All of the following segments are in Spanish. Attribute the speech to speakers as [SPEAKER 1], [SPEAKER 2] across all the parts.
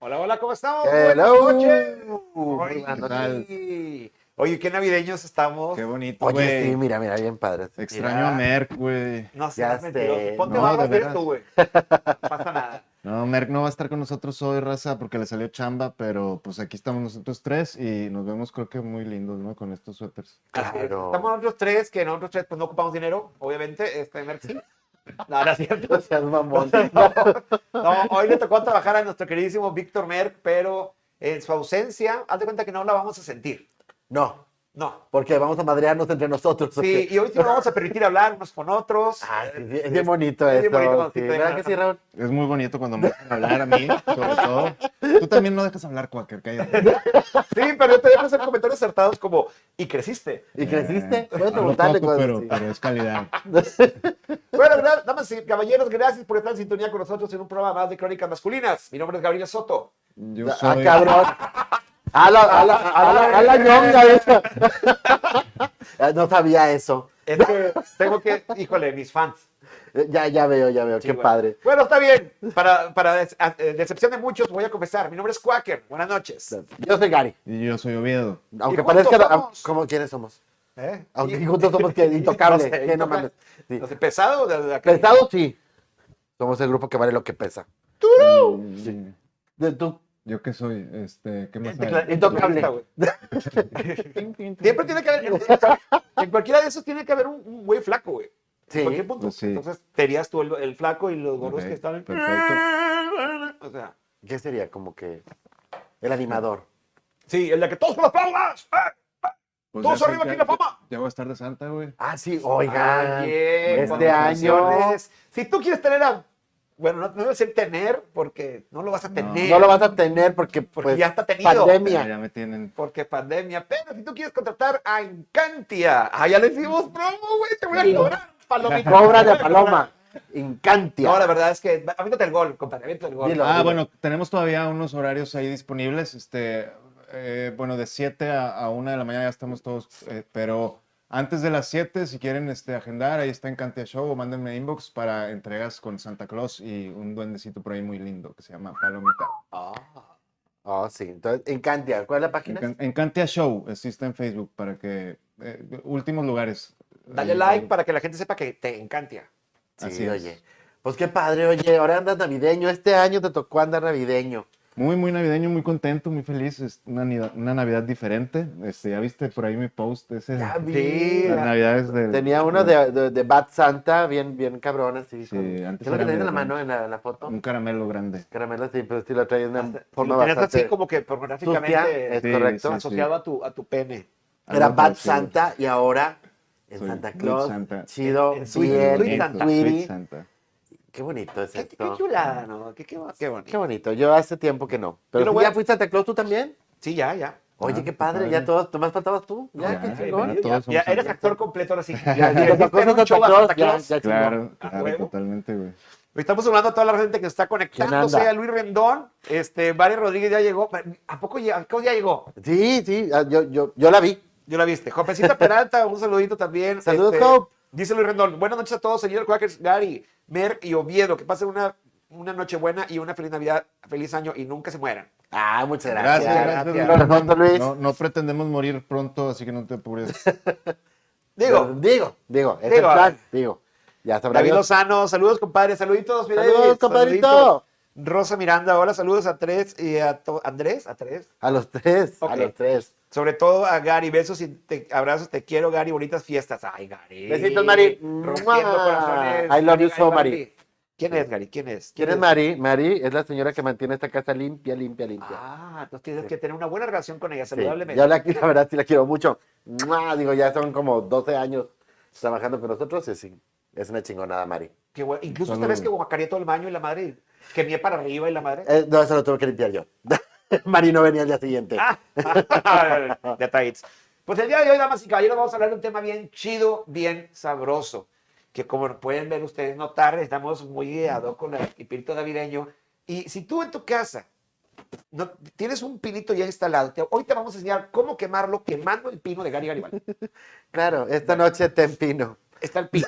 [SPEAKER 1] Hola, hola, ¿cómo estamos?
[SPEAKER 2] Hello.
[SPEAKER 1] Buenas
[SPEAKER 2] Buenas noches.
[SPEAKER 1] noches. Oye, Oye, qué navideños estamos.
[SPEAKER 3] Qué bonito,
[SPEAKER 2] Oye,
[SPEAKER 3] güey.
[SPEAKER 2] sí, mira, mira, bien padre.
[SPEAKER 3] Extraño
[SPEAKER 1] Mira.
[SPEAKER 3] a Merck, güey.
[SPEAKER 1] No
[SPEAKER 2] Ya
[SPEAKER 1] seas
[SPEAKER 2] sé.
[SPEAKER 1] mentiroso. Ponte
[SPEAKER 3] No,
[SPEAKER 1] barba,
[SPEAKER 3] de
[SPEAKER 1] pero
[SPEAKER 3] veras.
[SPEAKER 1] tú, güey. No pasa nada.
[SPEAKER 3] No, Merck no va a estar con nosotros hoy, raza, porque le salió chamba, pero pues aquí estamos nosotros tres y nos vemos creo que muy lindos, ¿no? Con estos suéteres.
[SPEAKER 1] Así es.
[SPEAKER 2] Claro.
[SPEAKER 1] Estamos nosotros tres, que nosotros tres pues no ocupamos dinero, obviamente, este Merci. No, no es cierto.
[SPEAKER 2] seas mamón.
[SPEAKER 1] No, no, hoy le tocó trabajar a nuestro queridísimo Víctor Merck, pero en su ausencia, haz de cuenta que no la vamos a sentir.
[SPEAKER 2] No,
[SPEAKER 1] No.
[SPEAKER 2] porque vamos a madrearnos entre nosotros. ¿o
[SPEAKER 1] Sí,
[SPEAKER 2] qué?
[SPEAKER 1] y hoy sí nos vamos a permitir hablar unos con otros.
[SPEAKER 2] Ah, sí, sí, es bien bonito
[SPEAKER 1] Es
[SPEAKER 2] esto.
[SPEAKER 1] bien bonito,
[SPEAKER 2] sí.
[SPEAKER 1] sí,
[SPEAKER 2] ¿Verdad
[SPEAKER 1] claro.
[SPEAKER 2] que sí, Raúl?
[SPEAKER 3] Es muy bonito cuando me dejan hablar a mí, sobre todo. Tú también no dejas hablar, Quaker, cállate.
[SPEAKER 1] Sí, pero yo te dejo hacer comentarios acertados como, y creciste.
[SPEAKER 2] ¿Y creciste?
[SPEAKER 3] Eh,
[SPEAKER 2] Puedes
[SPEAKER 3] hablo
[SPEAKER 2] preguntarle
[SPEAKER 3] poco,
[SPEAKER 2] cosas
[SPEAKER 3] pero,
[SPEAKER 2] así.
[SPEAKER 3] pero es calidad.
[SPEAKER 1] Bueno, gra- damas y caballeros, gracias por estar en sintonía con nosotros en un programa más de Crónicas Masculinas. Mi nombre es Gabriela Soto.
[SPEAKER 3] Yo
[SPEAKER 2] Ah,
[SPEAKER 3] soy...
[SPEAKER 2] cabrón. A la, a la, a la, a la ñonga esa. Eh, No sabía eso.
[SPEAKER 1] Es que Este, tengo que, híjole, mis fans.
[SPEAKER 2] Eh, Ya, ya veo, ya veo.
[SPEAKER 1] Sí,
[SPEAKER 2] Qué
[SPEAKER 1] bueno.
[SPEAKER 2] padre.
[SPEAKER 1] Bueno, está bien. Para, para des- a- eh, decepción de muchos, voy a confesar. Mi nombre es Quaker. Buenas noches.
[SPEAKER 2] Yo soy Gary.
[SPEAKER 3] Y yo soy Oviedo.
[SPEAKER 2] Aunque
[SPEAKER 1] juntos
[SPEAKER 2] parezca.
[SPEAKER 1] somos.
[SPEAKER 2] ¿Cómo quiénes somos?
[SPEAKER 1] ¿Eh?
[SPEAKER 2] Aunque
[SPEAKER 1] Y-
[SPEAKER 2] juntos somos que intocables.
[SPEAKER 1] No sé,
[SPEAKER 2] que no
[SPEAKER 1] intocable.
[SPEAKER 2] mames. Sí.
[SPEAKER 1] no sé, pesado. de- de-
[SPEAKER 2] Pesado, sí. Somos el grupo que vale lo que pesa.
[SPEAKER 3] Mm,
[SPEAKER 2] De tú.
[SPEAKER 3] ¿Yo qué soy? Este, ¿Qué más
[SPEAKER 1] Tecla-
[SPEAKER 3] hay? Pues,
[SPEAKER 2] Intocable.
[SPEAKER 1] güey. Siempre tiene que haber, en, en cualquiera de esos tiene que haber un, un güey flaco, güey.
[SPEAKER 2] Sí.
[SPEAKER 1] En cualquier punto.
[SPEAKER 3] Pues sí.
[SPEAKER 1] Entonces, tenías tú el, el flaco y los gordos
[SPEAKER 3] Ok,
[SPEAKER 1] que estaban.
[SPEAKER 3] perfecto.
[SPEAKER 1] O sea,
[SPEAKER 2] ¿Qué sería? Como que el animador.
[SPEAKER 1] sí, el de que todos con las palmas. ¡eh!
[SPEAKER 3] Pues
[SPEAKER 1] Todos
[SPEAKER 3] ya sé,
[SPEAKER 1] arriba aquí
[SPEAKER 3] ya-
[SPEAKER 1] la fama.
[SPEAKER 3] Ya voy a estar de santa, güey.
[SPEAKER 2] Ah, sí, oigan.
[SPEAKER 1] Ah, bien,
[SPEAKER 2] este
[SPEAKER 1] cuando
[SPEAKER 2] año-
[SPEAKER 1] funciones. Si tú quieres tener a. Bueno, no, no voy a decir tener, porque no lo vas a tener.
[SPEAKER 2] No lo vas a tener porque,
[SPEAKER 1] Porque
[SPEAKER 2] pues,
[SPEAKER 1] ya está tenido.
[SPEAKER 3] Ya,
[SPEAKER 2] pandemia.
[SPEAKER 3] ya me tienen...
[SPEAKER 1] Porque pandemia. Pero si tú quieres contratar a Encantia. Ah, ya le hicimos promo, güey. Te voy
[SPEAKER 2] Sí.
[SPEAKER 1] a cobrar. Palomita.
[SPEAKER 2] Cobra de paloma. Incantia.
[SPEAKER 1] No, la verdad es que. Aviéntate el gol, compadre. Aviéntate el gol.
[SPEAKER 2] Dilo.
[SPEAKER 3] Ah, bueno, tenemos todavía unos horarios ahí disponibles. Este, eh, bueno, de 7 a, 1 de la mañana ya estamos todos, eh, pero antes de las 7, si quieren este, agendar, ahí está en Cantia Show o mándenme inbox para entregas con Santa Claus y un duendecito por ahí muy lindo que se llama Palomita.
[SPEAKER 2] Ah, Ah, sí. Entonces, Incantia. ¿Cuál es la página?
[SPEAKER 3] En, en Cantia Show, existe en Facebook para que. eh, últimos lugares.
[SPEAKER 1] Dale
[SPEAKER 3] Ahí,
[SPEAKER 1] like para que la gente sepa que te Encantia.
[SPEAKER 2] Sí,
[SPEAKER 3] así es.
[SPEAKER 2] oye. Pues qué padre, oye. Ahora andas navideño. Este año te tocó andar navideño.
[SPEAKER 3] Muy, muy navideño, muy contento, muy feliz. Es una, nida- una Navidad diferente. Este, ya viste por ahí mi post. Ese,
[SPEAKER 2] Ya vi.
[SPEAKER 1] Sí,
[SPEAKER 3] las Navidades del-
[SPEAKER 2] Tenía uno de, de, de Bad Santa, bien, bien cabrón, así.
[SPEAKER 3] Sí,
[SPEAKER 2] con- ¿Qué
[SPEAKER 3] antes
[SPEAKER 2] es lo que
[SPEAKER 3] era
[SPEAKER 2] tenés en la
[SPEAKER 3] medio
[SPEAKER 2] mano en la, en la foto?
[SPEAKER 3] Un caramelo grande.
[SPEAKER 2] Caramelo, sí, pero sí lo traía de una forma
[SPEAKER 1] Lo tenías
[SPEAKER 2] bastante...
[SPEAKER 1] así como que
[SPEAKER 2] sucia, es
[SPEAKER 1] pornográficamente
[SPEAKER 3] Sí,
[SPEAKER 2] correcto.
[SPEAKER 3] sí,
[SPEAKER 1] asociado a tu, a tu pene.
[SPEAKER 2] Era Bad
[SPEAKER 3] Algo parecido.
[SPEAKER 2] Santa y ahora en
[SPEAKER 3] Soy
[SPEAKER 2] Santa
[SPEAKER 3] Big
[SPEAKER 2] Claus,
[SPEAKER 3] Santa.
[SPEAKER 2] chido,
[SPEAKER 1] En- en Sweet-
[SPEAKER 2] bien,
[SPEAKER 1] Sweet
[SPEAKER 2] en
[SPEAKER 1] Santa.
[SPEAKER 2] Tweety.
[SPEAKER 3] Sweet Santa.
[SPEAKER 2] Qué bonito es
[SPEAKER 1] Qué, qué
[SPEAKER 2] esto.
[SPEAKER 1] chulada, ¿no? Qué, qué, qué
[SPEAKER 2] Qué
[SPEAKER 1] bonito.
[SPEAKER 2] bonito, yo hace tiempo que no. Pero
[SPEAKER 1] Yo lo
[SPEAKER 2] tú
[SPEAKER 1] voy
[SPEAKER 2] ya
[SPEAKER 1] a-
[SPEAKER 2] fuiste a Santa Claus tú también.
[SPEAKER 1] Sí, ya, ya.
[SPEAKER 2] Oye,
[SPEAKER 3] Ah,
[SPEAKER 2] qué
[SPEAKER 3] qué
[SPEAKER 2] padre, ya
[SPEAKER 3] padre.
[SPEAKER 2] todos, nomás faltabas tú. Ya,
[SPEAKER 3] Ya,
[SPEAKER 2] qué
[SPEAKER 3] sí,
[SPEAKER 2] chingón.
[SPEAKER 3] ya, todos
[SPEAKER 1] ya,
[SPEAKER 3] somos
[SPEAKER 1] eres
[SPEAKER 3] Santa
[SPEAKER 1] actor completo ahora sí.
[SPEAKER 2] Ya, ya,
[SPEAKER 1] Hiciste
[SPEAKER 2] Santa Claus,
[SPEAKER 1] un
[SPEAKER 2] Santa
[SPEAKER 1] show a
[SPEAKER 2] Claus,
[SPEAKER 1] Santa
[SPEAKER 2] ya,
[SPEAKER 1] Claus.
[SPEAKER 2] ya, chingón.
[SPEAKER 3] Claro,
[SPEAKER 1] ¿A
[SPEAKER 3] claro,
[SPEAKER 1] huevo?
[SPEAKER 3] totalmente, güey.
[SPEAKER 1] Estamos hablando a toda la gente que está
[SPEAKER 2] ¿Quién
[SPEAKER 1] conectándose
[SPEAKER 2] anda?
[SPEAKER 1] a Luis Rendón. Este, Vare Rodríguez ya llegó. ¿A poco ya, a poco ya llegó?
[SPEAKER 2] Sí, sí, ah, yo, yo, yo la vi.
[SPEAKER 1] Yo la viste. Jopecita Peralta, un saludito también. Este,
[SPEAKER 2] Saludos, Jope.
[SPEAKER 1] Dice Luis Rendón. Buenas noches a todos, señor Quackers, Gary, Mer y Oviedo. Que pasen una, una noche buena y una feliz Navidad, feliz año y nunca se mueran.
[SPEAKER 2] Ah, muchas gracias.
[SPEAKER 3] Gracias, gracias,
[SPEAKER 2] Un
[SPEAKER 3] Luis.
[SPEAKER 2] corazón de Luis.
[SPEAKER 3] No, no pretendemos morir pronto, así que no te apures.
[SPEAKER 1] Digo,
[SPEAKER 2] digo, digo, es el
[SPEAKER 1] Digo.
[SPEAKER 2] plan, digo. Ya sabrá
[SPEAKER 1] David
[SPEAKER 2] Dios.
[SPEAKER 1] Lozano, saludos, compadre. Saluditos, mi
[SPEAKER 2] Saludos,
[SPEAKER 1] David,
[SPEAKER 2] compadrito.
[SPEAKER 1] saludito. Rosa Miranda, hola, saludos a tres y a to- Andrés, a tres.
[SPEAKER 2] A los tres,
[SPEAKER 1] Ok.
[SPEAKER 2] a los tres.
[SPEAKER 1] Sobre todo a Gary, besos y te- abrazos, te quiero, Gari, bonitas fiestas. Ay, Gary.
[SPEAKER 2] Besitos, Mari.
[SPEAKER 1] Rompiendo
[SPEAKER 2] Mua.
[SPEAKER 1] corazones.
[SPEAKER 2] I love you so,
[SPEAKER 1] Gary.
[SPEAKER 2] Mari.
[SPEAKER 1] ¿Quién es, Gary? ¿Quién es?
[SPEAKER 2] ¿Quién es Mari? Mari es la señora que mantiene esta casa limpia, limpia, limpia.
[SPEAKER 1] Ah, entonces tienes que tener una buena relación con ella,
[SPEAKER 2] Sí,
[SPEAKER 1] saludablemente.
[SPEAKER 2] Yo la, la verdad sí la quiero mucho. ¡Mua! Digo, ya son como 12 años trabajando con nosotros. y sí, es una chingonada, Mari.
[SPEAKER 1] Qué bueno. Incluso esta
[SPEAKER 3] Saludos.
[SPEAKER 1] vez que guacaría todo el baño y la madre quemé para arriba y la madre.
[SPEAKER 2] Eh, no, eso lo tuve que limpiar yo. Mari no venía al día siguiente.
[SPEAKER 1] Ah, detalles. Pues el día de hoy, damas y caballeros, vamos a hablar de un tema bien chido, bien sabroso, que como pueden ver ustedes notar, estamos muy guiados con el espíritu navideño. Y si tú en tu casa no, tienes un pinito ya instalado, te- hoy te vamos a enseñar cómo quemarlo quemando el pino de Gary Garibaldi.
[SPEAKER 2] Claro, esta noche te empino.
[SPEAKER 1] está el pino.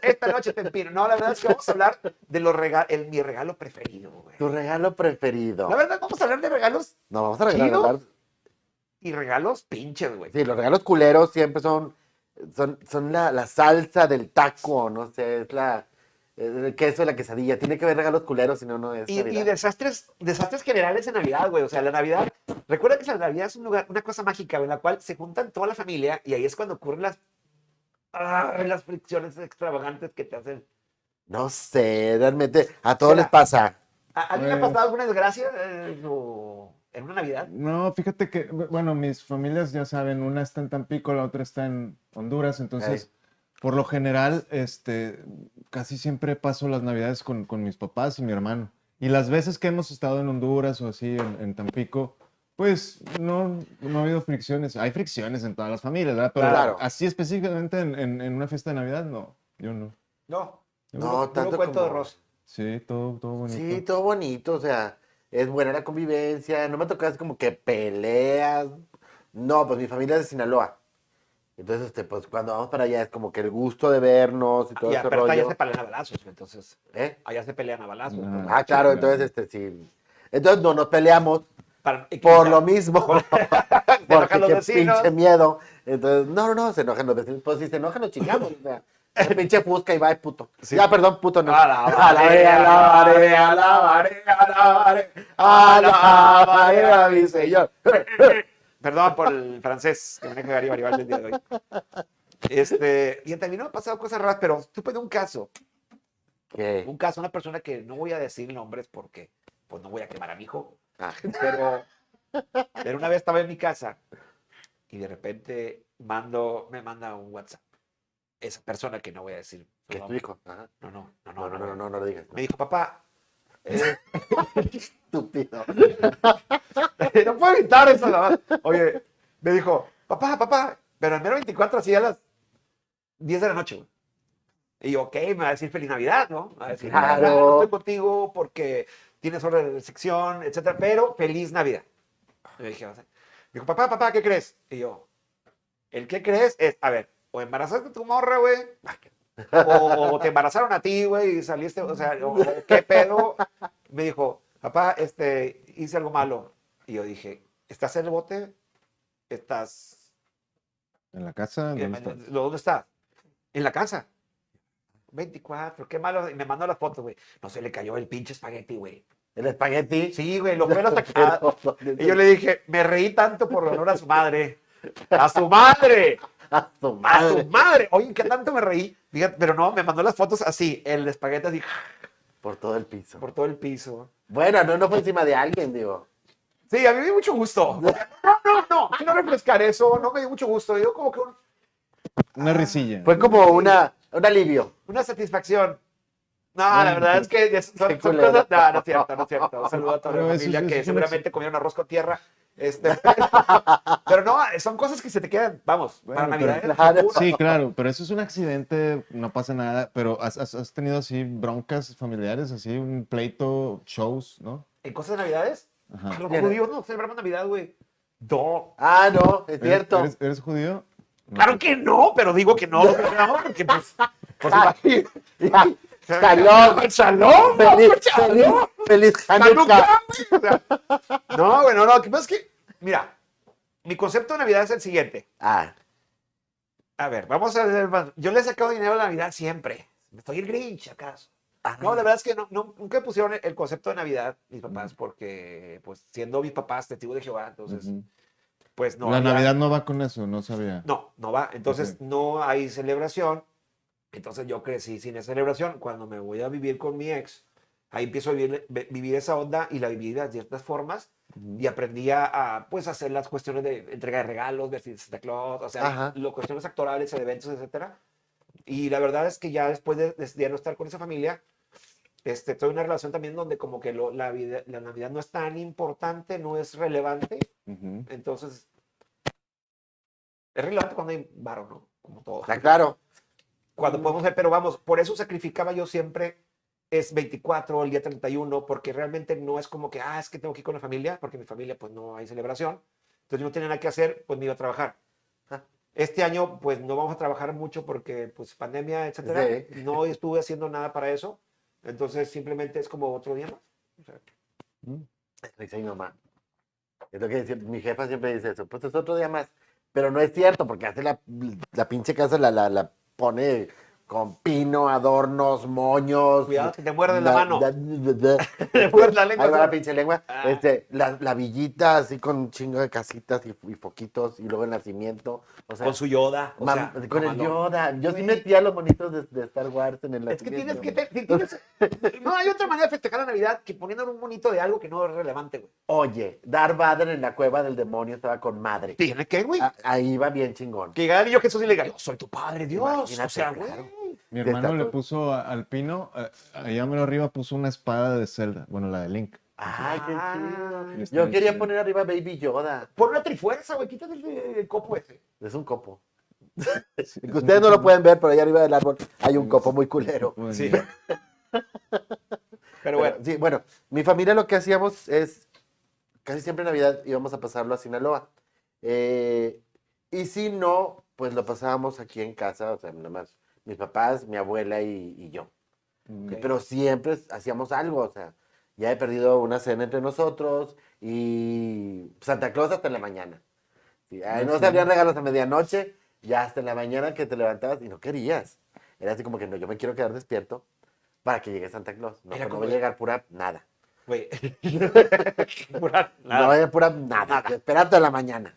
[SPEAKER 1] Esta noche está el pino. No, la verdad es que vamos a hablar de los rega- el, mi regalo preferido, güey.
[SPEAKER 2] Tu regalo preferido.
[SPEAKER 1] La verdad, vamos a hablar de regalos
[SPEAKER 2] No, vamos a regalar.
[SPEAKER 1] ¿Chido?
[SPEAKER 2] regalar-
[SPEAKER 1] y regalos pinches, güey.
[SPEAKER 2] Sí, los regalos culeros siempre son, son, son la, la salsa del taco, no sé, es la el queso de la quesadilla. Tiene que haber regalos culeros, si no, no es.
[SPEAKER 1] Y, y
[SPEAKER 2] Navidad.
[SPEAKER 1] desastres, desastres generales en Navidad, güey. O sea, la Navidad, recuerda que la Navidad es un lugar, una cosa mágica, güey, en la cual se juntan toda la familia y ahí es cuando ocurren las, ah, las fricciones extravagantes que te hacen.
[SPEAKER 2] No sé, realmente a todos
[SPEAKER 1] Será.
[SPEAKER 2] les pasa.
[SPEAKER 1] ¿A- ¿Alguien le ha
[SPEAKER 3] Bueno.
[SPEAKER 1] pasado alguna desgracia eh, o- en una Navidad?
[SPEAKER 3] No, fíjate que, bu- bueno, mis familias ya saben, una está en Tampico, la otra está en Honduras, entonces, por lo general, este, casi siempre paso las navidades con, con mis papás y mi hermano. Y las veces que hemos estado en Honduras o así, en, en Tampico, pues no, no ha habido fricciones. Hay fricciones en todas las familias, ¿verdad? Pero
[SPEAKER 2] Claro.
[SPEAKER 3] así específicamente en, en- en una fiesta de Navidad, no, yo no.
[SPEAKER 1] No.
[SPEAKER 2] No,
[SPEAKER 3] Yo
[SPEAKER 1] Puro- puro
[SPEAKER 2] tanto
[SPEAKER 1] cuento
[SPEAKER 2] como-
[SPEAKER 1] de Ross.
[SPEAKER 3] Sí, todo, todo bonito.
[SPEAKER 2] Sí, todo bonito, o sea, es buena la convivencia, no me tocas como que peleas. No, pues mi familia es de Sinaloa. Entonces, este, pues cuando vamos para allá es como que el gusto de vernos y todo
[SPEAKER 1] Ah, Ya,
[SPEAKER 2] ese
[SPEAKER 1] pero allá
[SPEAKER 2] rollo.
[SPEAKER 1] se pelean a balazos, entonces.
[SPEAKER 2] ¿eh?
[SPEAKER 1] Allá se pelean a balazos.
[SPEAKER 3] Ah,
[SPEAKER 1] entonces,
[SPEAKER 2] Ah, claro,
[SPEAKER 3] sí,
[SPEAKER 2] entonces, este, sí. Entonces no nos peleamos
[SPEAKER 1] para
[SPEAKER 2] por
[SPEAKER 1] equilibrar.
[SPEAKER 2] lo mismo. Porque
[SPEAKER 1] enojan los
[SPEAKER 2] qué
[SPEAKER 1] vecinos.
[SPEAKER 2] pinche miedo. Entonces, no, no, no, se enojan los vecinos. Pues si se enojan, nos chingamos. O sea, el pinche fusca y va el puto. Ya, perdón, puto no.
[SPEAKER 1] Ah, Alabaré, alabaré, alabaré, alabaré, alabaré a mi Señor. Perdón por el francés que maneja Gary Baribal el día de hoy. Este, y también me han pasado cosas raras, pero supe de un caso,
[SPEAKER 2] ¿Qué?
[SPEAKER 1] un caso, una persona que no voy a decir nombres porque pues no voy a quemar a mi hijo,
[SPEAKER 2] Ah,
[SPEAKER 1] pero, pero una vez estaba en mi casa y de repente mando, me manda un WhatsApp. Esa persona que no voy a decir. su
[SPEAKER 2] ¿Qué es tu
[SPEAKER 1] nombre.
[SPEAKER 2] hijo? Ajá.
[SPEAKER 1] No, no, no,
[SPEAKER 2] No, no, no, no, no, no lo digas.
[SPEAKER 1] Me dijo, papá, eh,
[SPEAKER 2] Estúpido.
[SPEAKER 1] no puedo evitar eso, la verdad. Oye, me dijo, papá, papá, pero el mero 24 así a las 10 de la noche, güey. Y yo, ok, me va a decir Feliz Navidad, ¿no? Me va a decir,
[SPEAKER 2] Claro.
[SPEAKER 1] "Papá, no estoy contigo porque tienes orden de restricción, etcétera, pero Feliz Navidad. Le dije, "O sea". me dijo, papá, papá, ¿qué crees? Y yo, ¿el qué crees? Es, a ver, o embarazaste a tu morra, güey, o te embarazaron a ti, güey, y saliste, o sea, o- o ¿qué pedo? Me dijo, papá, este, hice algo malo. Y yo dije, ¿estás en el bote? ¿Estás?
[SPEAKER 3] ¿En la casa?
[SPEAKER 1] ¿Dónde,
[SPEAKER 3] ¿Dónde
[SPEAKER 1] estás?
[SPEAKER 3] estás?
[SPEAKER 1] En la casa. 24, qué malo. Y me mandó la foto, güey. No se le cayó el pinche espagueti, güey.
[SPEAKER 2] El espagueti. Ah,
[SPEAKER 1] Sí, güey, lo fue hasta aquí. Y yo le dije, me reí tanto por honor a su madre. ¡A su madre!
[SPEAKER 2] A su
[SPEAKER 1] ¡A su
[SPEAKER 2] madre.
[SPEAKER 1] madre! Oye, ¿qué tanto me reí? Fíjate, pero no, me mandó las fotos así, el espagueti así,
[SPEAKER 2] Por todo el piso.
[SPEAKER 1] por todo el piso.
[SPEAKER 2] Bueno, no, no fue encima de alguien, digo.
[SPEAKER 1] Sí, a mí me dio mucho gusto. No, no, no, quiero refrescar eso, no me dio mucho gusto. Yo como que un-
[SPEAKER 3] Una risilla.
[SPEAKER 2] Fue como una, un alivio.
[SPEAKER 1] una satisfacción. No,
[SPEAKER 3] Ay,
[SPEAKER 1] la verdad es que es- son,
[SPEAKER 2] qué
[SPEAKER 1] son
[SPEAKER 2] culero.
[SPEAKER 1] cosas... No, no es cierto, no es cierto. Un saludo a toda
[SPEAKER 3] Pero
[SPEAKER 1] la
[SPEAKER 3] eso
[SPEAKER 1] familia
[SPEAKER 3] sí,
[SPEAKER 1] que
[SPEAKER 3] eso es una
[SPEAKER 1] seguramente comieron arroz con tierra. Este, pero no, son cosas que se te quedan, vamos,
[SPEAKER 3] Bueno,
[SPEAKER 1] para
[SPEAKER 3] pero-
[SPEAKER 1] Navidad.
[SPEAKER 2] Claro.
[SPEAKER 3] Sí, claro, pero eso es un accidente, no pasa nada, pero has, has- has tenido así broncas familiares, así un pleito, shows, ¿no?
[SPEAKER 1] En cosas de Navidades,
[SPEAKER 3] Ajá.
[SPEAKER 1] los
[SPEAKER 2] Tiene-
[SPEAKER 1] judíos no celebramos Navidad, güey. No.
[SPEAKER 2] Ah, no, es
[SPEAKER 3] ¿Eres-
[SPEAKER 2] cierto.
[SPEAKER 3] ¿Eres, eres judío? No.
[SPEAKER 1] Claro que no, pero digo que no lo celebramos porque, pues, pues,
[SPEAKER 2] Ah,
[SPEAKER 1] imagínate.
[SPEAKER 2] Shalom.
[SPEAKER 1] ¡Shalom!
[SPEAKER 2] Feliz, feliz, feliz Hanukkah.
[SPEAKER 1] Hanukkah, güey. O sea, No, güey, no, no. Lo que pasa es que, mira, mi concepto de Navidad es el siguiente.
[SPEAKER 2] Ah,
[SPEAKER 1] A ver, vamos a ver. va- Yo le he sacado dinero a la Navidad siempre. Estoy el Grinch, acaso.
[SPEAKER 2] ah,
[SPEAKER 1] No, la verdad es que no, no- nunca pusieron el- el concepto de Navidad mis papás, porque, pues, siendo mis papás testigos de Jehová, entonces,
[SPEAKER 3] Ujú.
[SPEAKER 1] pues no.
[SPEAKER 3] La
[SPEAKER 1] había-
[SPEAKER 3] Navidad no va con eso, no sabía.
[SPEAKER 1] No, no va. Entonces,
[SPEAKER 3] Ok.
[SPEAKER 1] no hay celebración. Entonces, yo crecí sin esa celebración. Cuando me voy a vivir con mi ex, ahí empiezo a vivir, ve- vivir esa onda y la viví de ciertas formas.
[SPEAKER 3] Ujú.
[SPEAKER 1] y aprendí a, a, pues hacer las cuestiones de entrega de regalos, de Santa Claus, o sea,
[SPEAKER 2] Ajá.
[SPEAKER 1] las cuestiones actorales, de eventos, etcétera. Y la verdad es que ya después de, de- de no estar con esa familia, este, tuve una relación también donde como que lo- la, vida- la Navidad no es tan importante, no es relevante,
[SPEAKER 3] Ujú.
[SPEAKER 1] entonces es relevante cuando hay varo, ¿no? Como todo.
[SPEAKER 2] está claro.
[SPEAKER 1] Cuando podemos ver, pero vamos, por eso sacrificaba yo siempre es 24, el día 31, porque realmente no es como que, ah, es que tengo que ir con la familia, porque en mi familia pues no hay celebración. Entonces yo no tenía nada que hacer, pues me iba a trabajar.
[SPEAKER 2] Ah.
[SPEAKER 1] Este año, pues no vamos a trabajar mucho porque, pues, pandemia, etcétera.
[SPEAKER 2] Sí.
[SPEAKER 1] No estuve haciendo nada para eso. Entonces, simplemente es como otro día más. O sea,
[SPEAKER 2] Dice mi mamá. Es lo que dice- mi jefa siempre dice eso. Pues es otro día más. Pero no es cierto, porque hace la, la pinche casa, la, la, la pone con pino, adornos, moños.
[SPEAKER 1] Cuidado que te muerden la mano.
[SPEAKER 2] la-
[SPEAKER 1] Te muerden la lengua.
[SPEAKER 2] Ahí va la pinche lengua.
[SPEAKER 1] Ah.
[SPEAKER 2] Este, la, la villita así con un chingo de casitas y, y foquitos y luego el nacimiento. O sea,
[SPEAKER 1] con su Yoda. o
[SPEAKER 2] mam-
[SPEAKER 1] sea,
[SPEAKER 2] con el
[SPEAKER 1] mamalón.
[SPEAKER 2] Yoda. Yo sí
[SPEAKER 1] Güey.
[SPEAKER 2] metía los monitos de, de Star Wars en el
[SPEAKER 1] Es que tienes
[SPEAKER 2] nacimiento.
[SPEAKER 1] que. te- si tienes- no hay otra manera de festejar la Navidad que poniéndole un monito de algo que no es relevante, güey.
[SPEAKER 2] Oye, Darth Vader en la cueva del demonio estaba con madre.
[SPEAKER 1] Tiene que, güey.
[SPEAKER 2] A- Ah, ahí va bien chingón.
[SPEAKER 1] Que llegara el niño Jesús y le diga, yo soy tu padre, Dios.
[SPEAKER 2] Imagínate,
[SPEAKER 1] o sea, güey.
[SPEAKER 2] claro.
[SPEAKER 3] Mi
[SPEAKER 2] De
[SPEAKER 3] hermano le
[SPEAKER 2] estatua.
[SPEAKER 3] puso a- al pino, eh, allá mero arriba puso una espada de Zelda, bueno, la de Link.
[SPEAKER 2] Ay, qué
[SPEAKER 1] Ah.
[SPEAKER 2] chido.
[SPEAKER 3] Está
[SPEAKER 2] Yo
[SPEAKER 3] bien
[SPEAKER 2] quería
[SPEAKER 3] chido.
[SPEAKER 2] poner arriba Baby Yoda.
[SPEAKER 1] Pon una trifuerza, güey. Quítate el, el copo ese.
[SPEAKER 2] Es un copo.
[SPEAKER 3] Sí, es
[SPEAKER 2] Ustedes no
[SPEAKER 3] un-
[SPEAKER 2] lo pueden ver, pero allá arriba del árbol hay un copo muy culero.
[SPEAKER 3] Bueno,
[SPEAKER 1] Sí.
[SPEAKER 3] ya.
[SPEAKER 1] Pero
[SPEAKER 2] Pero
[SPEAKER 1] bueno.
[SPEAKER 2] sí, bueno, mi familia lo que hacíamos es, casi siempre en Navidad íbamos a pasarlo a Sinaloa. Eh, y si no, pues lo pasábamos aquí en casa, o sea, nada más mis papás, mi abuela y, y yo.
[SPEAKER 3] Mm,
[SPEAKER 2] Pero siempre hacíamos algo, o sea, ya he perdido una cena entre nosotros y Santa Claus hasta en la mañana. Sí, ay, no
[SPEAKER 3] Sí.
[SPEAKER 2] salían regalos a medianoche, ya hasta en la mañana que te levantabas y no querías. Era así como que no, yo me quiero quedar despierto para que llegue Santa Claus. No,
[SPEAKER 1] Era
[SPEAKER 2] pues no
[SPEAKER 1] como-
[SPEAKER 2] va a llegar pura nada.
[SPEAKER 1] Güey. Pura-
[SPEAKER 2] No
[SPEAKER 1] nada.
[SPEAKER 2] va a llegar pura nada. Espera hasta la mañana.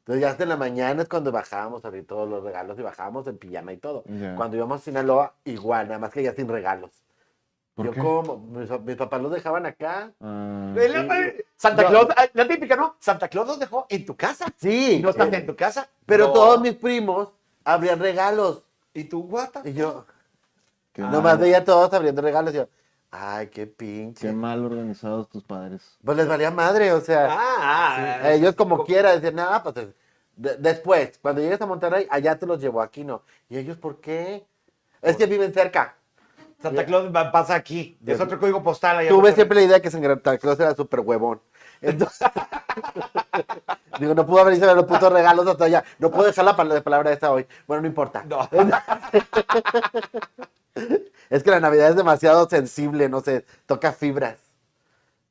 [SPEAKER 2] Entonces ya hasta en la mañana es cuando bajábamos a abrir todos los regalos y bajábamos en pijama y todo.
[SPEAKER 3] ya.
[SPEAKER 1] Mm.
[SPEAKER 2] Cuando íbamos a Sinaloa, igual, nada más que ya sin regalos.
[SPEAKER 3] ¿Por
[SPEAKER 2] Yo
[SPEAKER 3] qué?
[SPEAKER 2] como, mis, mis papás los dejaban acá.
[SPEAKER 3] Ah,
[SPEAKER 1] El- Santa
[SPEAKER 2] No.
[SPEAKER 1] Claus, ah, la típica, ¿no? Santa Claus los dejó en tu casa.
[SPEAKER 2] Sí.
[SPEAKER 1] Y no estás
[SPEAKER 2] eh,
[SPEAKER 1] en tu casa.
[SPEAKER 2] Pero
[SPEAKER 1] No.
[SPEAKER 2] todos mis primos abrían regalos.
[SPEAKER 1] ¿Y tu guata?
[SPEAKER 2] Y yo,
[SPEAKER 3] qué,
[SPEAKER 1] Ah.
[SPEAKER 2] nomás veía a todos abriendo regalos. Y yo, ay, qué pinche.
[SPEAKER 3] qué mal organizados tus padres.
[SPEAKER 2] Pues les valía madre, o sea.
[SPEAKER 1] Ah,
[SPEAKER 2] a ellos como
[SPEAKER 1] quieran.
[SPEAKER 2] quiera, decían, nada, pues eh, de- después, cuando llegues a Monterrey, allá te los llevo, aquí no. Y ellos, ¿por qué? Es que viven cerca.
[SPEAKER 1] Santa Claus va- pasa aquí. Es
[SPEAKER 2] Yo-
[SPEAKER 1] otro código postal allá.
[SPEAKER 2] Tuve siempre la idea que Santa Claus era súper huevón. Entonces, digo, no pudo abrirse los putos regalos hasta allá. No puedo dejar la pal- palabra esta hoy. Bueno, no importa.
[SPEAKER 1] No.
[SPEAKER 2] Es que la Navidad es demasiado sensible, no sé, toca fibras.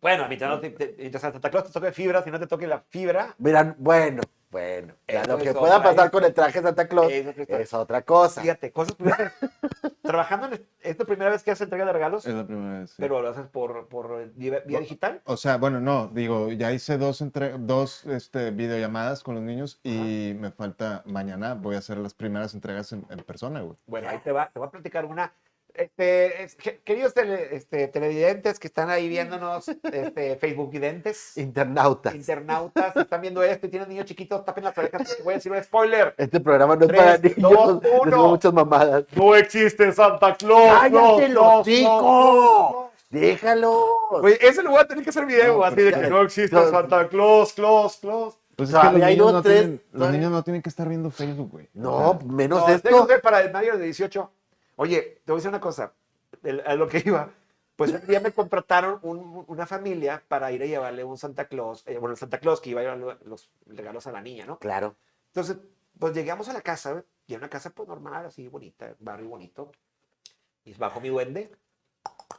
[SPEAKER 1] Bueno, mientras, no te- te- mientras a Santa Claus te toque fibra, si no te toque la fibra,
[SPEAKER 2] Miran, bueno, bueno. ya
[SPEAKER 1] Eso
[SPEAKER 2] lo que
[SPEAKER 1] es
[SPEAKER 2] pueda
[SPEAKER 1] otra,
[SPEAKER 2] pasar
[SPEAKER 1] es-
[SPEAKER 2] con el traje de Santa Claus
[SPEAKER 1] Eso es otra.
[SPEAKER 2] es otra cosa.
[SPEAKER 1] fíjate, cosas Trabajando en es es la primera vez que haces entrega de regalos,
[SPEAKER 3] Es la primera vez. sí.
[SPEAKER 1] pero lo haces por, por eh, vía, vía digital.
[SPEAKER 3] O sea, bueno, no, digo, ya hice dos, entre, dos este, videollamadas con los niños y me falta mañana, voy a hacer las primeras entregas en, en persona, güey.
[SPEAKER 1] Bueno, ahí te va, te voy a platicar una. Este, es- que- queridos tele- este, televidentes que están ahí viéndonos, este, Facebook videntes,
[SPEAKER 2] Internauta.
[SPEAKER 1] internautas, que están viendo esto y tienen niños chiquitos, tapen las orejas porque voy a decir un spoiler.
[SPEAKER 2] Este programa no es
[SPEAKER 1] Tres,
[SPEAKER 2] para
[SPEAKER 1] dos,
[SPEAKER 2] niños.
[SPEAKER 1] uno.
[SPEAKER 2] Decimos muchas mamadas.
[SPEAKER 1] No existe Santa Claus.
[SPEAKER 2] ¡Cállate
[SPEAKER 1] no,
[SPEAKER 2] el
[SPEAKER 1] no,
[SPEAKER 2] hocico!
[SPEAKER 1] no, no.
[SPEAKER 2] ¡Déjalo!
[SPEAKER 1] Oye, ese lo voy a tener que hacer video,
[SPEAKER 3] No,
[SPEAKER 1] así de que
[SPEAKER 2] Pues, porque-
[SPEAKER 1] no existe
[SPEAKER 2] no.
[SPEAKER 1] Santa Claus, Claus, Claus.
[SPEAKER 3] Pues
[SPEAKER 2] O sea,
[SPEAKER 3] los,
[SPEAKER 2] había
[SPEAKER 3] niños
[SPEAKER 2] dos,
[SPEAKER 3] no
[SPEAKER 2] tres,
[SPEAKER 3] tienen, los
[SPEAKER 2] todavía-
[SPEAKER 3] niños no tienen que estar viendo Facebook, güey.
[SPEAKER 2] No, menos
[SPEAKER 1] No, pues,
[SPEAKER 2] esto.
[SPEAKER 1] tengo que para el mayo de 18. Oye, te voy a decir una cosa, el- a lo que iba. Pues un día me contrataron un- una familia para ir a llevarle un Santa Claus, eh, bueno, el Santa Claus que iba a llevar los regalos a la niña, ¿no?
[SPEAKER 2] Claro.
[SPEAKER 1] Entonces, pues llegamos a la casa, ¿ve? y era una casa pues normal, así bonita, barrio bonito. Y bajo mi duende.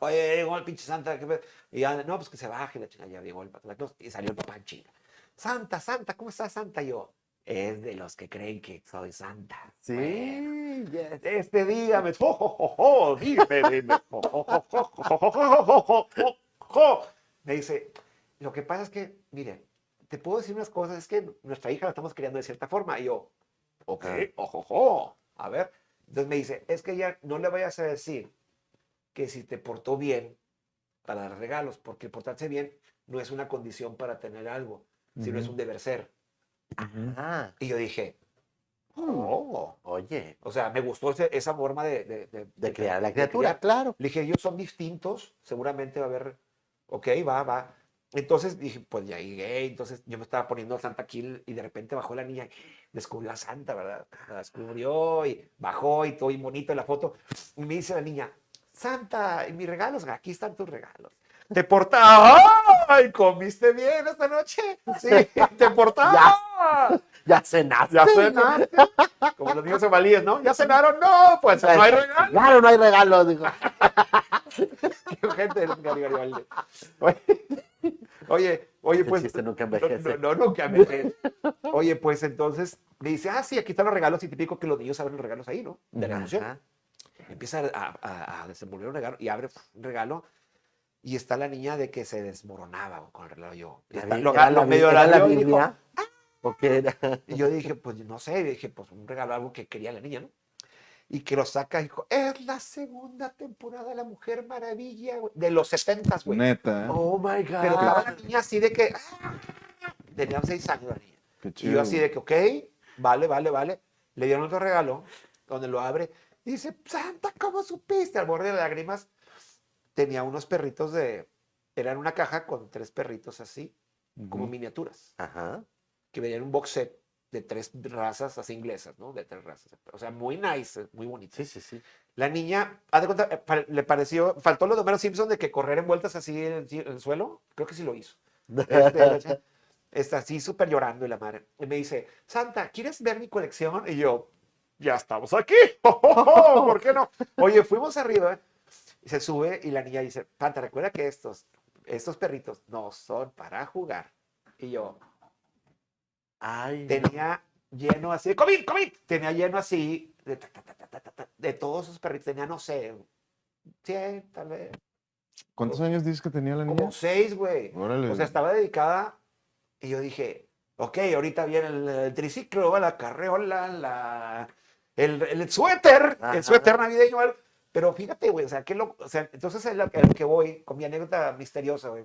[SPEAKER 1] Oye, llegó el pinche Santa. ¿qué pedo?". Y ya, no, pues que se baje la chingada. Ya llegó el Santa Claus y salió el papá en chinga. Santa, Santa, ¿cómo estás, Santa? Y yo, es de los que creen que soy Santa. Bueno,
[SPEAKER 2] Sí, ya.
[SPEAKER 1] este, dígame, jo, jo, jo, jo, dime, dime, jo, jo, jo, jo, jo, jo, jo, jo, jo, jo, jo. Me dice, lo que pasa es que, mire, te puedo decir unas cosas, es que nuestra hija la estamos criando de cierta forma. Y yo, ok,
[SPEAKER 2] Ah.
[SPEAKER 1] ojo, ojo, a ver. Entonces me dice, es que ya no le vayas a decir que si te portó bien para dar regalos, porque portarse bien no es una condición para tener algo, sino es
[SPEAKER 3] Ujú.
[SPEAKER 1] un deber ser.
[SPEAKER 2] Ah,
[SPEAKER 1] Y yo dije, oh,
[SPEAKER 2] oye,
[SPEAKER 1] o sea, me gustó ese- esa forma de, de,
[SPEAKER 2] de crear a la
[SPEAKER 1] de
[SPEAKER 2] criatura,
[SPEAKER 1] criar.
[SPEAKER 2] claro.
[SPEAKER 1] Le dije, ellos son distintos, seguramente va a haber, ok, va, va. Entonces dije, pues ya llegué, entonces yo me estaba poniendo a Santa Kill y de repente bajó la niña, descubrió a Santa, ¿verdad? La descubrió y bajó y todo y bonito en la foto. Y me dice la niña, Santa, ¿y mis regalos? Aquí están tus regalos. Te portaste, ¡ay! ¿Comiste bien esta noche? Sí, te portaste.
[SPEAKER 2] Ya cenaste.
[SPEAKER 1] Ya cenaron. Como los niños somalíes, ¿no? Ya cenaron. No, pues no hay regalo.
[SPEAKER 2] Claro, no hay regalos. Digo.
[SPEAKER 1] gente del Garibaldi. Oye, Oye, oye,
[SPEAKER 2] Ese
[SPEAKER 1] pues.
[SPEAKER 2] chiste nunca
[SPEAKER 1] no,
[SPEAKER 2] envejece.
[SPEAKER 1] No, no, nunca envejece. Oye, pues entonces le dice, ah, sí, aquí están los regalos y típico que los niños abren los regalos ahí, ¿no? De la emoción.
[SPEAKER 2] Ajá.
[SPEAKER 1] Empieza a, a- a desenvolver un regalo y abre un regalo y está la niña de que se desmoronaba con el reloj. Yo, y está-
[SPEAKER 2] Era
[SPEAKER 1] lo-
[SPEAKER 2] la-
[SPEAKER 1] lo medio
[SPEAKER 2] era la
[SPEAKER 1] abrió y dijo, "Ah".
[SPEAKER 2] Biblia. ¿O qué era?
[SPEAKER 1] y yo dije, pues no sé, dije, pues un regalo, algo que quería la niña, ¿no? Y que lo saca y dijo, es la segunda temporada de La Mujer Maravilla, güey, de los 70, güey.
[SPEAKER 3] Neta, ¿eh?
[SPEAKER 2] Oh my God.
[SPEAKER 1] Pero estaba la niña así de que, ¡ah! tenía seis años la niña.
[SPEAKER 3] Qué
[SPEAKER 1] Y yo
[SPEAKER 3] chido.
[SPEAKER 1] así de que, ok, vale, vale, vale. Le dieron otro regalo, donde lo abre. Y dice, Santa, ¿cómo supiste? Al borde de lágrimas, tenía unos perritos de... Era en una caja con tres perritos así, como miniaturas
[SPEAKER 2] Ajá.
[SPEAKER 1] que venían un box set de tres razas así inglesas, ¿no? De tres razas. O sea, muy nice, eh, muy bonito.
[SPEAKER 2] Sí, sí, sí.
[SPEAKER 1] La niña, haz de cuenta, eh, pa- le pareció, faltó lo de Homero Simpson de que correr en vueltas así en el, ci- en el suelo, creo que sí lo hizo. Este, está así súper llorando y la madre. Y me dice, Santa, ¿quieres ver mi colección? Y yo, ya estamos aquí. Oh, ¿Por qué no? Oye, fuimos arriba. Y se sube y la niña dice, Santa, recuerda que estos, estos perritos no son para jugar. Y yo,
[SPEAKER 2] Ay.
[SPEAKER 1] tenía lleno así, COVID, COVID, tenía lleno así de, ta, ta, ta, ta, ta, ta, ta, de todos sus perritos, tenía no sé, 100, tal vez,
[SPEAKER 3] ¿Cuántos años dices que tenía la niña?
[SPEAKER 1] como 6, güey.
[SPEAKER 3] Órale.
[SPEAKER 1] O sea, estaba dedicada y yo dije, ok, ahorita viene el, el triciclo, la carreola, la, el, el suéter,
[SPEAKER 2] Ajá.
[SPEAKER 1] el suéter navideño, algo. pero fíjate, güey, o sea, que lo, o sea, entonces es lo, que- a lo que voy con mi anécdota misteriosa, güey.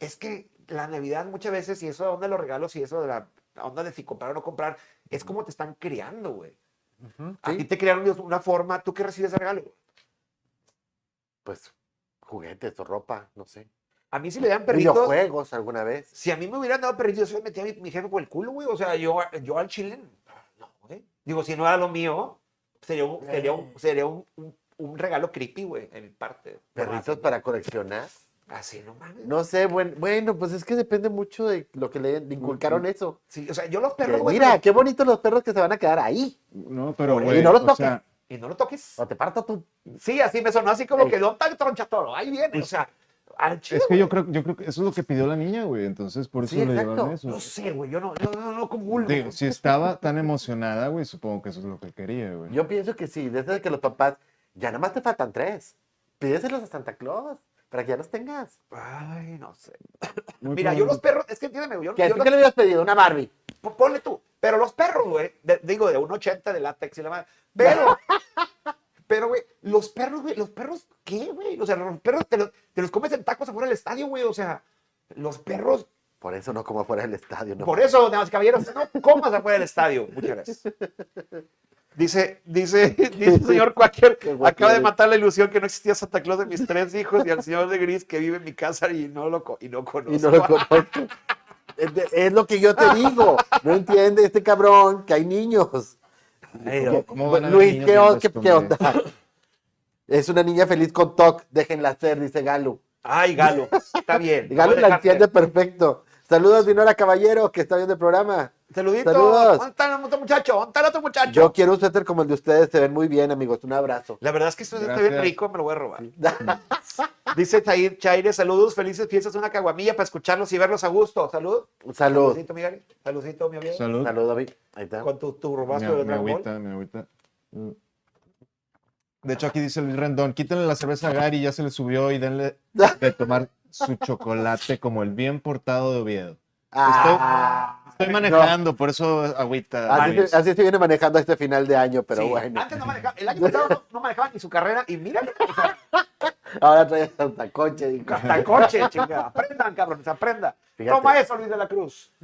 [SPEAKER 1] Es que la Navidad muchas veces, y eso de onda de los regalos y eso de la la onda de si comprar o no comprar, es como te están criando, güey.
[SPEAKER 3] Ujú.
[SPEAKER 1] A ti te criaron de una forma, ¿tú qué recibes de regalo?
[SPEAKER 2] Pues juguetes o ropa, no sé.
[SPEAKER 1] A mí si me dan perritos,
[SPEAKER 2] Videojuegos alguna vez.
[SPEAKER 1] si a mí me hubieran dado perrito, yo se me metía mi, mi jefe por el culo, güey. O sea, yo, yo al chile, no, güey. Digo, si no era lo mío, sería un, sería un, sería un, un- un regalo creepy, güey, en mi parte.
[SPEAKER 2] Perritos para coleccionar.
[SPEAKER 1] Así, no mames.
[SPEAKER 2] No sé, buen- bueno, pues es que depende mucho de lo que le, le inculcaron eso.
[SPEAKER 1] Sí, o sea, yo los
[SPEAKER 2] Que
[SPEAKER 1] perros, güey.
[SPEAKER 2] mira, qué bonitos los perros que se van a quedar ahí.
[SPEAKER 3] No, pero
[SPEAKER 2] Y
[SPEAKER 3] güey,
[SPEAKER 2] no los
[SPEAKER 3] o
[SPEAKER 2] toques.
[SPEAKER 3] sea,
[SPEAKER 1] Y no lo toques.
[SPEAKER 2] O te parto tú.
[SPEAKER 1] Sí, así me sonó, así como
[SPEAKER 2] Ey.
[SPEAKER 1] que no tan tronchatoro. Ahí viene, o sea, al chile.
[SPEAKER 3] es que yo
[SPEAKER 1] güey.
[SPEAKER 3] creo, yo creo que eso es lo que pidió la niña, güey. Entonces, por eso
[SPEAKER 2] Sí,
[SPEAKER 3] le
[SPEAKER 2] exacto.
[SPEAKER 3] llevaron eso.
[SPEAKER 1] No sé, güey, yo no, yo no, no comulgo.
[SPEAKER 3] Digo, si estaba tan emocionada, güey, supongo que eso es lo que quería, güey.
[SPEAKER 2] Yo pienso que sí, desde que los papás, ya nada más te faltan tres. Pídeselos a Santa Claus para que ya los tengas.
[SPEAKER 1] Ay, no sé.
[SPEAKER 3] Muy
[SPEAKER 1] Mira, yo
[SPEAKER 3] probable.
[SPEAKER 1] los perros, es que entiéndeme, güey, yo,
[SPEAKER 2] ¿Qué,
[SPEAKER 1] yo
[SPEAKER 2] ¿Tú
[SPEAKER 1] no-
[SPEAKER 2] qué le hubieras pedido? Una Barbie.
[SPEAKER 1] Pues ponle tú. Pero los perros, güey, de- digo, de 1,80 de látex y la madre. Pero, pero, güey, los perros, güey, los perros, ¿qué, güey? O sea, los perros te los, te los comes en tacos afuera del estadio, güey. O sea, los perros,
[SPEAKER 2] Por eso no como fuera del estadio. No.
[SPEAKER 1] por eso, damas y caballeros, no comas afuera del estadio. Muchas gracias. Dice, dice, dice el señor Quaker,
[SPEAKER 2] Qué guapo
[SPEAKER 1] acaba de
[SPEAKER 2] eres.
[SPEAKER 1] matar la ilusión que no existía Santa Claus de mis tres hijos y al señor de gris que vive en mi casa y no lo, co- y no conozco.
[SPEAKER 2] y no lo conozco. Es, de- es lo que yo te digo. No entiende este cabrón que hay niños.
[SPEAKER 3] Ay, ¿cómo- cómo van a haber
[SPEAKER 2] Luis,
[SPEAKER 3] niños
[SPEAKER 2] ¿qué,
[SPEAKER 3] viendo
[SPEAKER 2] on- qué-
[SPEAKER 3] esto,
[SPEAKER 2] qué
[SPEAKER 3] hombre?
[SPEAKER 2] onda? Es una niña feliz con TOC. Déjenla ser, dice Galo.
[SPEAKER 1] Ay, Galo, está bien.
[SPEAKER 2] Galo
[SPEAKER 1] vamos a
[SPEAKER 2] la
[SPEAKER 1] dejarte.
[SPEAKER 2] entiende perfecto. Saludos, Dinora Caballero, que está viendo el programa.
[SPEAKER 1] Saluditos.
[SPEAKER 2] Saludos.
[SPEAKER 1] ¿Dónde está el otro muchacho? ¿Dónde está el otro muchacho?
[SPEAKER 2] Yo quiero un suéter como el de ustedes. Se ven muy bien, amigos. Un abrazo.
[SPEAKER 1] La verdad es que esto está
[SPEAKER 3] Gracias.
[SPEAKER 1] bien rico, me lo voy a robar. Dice Tair Chaire, saludos, felices fiestas, una caguamilla para escucharlos y verlos a gusto. Salud.
[SPEAKER 2] Salud.
[SPEAKER 1] Saludito, mi Gary. Saludito, mi amigo.
[SPEAKER 3] Salud.
[SPEAKER 2] Salud, David. Ahí está.
[SPEAKER 1] Con tu
[SPEAKER 3] Mi,
[SPEAKER 1] turbazo de
[SPEAKER 3] mi
[SPEAKER 1] Dragon Ball.
[SPEAKER 3] agüita, mi agüita. Mm. De hecho, aquí dice Luis Rendón, quítenle la cerveza a Gary, ya se le subió y denle de tomar su chocolate como el bien portado de Oviedo.
[SPEAKER 2] Ah,
[SPEAKER 3] Estoy
[SPEAKER 2] no. Ah,
[SPEAKER 3] manejando, por eso agüita.
[SPEAKER 2] Así,
[SPEAKER 3] Luis.
[SPEAKER 2] se, así se viene manejando este final de año, pero
[SPEAKER 1] Sí,
[SPEAKER 2] bueno.
[SPEAKER 1] Antes no manejaba, el año pasado no, no manejaba ni su carrera y mira, o sea,
[SPEAKER 2] Ahora trae hasta coche. digo.
[SPEAKER 1] hasta coche, chingada. Aprendan, cabrones, aprenda.
[SPEAKER 2] Fíjate.
[SPEAKER 1] Toma eso, Luis de la Cruz.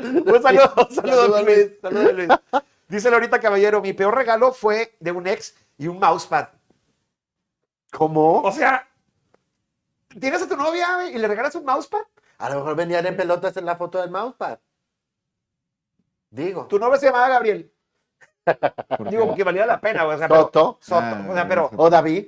[SPEAKER 1] Un saludo, un saludo,
[SPEAKER 2] Saludo,
[SPEAKER 1] Luis.
[SPEAKER 2] Luis.
[SPEAKER 1] Saludo, Luis. Dice Laurita Caballero, mi peor regalo fue de un ex y un mousepad.
[SPEAKER 2] ¿Cómo?
[SPEAKER 1] O sea, tienes a tu novia güey, y le regalas un mousepad.
[SPEAKER 2] A lo mejor venían en pelotas en la foto del mousepad. Digo.
[SPEAKER 1] Tu novia se llamaba Gabriel.
[SPEAKER 3] ¿Por qué?
[SPEAKER 1] Digo, que valía la pena, güey. O sea, pero-
[SPEAKER 2] Toto
[SPEAKER 1] Soto.
[SPEAKER 3] Ah,
[SPEAKER 1] o sea, pero,
[SPEAKER 3] ok.
[SPEAKER 2] o David.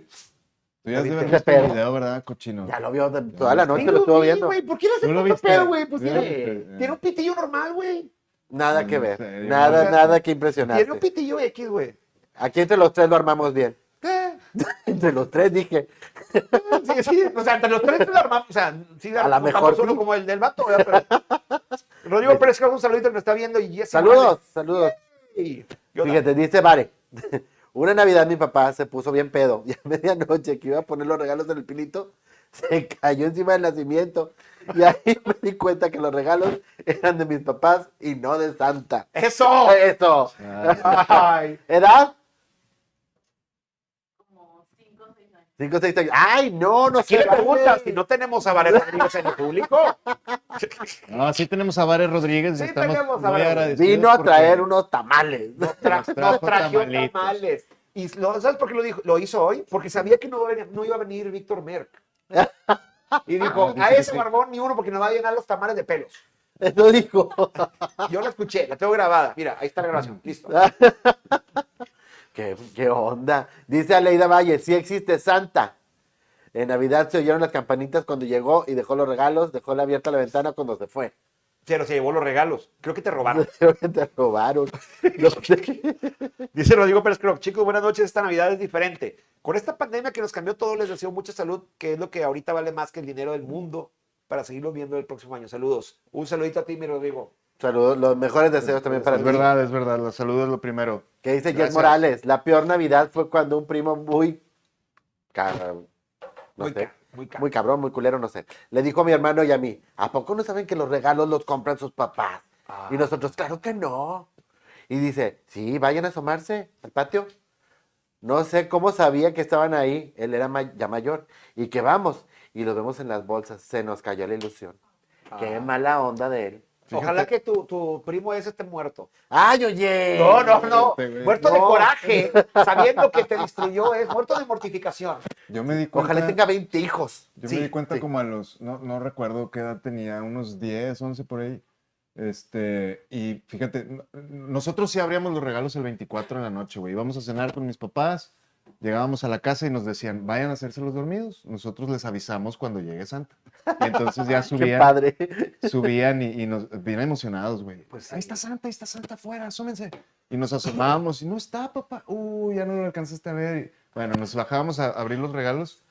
[SPEAKER 3] Tú ya has de haber
[SPEAKER 2] ¿Viste
[SPEAKER 3] visto
[SPEAKER 2] ese
[SPEAKER 3] el
[SPEAKER 2] pedo?
[SPEAKER 3] video, ¿verdad, cochino?
[SPEAKER 2] Ya lo vio de- toda la noche,
[SPEAKER 1] Digo,
[SPEAKER 2] lo estuvo
[SPEAKER 1] sí,
[SPEAKER 2] viendo.
[SPEAKER 1] güey, ¿Por qué le hace
[SPEAKER 3] ¿Tú lo
[SPEAKER 1] tanto
[SPEAKER 3] viste?
[SPEAKER 1] pedo, güey? Pues
[SPEAKER 3] ¿Tú lo
[SPEAKER 1] tiene,
[SPEAKER 3] viste?
[SPEAKER 1] tiene un pitillo normal, güey.
[SPEAKER 2] Nada
[SPEAKER 3] Mm,
[SPEAKER 2] que ver.
[SPEAKER 3] sí,
[SPEAKER 2] nada,
[SPEAKER 1] no.
[SPEAKER 2] nada que
[SPEAKER 1] Tiene un
[SPEAKER 2] impresionante.
[SPEAKER 1] pitillo X, güey.
[SPEAKER 2] Aquí entre los tres lo armamos bien.
[SPEAKER 1] Eh,
[SPEAKER 2] Entre los tres dije,
[SPEAKER 1] Sí, sí, o sea, entre los tres lo armamos, o sea, sí,
[SPEAKER 2] A la
[SPEAKER 1] armamos
[SPEAKER 2] mejor
[SPEAKER 1] solo
[SPEAKER 2] sí.
[SPEAKER 1] como el del vato, ¿verdad? Pero... Rodrigo Pérez, Cruz, un saludito que nos está viendo y Jessy
[SPEAKER 2] saludos, saludos.
[SPEAKER 1] Morales. Y yo también.
[SPEAKER 2] Fíjate, dice Vare. Una Navidad mi papá se puso bien pedo y a medianoche que iba a poner los regalos en el pinito, se cayó encima del nacimiento. Y ahí me di cuenta que los regalos eran de mis papás y no de Santa.
[SPEAKER 1] ¡Eso!
[SPEAKER 2] Eso.
[SPEAKER 3] Ah,
[SPEAKER 1] Ay,
[SPEAKER 2] ¿Edad?
[SPEAKER 4] como 5 o 6 años.
[SPEAKER 2] 5 o 6 años. ¡Ay, no! No
[SPEAKER 1] ¿Qué
[SPEAKER 2] sé.
[SPEAKER 1] le preguntas si no tenemos a Varela Rodríguez en el público?
[SPEAKER 3] No, sí tenemos a Vares Rodríguez.
[SPEAKER 1] Sí
[SPEAKER 3] y estamos
[SPEAKER 1] tenemos a
[SPEAKER 3] muy
[SPEAKER 1] Vares.
[SPEAKER 3] agradecidos
[SPEAKER 2] Vino a
[SPEAKER 3] porque-
[SPEAKER 2] traer unos tamales.
[SPEAKER 1] Tra-
[SPEAKER 3] Nos
[SPEAKER 1] no
[SPEAKER 3] trajo
[SPEAKER 1] trajo
[SPEAKER 3] tamalitos.
[SPEAKER 1] tamales. Y lo- ¿Sabes por qué lo, dijo? lo hizo hoy? Porque sabía que no, venía- no iba a venir Víctor Merck. Y dijo,
[SPEAKER 3] Ah, dice
[SPEAKER 1] a
[SPEAKER 3] que
[SPEAKER 1] ese
[SPEAKER 3] sí.
[SPEAKER 1] barbón ni uno porque nos va a llenar los tamales de pelos.
[SPEAKER 2] Eso dijo.
[SPEAKER 1] Yo la escuché, la tengo grabada. Mira, ahí está la grabación. Listo.
[SPEAKER 2] ¿Qué, qué onda? Dice Aleida Valle, sí existe Santa. En Navidad se oyeron las campanitas cuando llegó y dejó los regalos, dejó la abierta la ventana cuando se fue.
[SPEAKER 1] Pero se llevó los regalos. Creo que te robaron.
[SPEAKER 2] Creo que te robaron. No sé.
[SPEAKER 1] Dice Rodrigo Pérez Croc, chicos, buenas noches, esta Navidad es diferente. Con esta pandemia que nos cambió todo, les deseo mucha salud, que es lo que ahorita vale más que el dinero del mundo, para seguirlo viendo el próximo año. Saludos. Un saludito a ti, mi Rodrigo.
[SPEAKER 2] Saludos, los mejores deseos también para
[SPEAKER 3] Es
[SPEAKER 2] ti.
[SPEAKER 3] verdad, es verdad. La salud es lo primero.
[SPEAKER 2] Que dice Jess
[SPEAKER 3] Gracias.
[SPEAKER 2] Morales, la peor Navidad fue cuando un primo muy... ca- no
[SPEAKER 1] muy
[SPEAKER 2] sé,
[SPEAKER 1] ca- muy ca-
[SPEAKER 2] muy cabrón, muy culero, no sé. Le dijo a mi hermano y a mí, ¿a poco no saben que los regalos los compran sus papás?
[SPEAKER 1] Ah.
[SPEAKER 2] Y nosotros, claro que no. Y dice, sí, vayan a asomarse al patio. No sé cómo sabía que estaban ahí, él era ma- ya mayor, y que vamos, y los vemos en las bolsas, se nos cayó la ilusión. Qué
[SPEAKER 1] Ah.
[SPEAKER 2] mala onda de él.
[SPEAKER 1] Ojalá que tu, tu primo ese esté muerto.
[SPEAKER 2] ¡Ay, oye!
[SPEAKER 1] No, no, no.
[SPEAKER 3] Este, güey.
[SPEAKER 1] Muerto de
[SPEAKER 2] No.
[SPEAKER 1] coraje, sabiendo que te destruyó, es muerto de mortificación.
[SPEAKER 3] Yo me di cuenta.
[SPEAKER 2] Ojalá tenga 20 hijos.
[SPEAKER 3] Yo
[SPEAKER 1] Sí,
[SPEAKER 3] me di cuenta
[SPEAKER 2] sí.
[SPEAKER 3] como a los, no, no recuerdo qué edad tenía, unos 10, 11 por ahí. Este, y fíjate, n- nosotros sí abríamos los regalos el 24 en la noche, güey. Íbamos a cenar con mis papás, llegábamos a la casa y nos decían, vayan a hacerse los dormidos. Nosotros les avisamos cuando llegue Santa. Y entonces ya
[SPEAKER 2] ¡Qué
[SPEAKER 3] subían,
[SPEAKER 2] padre!
[SPEAKER 3] subían y, y nos, bien emocionados, güey.
[SPEAKER 1] Pues
[SPEAKER 3] ahí
[SPEAKER 1] sí.
[SPEAKER 3] está Santa, ahí está Santa afuera, asómense. Y nos asomábamos y no está, papá. Uy, ya no lo alcanzaste a ver. Y, bueno, nos bajábamos a abrir los regalos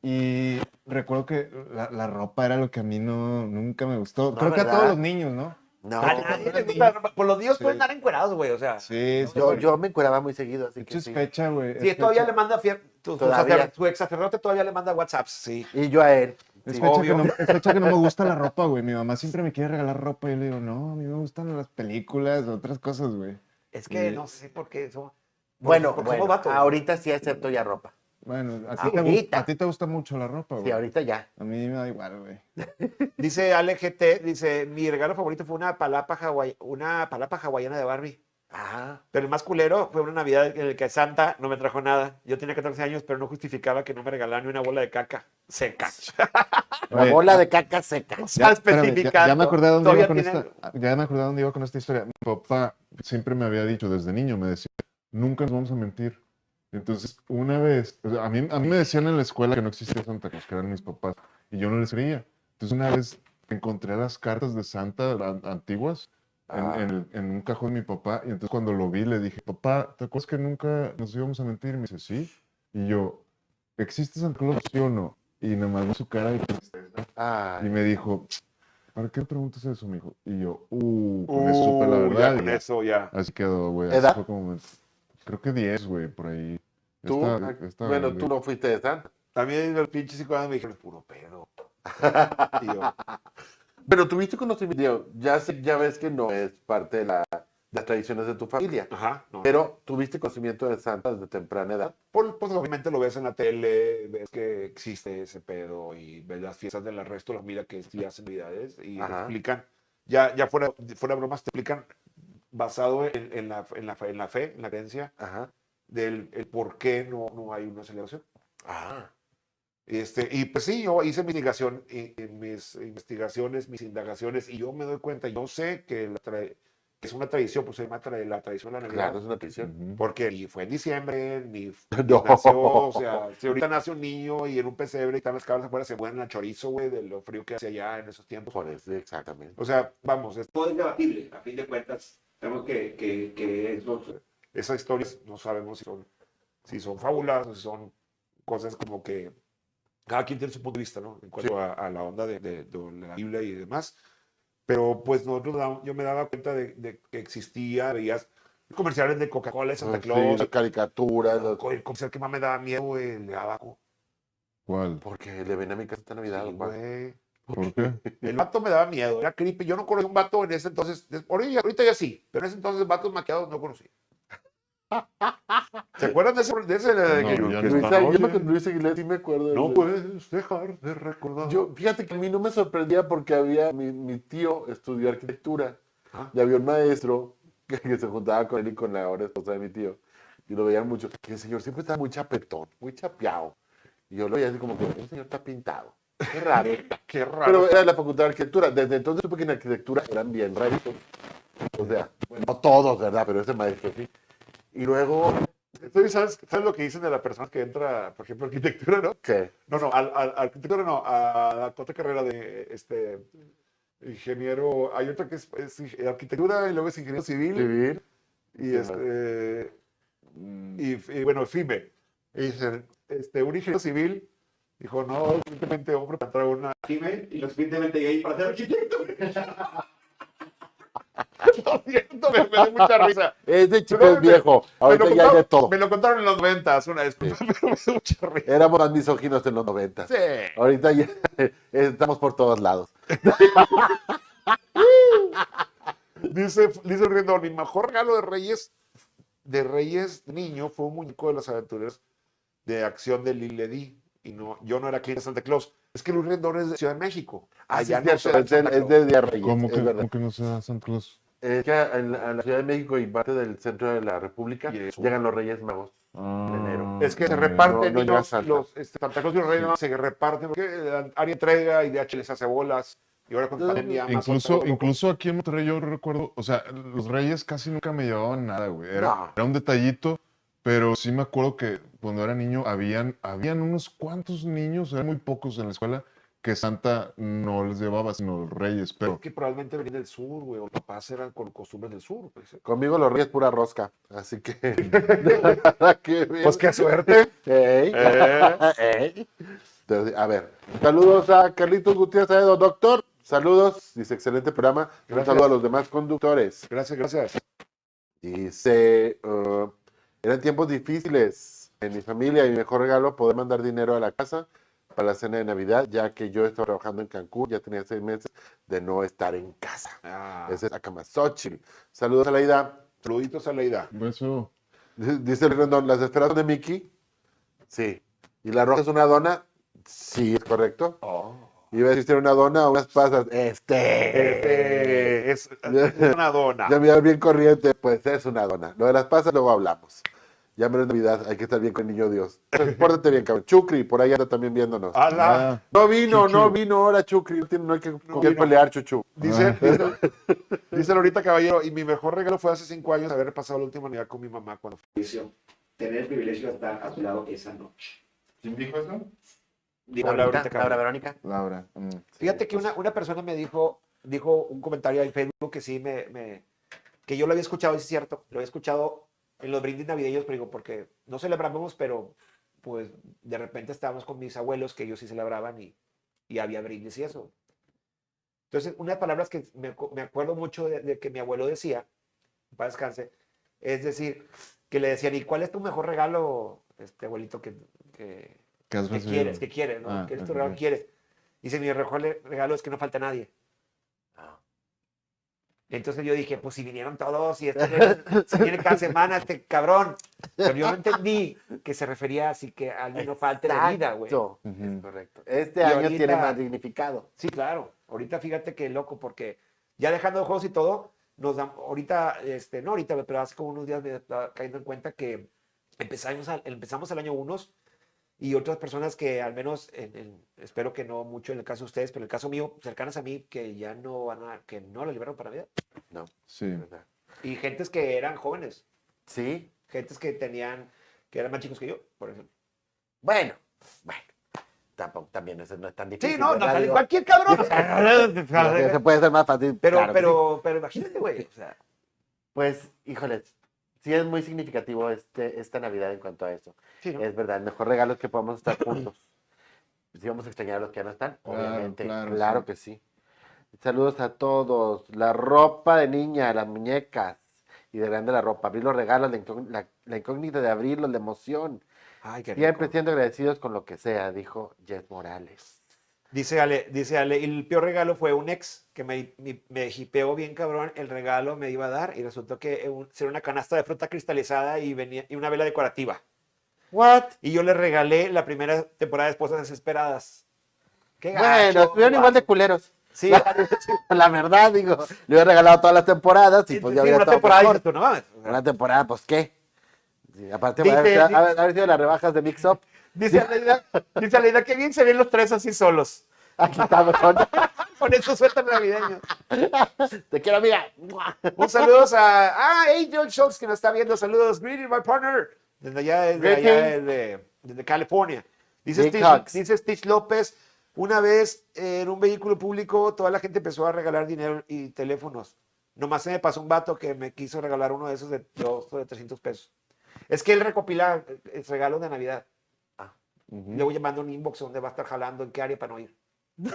[SPEAKER 3] y recuerdo que la, la ropa era lo que a mí no, nunca me gustó.
[SPEAKER 2] No,
[SPEAKER 3] Creo que a todos
[SPEAKER 2] ¿verdad?
[SPEAKER 3] los niños, ¿no?
[SPEAKER 2] Ah, No,
[SPEAKER 1] A nadie le
[SPEAKER 3] no,
[SPEAKER 1] gusta.
[SPEAKER 3] no.
[SPEAKER 1] la ropa. Por los dios
[SPEAKER 3] Sí.
[SPEAKER 1] pueden dar encuerados, güey. O sea, sí,
[SPEAKER 3] Sí, sí.
[SPEAKER 2] Ah, yo,
[SPEAKER 3] güey.
[SPEAKER 2] yo me curaba muy seguido,
[SPEAKER 3] De
[SPEAKER 2] así
[SPEAKER 3] hecho,
[SPEAKER 2] que
[SPEAKER 3] es
[SPEAKER 2] sí.
[SPEAKER 3] fecha, güey. es
[SPEAKER 1] todavía le
[SPEAKER 3] fecha-
[SPEAKER 1] manda fier- tu, tu
[SPEAKER 2] Todavía.
[SPEAKER 1] sacer- tu ex sacerdote todavía le manda WhatsApps. Sí.
[SPEAKER 2] Y yo a él.
[SPEAKER 3] es
[SPEAKER 2] sí.
[SPEAKER 3] fecha que
[SPEAKER 1] obvio.
[SPEAKER 3] no, es fecha que no me gusta la ropa, güey. Mi mamá siempre me quiere regalar ropa y yo le digo, no, a mí me gustan las películas, otras cosas, güey.
[SPEAKER 1] Es que
[SPEAKER 3] Sí.
[SPEAKER 1] no sé por qué. Somos,
[SPEAKER 2] Bueno,
[SPEAKER 1] porque
[SPEAKER 2] bueno,
[SPEAKER 1] somos vatos.
[SPEAKER 2] ahorita sí acepto ya ropa.
[SPEAKER 3] Bueno, a ti, te, gu-
[SPEAKER 2] Ah, Ahorita.
[SPEAKER 3] a ti te gusta mucho la ropa, güey.
[SPEAKER 2] Sí, ahorita ya.
[SPEAKER 3] A mí me da igual, güey.
[SPEAKER 1] Dice Alex GT, dice, mi regalo favorito fue una palapa, hawai- una palapa hawaiana de Barbie.
[SPEAKER 2] Ah,
[SPEAKER 1] Pero el más culero fue una Navidad en la que Santa no me trajo nada. Yo tenía 14 años, pero no justificaba que no me regalaran ni una bola de caca seca.
[SPEAKER 2] la
[SPEAKER 3] Oye,
[SPEAKER 2] bola de caca seca.
[SPEAKER 1] O sea,
[SPEAKER 3] espérame, ya-
[SPEAKER 1] especificando.
[SPEAKER 3] ya me acordé de dónde
[SPEAKER 1] Todavía
[SPEAKER 3] iba con
[SPEAKER 1] tienen-
[SPEAKER 3] esta. ah, Ya me acordé de dónde iba con esta historia. Mi papá siempre me había dicho desde niño, me decía, nunca nos vamos a mentir. Entonces, una vez, o sea, a, mí, a mí me decían en la escuela que no existía Santa Claus, que eran mis papás, y yo no les creía. Entonces, una vez encontré las cartas de Santa la- antiguas en,
[SPEAKER 2] Ah.
[SPEAKER 3] en el- en un cajón de mi papá, y entonces cuando lo vi le dije, papá, ¿te acuerdas que nunca nos íbamos a mentir? Y me dice, sí. Y yo, ¿existe Santa Claus, sí o no? Y nada más vi su cara de tristeza. Y
[SPEAKER 2] Ah, Ay,
[SPEAKER 3] me dijo, ¿para qué me preguntas eso, mijo? Y yo, uh, con eso supe la
[SPEAKER 1] Uh, ya
[SPEAKER 3] verdad.
[SPEAKER 1] con
[SPEAKER 3] y ya.
[SPEAKER 1] eso ya.
[SPEAKER 3] Así quedó, güey. Así
[SPEAKER 2] ¿Edad?
[SPEAKER 3] fue como, creo que 10, güey, por ahí. Ya
[SPEAKER 2] tú, ah,
[SPEAKER 3] estaba- ya estaba
[SPEAKER 2] bueno,
[SPEAKER 3] grande.
[SPEAKER 2] tú no fuiste de Santa.
[SPEAKER 1] También los pinches cinco años me dijeron, puro pedo. Y yo,
[SPEAKER 2] Pero tuviste conocimiento, digo, ya, sé- ya ves que no es parte de, la- de las tradiciones de tu familia,
[SPEAKER 1] ajá, no.
[SPEAKER 2] pero tuviste conocimiento de Santa desde temprana edad.
[SPEAKER 1] Por- pues obviamente lo ves en la tele, ves que existe ese pedo y ves las fiestas del arresto, las mira que sí hacen navidades y te
[SPEAKER 2] Ajá.
[SPEAKER 1] explican, ya, ya fuera, fuera bromas, te explican basado en, en la, en, la, fe- en la fe, en la creencia,
[SPEAKER 2] Ajá.
[SPEAKER 1] del el por qué no, no hay una celebración.
[SPEAKER 2] Ah,
[SPEAKER 1] Este, y pues sí, yo hice mi investigación, y- y mis investigaciones, mis indagaciones, y yo me doy cuenta, yo sé que la, tra- Es una tradición, pues es una tra- la tradición de la Navidad.
[SPEAKER 2] Claro, es una tradición.
[SPEAKER 1] Porque ni fue en diciembre, ni f-
[SPEAKER 2] No.
[SPEAKER 1] nació, o sea, si ahorita nace un niño y en un pesebre y están las cabras afuera, se mueren al chorizo, güey, de lo frío que hace allá en esos tiempos.
[SPEAKER 2] Por eso, exactamente.
[SPEAKER 1] O sea, vamos, es... todo es debatible, a fin de cuentas, tenemos que, que, que es lo- esas historias no sabemos si son, si son fábulas o si son cosas como que cada quien tiene su punto de vista, ¿no? En cuanto a, a la onda de, de- de la Biblia y demás. Pero pues nosotros, daba- yo me daba cuenta de, de que existía, veías comerciales de Coca-Cola, de Santa
[SPEAKER 2] Ah, Sí,
[SPEAKER 1] Claus,
[SPEAKER 2] las caricaturas, los-
[SPEAKER 1] el comercial que más me daba miedo, güey, el de abajo.
[SPEAKER 3] ¿Cuál?
[SPEAKER 2] porque le ven a mi casa esta Navidad,
[SPEAKER 1] Sí,
[SPEAKER 2] Juan.
[SPEAKER 1] güey.
[SPEAKER 3] ¿Por qué?
[SPEAKER 1] El vato me daba miedo, era creepy. Yo no conocí un vato en ese entonces. des- Ahorita, ahorita ya sí, pero en ese entonces vatos maquillados no conocí. ¿Se acuerdan de ese? De ese de que-
[SPEAKER 3] No, ya
[SPEAKER 1] que-
[SPEAKER 3] no.
[SPEAKER 2] Luis,
[SPEAKER 3] esta
[SPEAKER 2] yo
[SPEAKER 3] noche.
[SPEAKER 2] me con Luis Aguilera sí me acuerdo.
[SPEAKER 1] No
[SPEAKER 2] de-
[SPEAKER 1] puedes dejar de recordar.
[SPEAKER 2] Yo, fíjate que a mí no me sorprendía porque había, mi, mi tío estudió arquitectura
[SPEAKER 1] Ah.
[SPEAKER 2] y había un maestro que, que se juntaba con él y con la ahora esposa de mi tío y lo veían mucho. Y el señor siempre estaba muy chapetón, muy chapeado. Y yo lo veía así como que, el señor está pintado. Qué raro.
[SPEAKER 1] qué raro.
[SPEAKER 2] Pero eh, era la facultad de arquitectura. Desde entonces supe que en arquitectura eran bien raritos. O sea, no todos, ¿verdad? Pero ese maestro sí. Y luego,
[SPEAKER 1] Entonces, ¿sabes, sabes lo que dicen de la persona que entra, por ejemplo, arquitectura, no?
[SPEAKER 2] ¿qué?
[SPEAKER 1] No, no, al, al- arquitectura no, a la otra carrera de este ingeniero. Hay otra que es, es ing- arquitectura y luego es ingeniero civil.
[SPEAKER 2] Vivir.
[SPEAKER 1] Y,
[SPEAKER 2] Sí,
[SPEAKER 1] este, y, y bueno, FIME. Y dicen, este, un ingeniero civil dijo, no, es simplemente hombre para entrar a una FIME y lo suficientemente gay para ser arquitecto. lo siento, me, me da mucha risa.
[SPEAKER 2] Ese chico
[SPEAKER 1] Pero
[SPEAKER 2] es
[SPEAKER 1] me-
[SPEAKER 2] viejo. Ahorita
[SPEAKER 1] me, lo
[SPEAKER 2] ya hay de todo.
[SPEAKER 1] me lo contaron en los noventas una vez, pero me da mucha risa.
[SPEAKER 2] Éramos más misóginos en los 90.
[SPEAKER 1] Sí.
[SPEAKER 2] Ahorita ya estamos por todos lados.
[SPEAKER 1] Dice, dice riendo, mi mejor regalo de Reyes, de Reyes niño, fue un muñeco de las aventuras de acción de Lil Ledi. Y no, yo no era cliente de Santa Claus. Es que Luis Rendón es de Ciudad de México. Allá
[SPEAKER 2] Ah, Sí,
[SPEAKER 1] Ah, no
[SPEAKER 2] cierto,
[SPEAKER 1] se
[SPEAKER 2] es, de, es de Día Reyes,
[SPEAKER 3] ¿Cómo
[SPEAKER 2] es
[SPEAKER 3] que,
[SPEAKER 2] verdad.
[SPEAKER 3] cómo que no se da Santa Claus?
[SPEAKER 2] Es que en la, en la Ciudad de México y parte del centro de la República
[SPEAKER 1] Y eso.
[SPEAKER 2] llegan los Reyes Magos.
[SPEAKER 3] Ah,
[SPEAKER 2] enero.
[SPEAKER 1] Es que se
[SPEAKER 3] ok.
[SPEAKER 1] reparten
[SPEAKER 2] No, no
[SPEAKER 1] y
[SPEAKER 2] llega
[SPEAKER 1] los,
[SPEAKER 2] Santa.
[SPEAKER 1] los, este, Santa Claus y los Reyes Magos se reparten porque eh, Ari entrega y DH les hace bolas. Y ahora con la pandemia Amazon
[SPEAKER 3] Incluso,
[SPEAKER 1] todo-
[SPEAKER 3] incluso aquí en Monterrey yo recuerdo, o sea, los Reyes casi nunca me llevaban nada, güey. Era,
[SPEAKER 2] No.
[SPEAKER 3] era un detallito, pero sí me acuerdo que cuando era niño habían, habían unos cuantos niños, eran muy pocos en la escuela, que Santa no les llevaba, sino los Reyes, pero...
[SPEAKER 1] Es que probablemente venían del sur, güey. o Los papás eran con costumbres del sur. Pues,
[SPEAKER 2] Conmigo los Reyes pura rosca. Así que. nada que ver.
[SPEAKER 1] Pues qué suerte.
[SPEAKER 2] Ey.
[SPEAKER 1] Eh.
[SPEAKER 2] Eh. Ey. Entonces, a ver. Saludos a Carlitos Gutiérrez Aedo, doctor. Saludos. Dice excelente programa. Un
[SPEAKER 1] Gracias.
[SPEAKER 2] saludo a los demás conductores.
[SPEAKER 1] Gracias, gracias.
[SPEAKER 2] Dice, uh, eran tiempos difíciles en mi familia y mi mejor regalo poder mandar dinero a la casa para la cena de Navidad, ya que yo estaba trabajando en Cancún, ya tenía seis meses de no estar en casa.
[SPEAKER 1] Ah,
[SPEAKER 2] Ese es Akamazochil. Saludos a la ida.
[SPEAKER 1] saluditos a la idea.
[SPEAKER 3] Beso.
[SPEAKER 2] Dice el Rendón, ¿las esferas son de Mickey? Sí. ¿Y la roja es una dona? Sí, es correcto.
[SPEAKER 1] Oh.
[SPEAKER 2] Iba a decir si era una dona o unas pasas.
[SPEAKER 1] Este,
[SPEAKER 2] Este.
[SPEAKER 1] es, es una dona.
[SPEAKER 2] Eh. Ya mirar bien corriente, pues es una dona. Lo de las pasas luego hablamos. Ya menos Navidad, hay que estar bien con el niño Dios. Entonces, Pórtate bien, cabrón. Chucri, por ahí anda también viéndonos.
[SPEAKER 1] Ala.
[SPEAKER 3] Ah,
[SPEAKER 2] No vino,
[SPEAKER 3] Chuchu.
[SPEAKER 2] no vino ahora Chucri. No, tiene, no hay que con quién
[SPEAKER 1] vino.
[SPEAKER 2] pelear, Chuchu.
[SPEAKER 1] Dice,
[SPEAKER 3] Ah.
[SPEAKER 1] dice, dice Lorita Caballero, y mi mejor regalo fue hace cinco años haber pasado la última Navidad con mi mamá cuando
[SPEAKER 4] tener el privilegio de estar a tu lado esa noche.
[SPEAKER 3] ¿Quién dijo eso?
[SPEAKER 1] Digo, Laurita Caballero.
[SPEAKER 2] Verónica.
[SPEAKER 3] Laura. mm.
[SPEAKER 1] Fíjate que una, una persona me dijo, dijo un comentario en Facebook que sí me, me- que yo lo había escuchado, y es cierto, lo había escuchado en los brindis navideños, pero digo, porque no celebramos, pero pues de repente estábamos con mis abuelos que ellos sí celebraban y, y había brindis y eso. Entonces, unas palabras que me, acu- me acuerdo mucho de, de que mi abuelo decía, para descanse, es decir, que le decían, ¿y cuál es tu mejor regalo, este abuelito, que, que,
[SPEAKER 3] ¿Qué has
[SPEAKER 1] ¿Qué
[SPEAKER 3] recibido?
[SPEAKER 1] quieres? ¿Qué quieres? ¿no?
[SPEAKER 3] Ah,
[SPEAKER 1] ¿Qué es
[SPEAKER 3] ok,
[SPEAKER 1] tu regalo?
[SPEAKER 3] ok.
[SPEAKER 1] ¿Quieres? Dice, mi mejor le- regalo es que no falta nadie. Ah. Entonces yo dije, pues si vinieron todos y esto viene- si viene cada semana este cabrón. Pero yo no entendí que se refería así que a alguien no falte de vida, güey.
[SPEAKER 2] Exacto,
[SPEAKER 3] Ujú.
[SPEAKER 2] Es correcto. Este
[SPEAKER 1] Y
[SPEAKER 2] año
[SPEAKER 1] ahorita-
[SPEAKER 2] tiene más significado.
[SPEAKER 1] Sí, claro. Ahorita fíjate que loco, porque ya dejando los juegos y todo, nos dan, ahorita, este, no ahorita, pero hace como unos días me estaba cayendo en cuenta que empezamos, al- empezamos el año unos y otras personas que al menos, en- en- espero que no mucho en el caso de ustedes, pero en el caso mío, cercanas a mí, que ya no van a, que no lo liberaron para Navidad.
[SPEAKER 2] No.
[SPEAKER 3] Sí.
[SPEAKER 2] o sea,
[SPEAKER 1] Y gentes que eran jóvenes,
[SPEAKER 2] Sí.
[SPEAKER 1] gentes que tenían, que eran más chicos que yo, por ejemplo.
[SPEAKER 2] Bueno, bueno. Tampoco, también eso no es tan difícil.
[SPEAKER 1] Sí, no, no,
[SPEAKER 2] ¿verdad? Digo,
[SPEAKER 1] cualquier cabrón. o
[SPEAKER 2] no,
[SPEAKER 1] sea,
[SPEAKER 2] Se puede ser más fácil.
[SPEAKER 1] pero,
[SPEAKER 2] claro que sí.
[SPEAKER 1] pero, pero imagínate, güey. O sea,
[SPEAKER 2] Pues, híjoles, sí es muy significativo este, esta Navidad en cuanto a eso.
[SPEAKER 1] sí, ¿no?
[SPEAKER 2] Es verdad, el mejor regalo es que podamos estar juntos. Si vamos a extrañar a los que ya no están,
[SPEAKER 3] Claro,
[SPEAKER 2] obviamente, claro,
[SPEAKER 3] claro, sí.
[SPEAKER 2] que sí. Saludos a todos. La ropa de niña, las muñecas y de grande la ropa. Abrir los regalos, la, incógn- la- la incógnita de abrirlos, la emoción.
[SPEAKER 1] Ay, qué
[SPEAKER 2] Siempre
[SPEAKER 1] rico.
[SPEAKER 2] siendo agradecidos con lo que sea, dijo Jess Morales.
[SPEAKER 1] Dice Ale, dice Ale, y el peor regalo fue un ex que me, me, me jipeó bien cabrón, el regalo me iba a dar y resultó que eh, un- era una canasta de fruta cristalizada y, venía, y una vela decorativa.
[SPEAKER 2] ¿What?
[SPEAKER 1] Y yo le regalé la primera temporada de Esposas Desesperadas. Qué
[SPEAKER 2] Bueno, estuvieron igual de culeros.
[SPEAKER 1] Sí,
[SPEAKER 2] La verdad, digo, le hubiera regalado todas las temporadas y
[SPEAKER 1] sí,
[SPEAKER 2] pues
[SPEAKER 1] sí,
[SPEAKER 2] ya hubiera
[SPEAKER 1] una
[SPEAKER 2] estado
[SPEAKER 1] temporada
[SPEAKER 2] mejor.
[SPEAKER 1] dices tú, no mames. O sea,
[SPEAKER 2] Una temporada, pues qué. Sí, aparte,
[SPEAKER 1] Dice-
[SPEAKER 2] haber,
[SPEAKER 1] dice-
[SPEAKER 2] haber- haber sido las rebajas de Mix Up.
[SPEAKER 1] Dice Aleida, dice Aleida, qué bien se ven los tres así solos.
[SPEAKER 2] Aquí estamos con.
[SPEAKER 1] Con estos suéter navideños.
[SPEAKER 2] Te quiero, amiga.
[SPEAKER 1] Un saludo a, ah, Angel Schultz que nos está viendo. Saludos, greeting my partner. Desde allá, desde, allá,
[SPEAKER 2] Greetings.
[SPEAKER 1] desde, desde California. Dice
[SPEAKER 2] Big
[SPEAKER 1] Stitch,
[SPEAKER 2] hugs.
[SPEAKER 1] dice Stitch López, una vez en un vehículo público toda la gente empezó a regalar dinero y teléfonos. Nomás se me pasó un vato que me quiso regalar uno de esos de, dos o de 300 pesos. Es que él recopila eh, eh, regalos de Navidad. Ah,
[SPEAKER 3] Ujú.
[SPEAKER 1] Luego llamando un inbox donde va a estar jalando, en qué área para no ir.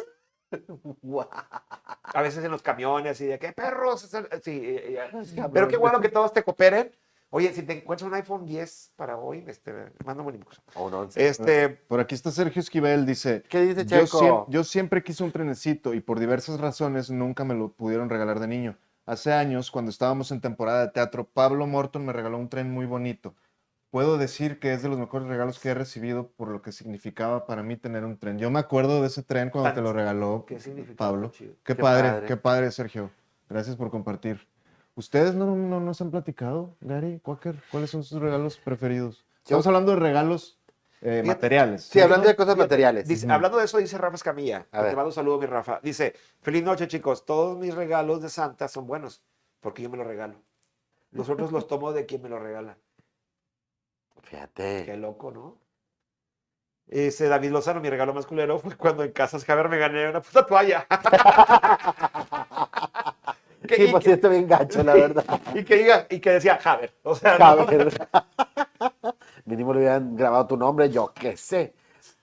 [SPEAKER 2] Guau,
[SPEAKER 1] A veces en los camiones y de qué perros. Es el- Sí, eh, eh,
[SPEAKER 2] cabrón.
[SPEAKER 1] Pero qué bueno que todos te cooperen. Oye, si te encuentras un iPhone 10 para hoy, este, mándame un inbox.
[SPEAKER 2] O un once.
[SPEAKER 1] Este,
[SPEAKER 3] Por aquí está Sergio Esquivel, dice.
[SPEAKER 2] ¿Qué dice
[SPEAKER 3] Yo,
[SPEAKER 2] Checo?
[SPEAKER 3] siem- yo siempre quise un trenecito y por diversas razones nunca me lo pudieron regalar de niño. Hace años, cuando estábamos en temporada de teatro, Pablo Morton me regaló un tren muy bonito. Puedo decir que es de los mejores regalos que he recibido por lo que significaba para mí tener un tren. Yo me acuerdo de ese tren cuando te lo regaló
[SPEAKER 1] ¿qué significa?
[SPEAKER 3] Pablo.
[SPEAKER 1] Chido.
[SPEAKER 3] Qué,
[SPEAKER 2] Qué
[SPEAKER 3] padre,
[SPEAKER 2] padre.
[SPEAKER 3] qué padre, Sergio. Gracias por compartir. ¿Ustedes no, no, no se han platicado, Gary, Quaker? ¿Cuáles son sus regalos preferidos? Estamos hablando de regalos eh,
[SPEAKER 1] Fíjate-
[SPEAKER 3] materiales.
[SPEAKER 2] Sí, hablando de cosas
[SPEAKER 1] Fíjate,
[SPEAKER 2] materiales.
[SPEAKER 1] Dice,
[SPEAKER 3] Ujú.
[SPEAKER 1] Hablando de eso, dice Rafa Escamilla. que
[SPEAKER 2] A
[SPEAKER 1] Te
[SPEAKER 2] ver.
[SPEAKER 1] mando un saludo, mi Rafa. Dice, feliz noche, chicos. Todos mis regalos de Santa son buenos porque yo me los regalo. Los otros los tomo de quien me los regala. Qué
[SPEAKER 2] Fíjate.
[SPEAKER 1] loco, ¿no? Dice David Lozano, mi regalo más culero fue cuando en Casas Javier me gané una puta toalla. Que-
[SPEAKER 2] Sí,
[SPEAKER 1] y
[SPEAKER 2] pues
[SPEAKER 1] que-
[SPEAKER 2] sí, estoy bien gacho, la verdad.
[SPEAKER 1] y que diga, y que decía Javier. O sea, no,
[SPEAKER 2] Cabrón. Mínimo le hubieran grabado tu nombre, yo qué sé.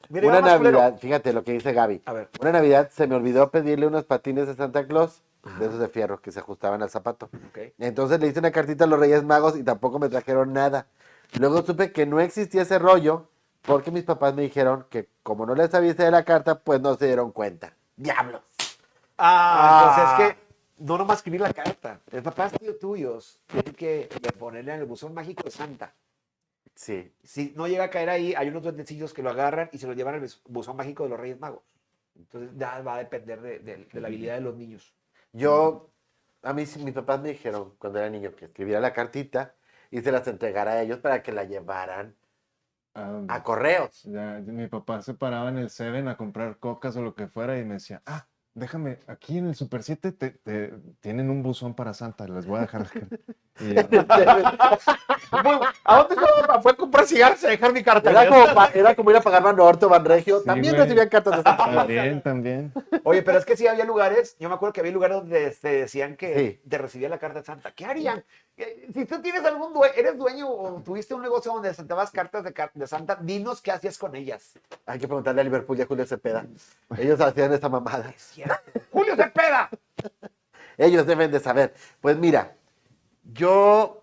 [SPEAKER 1] mira,
[SPEAKER 2] Una
[SPEAKER 1] más culero.
[SPEAKER 2] Navidad, fíjate lo que dice Gaby.
[SPEAKER 1] A ver.
[SPEAKER 2] Una Navidad se me olvidó pedirle unos patines a Santa Claus, de esos de fierro que se ajustaban al zapato.
[SPEAKER 1] ok.
[SPEAKER 2] Entonces le hice una cartita a los Reyes Magos y tampoco me trajeron nada. Luego supe que no existía ese rollo porque mis papás me dijeron que como no les avisé de la carta, pues no se dieron cuenta. ¡Diablos!
[SPEAKER 1] Ah,
[SPEAKER 2] Ah.
[SPEAKER 1] entonces es que no nomás escribir la carta. Los papás tío- tuyos tienen que ponerle en el buzón mágico de Santa.
[SPEAKER 2] Sí.
[SPEAKER 1] Si no llega a caer ahí, hay unos duendecillos que lo agarran y se lo llevan al bus- buzón mágico de los Reyes Magos. Entonces ya va a depender de, de- de la habilidad de los niños.
[SPEAKER 2] Yo, a mí sí, mis papás me dijeron cuando era niño que escribiera la cartita y se las entregara a ellos para que la llevaran
[SPEAKER 3] Ah,
[SPEAKER 2] a correos.
[SPEAKER 3] Ya, mi papá se paraba en el Seven a comprar cocas o lo que fuera y me decía, ah, déjame, aquí en el Super 7 te, te- tienen un buzón para Santa, les voy a dejar. la carta". Y yo,
[SPEAKER 1] ¿A dónde fue? Fue a comprar cigarros y dejar mi carta.
[SPEAKER 2] Era como, pa- era como ir a pagar Van Orto, Van Regio.
[SPEAKER 3] Sí,
[SPEAKER 2] También
[SPEAKER 3] güey.
[SPEAKER 2] recibían cartas de Santa Claus.
[SPEAKER 3] también, también.
[SPEAKER 1] Oye, pero es que sí había lugares, yo me acuerdo que había lugares donde te decían que
[SPEAKER 2] Sí.
[SPEAKER 1] te recibía la carta de Santa. ¿Qué harían? Eh, Si tú tienes algún due- eres dueño o tuviste un negocio donde sentabas cartas de, car- de Santa, dinos qué hacías con ellas.
[SPEAKER 2] Hay que preguntarle a Liverpool y a Julio Cepeda. Ellos hacían esta mamada.
[SPEAKER 1] Es cierto. Julio Cepeda.
[SPEAKER 2] Ellos deben de saber. Pues mira, yo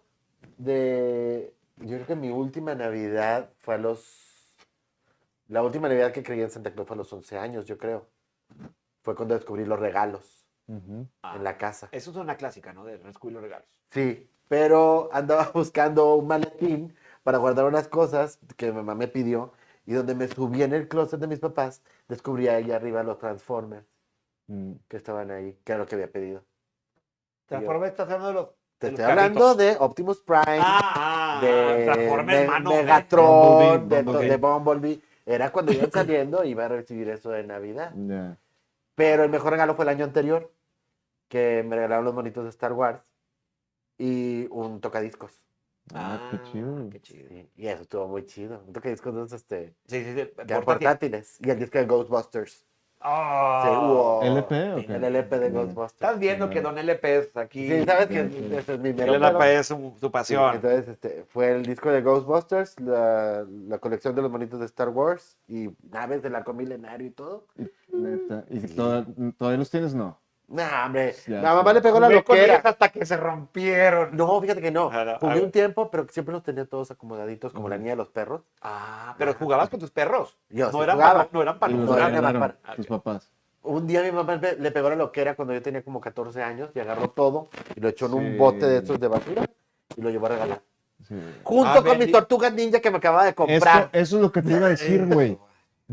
[SPEAKER 2] de yo creo que mi última Navidad fue a los la última Navidad que creí en Santa Claus fue a los 11 años, yo creo. Fue cuando descubrí los regalos
[SPEAKER 3] Ujú.
[SPEAKER 2] en la casa.
[SPEAKER 1] Eso es una clásica, ¿no? De Rescue y los regalos.
[SPEAKER 2] Sí, pero andaba buscando un maletín para guardar unas cosas que mi mamá me pidió y donde me subí en el closet de mis papás, descubrí ahí arriba los Transformers
[SPEAKER 3] Mm,
[SPEAKER 2] que estaban ahí, que era lo que había pedido.
[SPEAKER 1] Transformers está hablando de los.
[SPEAKER 2] Te
[SPEAKER 1] de los
[SPEAKER 2] estoy
[SPEAKER 1] carritos.
[SPEAKER 2] hablando de Optimus Prime.
[SPEAKER 1] Ah, ah,
[SPEAKER 2] de
[SPEAKER 1] Transformers,
[SPEAKER 2] Me-
[SPEAKER 1] mano.
[SPEAKER 2] Megatron,
[SPEAKER 3] Bumblebee,
[SPEAKER 2] de,
[SPEAKER 3] Bumblebee.
[SPEAKER 2] de Bumblebee. Era cuando iban saliendo iba a recibir eso de Navidad.
[SPEAKER 3] ya.
[SPEAKER 2] Pero el mejor regalo fue el año anterior, que me regalaron los monitos de Star Wars y un tocadiscos.
[SPEAKER 3] Ah, qué chido.
[SPEAKER 1] Qué chido. Sí,
[SPEAKER 2] Sí, Y eso estuvo muy chido. Un tocadiscos de esos, este,
[SPEAKER 1] sí, sí.
[SPEAKER 2] que eran
[SPEAKER 1] portátil.
[SPEAKER 2] portátiles. Y el disco de Ghostbusters.
[SPEAKER 1] Ah.
[SPEAKER 2] Sí, wow.
[SPEAKER 3] ¿LP o qué?
[SPEAKER 2] El LP de
[SPEAKER 3] Mm.
[SPEAKER 1] Estás
[SPEAKER 2] Ghostbusters.
[SPEAKER 1] viendo que Don LP es aquí.
[SPEAKER 2] Sí, sabes que
[SPEAKER 3] Sí, sí.
[SPEAKER 2] ese es mi mero
[SPEAKER 1] Él
[SPEAKER 2] pedo.
[SPEAKER 1] es su, su
[SPEAKER 2] Sí,
[SPEAKER 1] pasión.
[SPEAKER 2] entonces este, fue el disco de Ghostbusters, la, la colección de los monitos de Star Wars y naves del arco milenario y todo.
[SPEAKER 3] Neta. ¿Y toda- todavía los tienes? No.
[SPEAKER 2] Nah, hombre,
[SPEAKER 3] Ya
[SPEAKER 2] la
[SPEAKER 3] sé.
[SPEAKER 2] mamá le pegó la
[SPEAKER 1] Ve con
[SPEAKER 2] loquera.
[SPEAKER 1] ellas hasta que se rompieron.
[SPEAKER 2] No, fíjate que no.
[SPEAKER 1] Ah, no,
[SPEAKER 2] Jugué
[SPEAKER 1] ah.
[SPEAKER 2] un tiempo, pero siempre los tenía todos acomodaditos, como la
[SPEAKER 3] Ujú.
[SPEAKER 2] niña de los perros.
[SPEAKER 1] Ah, pero jugabas con tus perros.
[SPEAKER 2] Yo
[SPEAKER 1] no,
[SPEAKER 2] sí
[SPEAKER 1] eran
[SPEAKER 2] jugaba.
[SPEAKER 1] para, no eran para
[SPEAKER 3] Y
[SPEAKER 2] no,
[SPEAKER 3] los
[SPEAKER 2] no, no,
[SPEAKER 1] jugar.
[SPEAKER 3] regalaron
[SPEAKER 2] para-
[SPEAKER 3] tus papás.
[SPEAKER 2] Un día mi mamá le le pegó la loquera cuando yo tenía como 14 años y agarró todo y lo echó en
[SPEAKER 3] Sí.
[SPEAKER 2] un bote de estos de basura y lo llevó a regalar.
[SPEAKER 3] Sí.
[SPEAKER 2] Junto
[SPEAKER 1] Ah,
[SPEAKER 2] con mis
[SPEAKER 1] bendito.
[SPEAKER 2] tortugas ninja que me acababa de
[SPEAKER 3] Eso,
[SPEAKER 2] comprar.
[SPEAKER 3] eso es lo que te iba a decir, güey.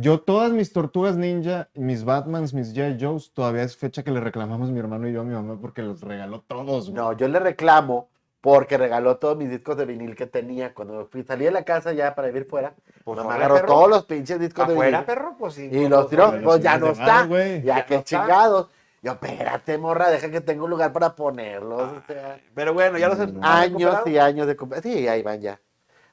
[SPEAKER 3] Yo todas mis tortugas ninja, mis Batmans, mis G.I. Joes, todavía es fecha que le reclamamos mi hermano y yo a mi mamá porque los regaló todos, güey.
[SPEAKER 2] No, yo le reclamo porque regaló todos mis discos de vinil que tenía. Cuando me fui, salí de la casa ya para vivir fuera,
[SPEAKER 1] Pues
[SPEAKER 2] mamá
[SPEAKER 1] afuera,
[SPEAKER 2] agarró
[SPEAKER 1] perro.
[SPEAKER 2] todos los pinches discos
[SPEAKER 1] Afuera,
[SPEAKER 2] de
[SPEAKER 1] perro, pues sí.
[SPEAKER 2] vinil. Y los tiró,
[SPEAKER 3] Pero
[SPEAKER 2] pues
[SPEAKER 3] los
[SPEAKER 2] ya no
[SPEAKER 3] demás,
[SPEAKER 2] está.
[SPEAKER 3] güey.
[SPEAKER 2] Ya
[SPEAKER 1] Ya
[SPEAKER 2] que
[SPEAKER 1] no está.
[SPEAKER 2] chingados. Yo, espérate, morra, deja que tenga un lugar para ponerlos. o sea,
[SPEAKER 1] Pero bueno, ya los
[SPEAKER 3] Mm.
[SPEAKER 2] años
[SPEAKER 1] recuperaron.
[SPEAKER 2] y años de compra. Sí, ahí van ya.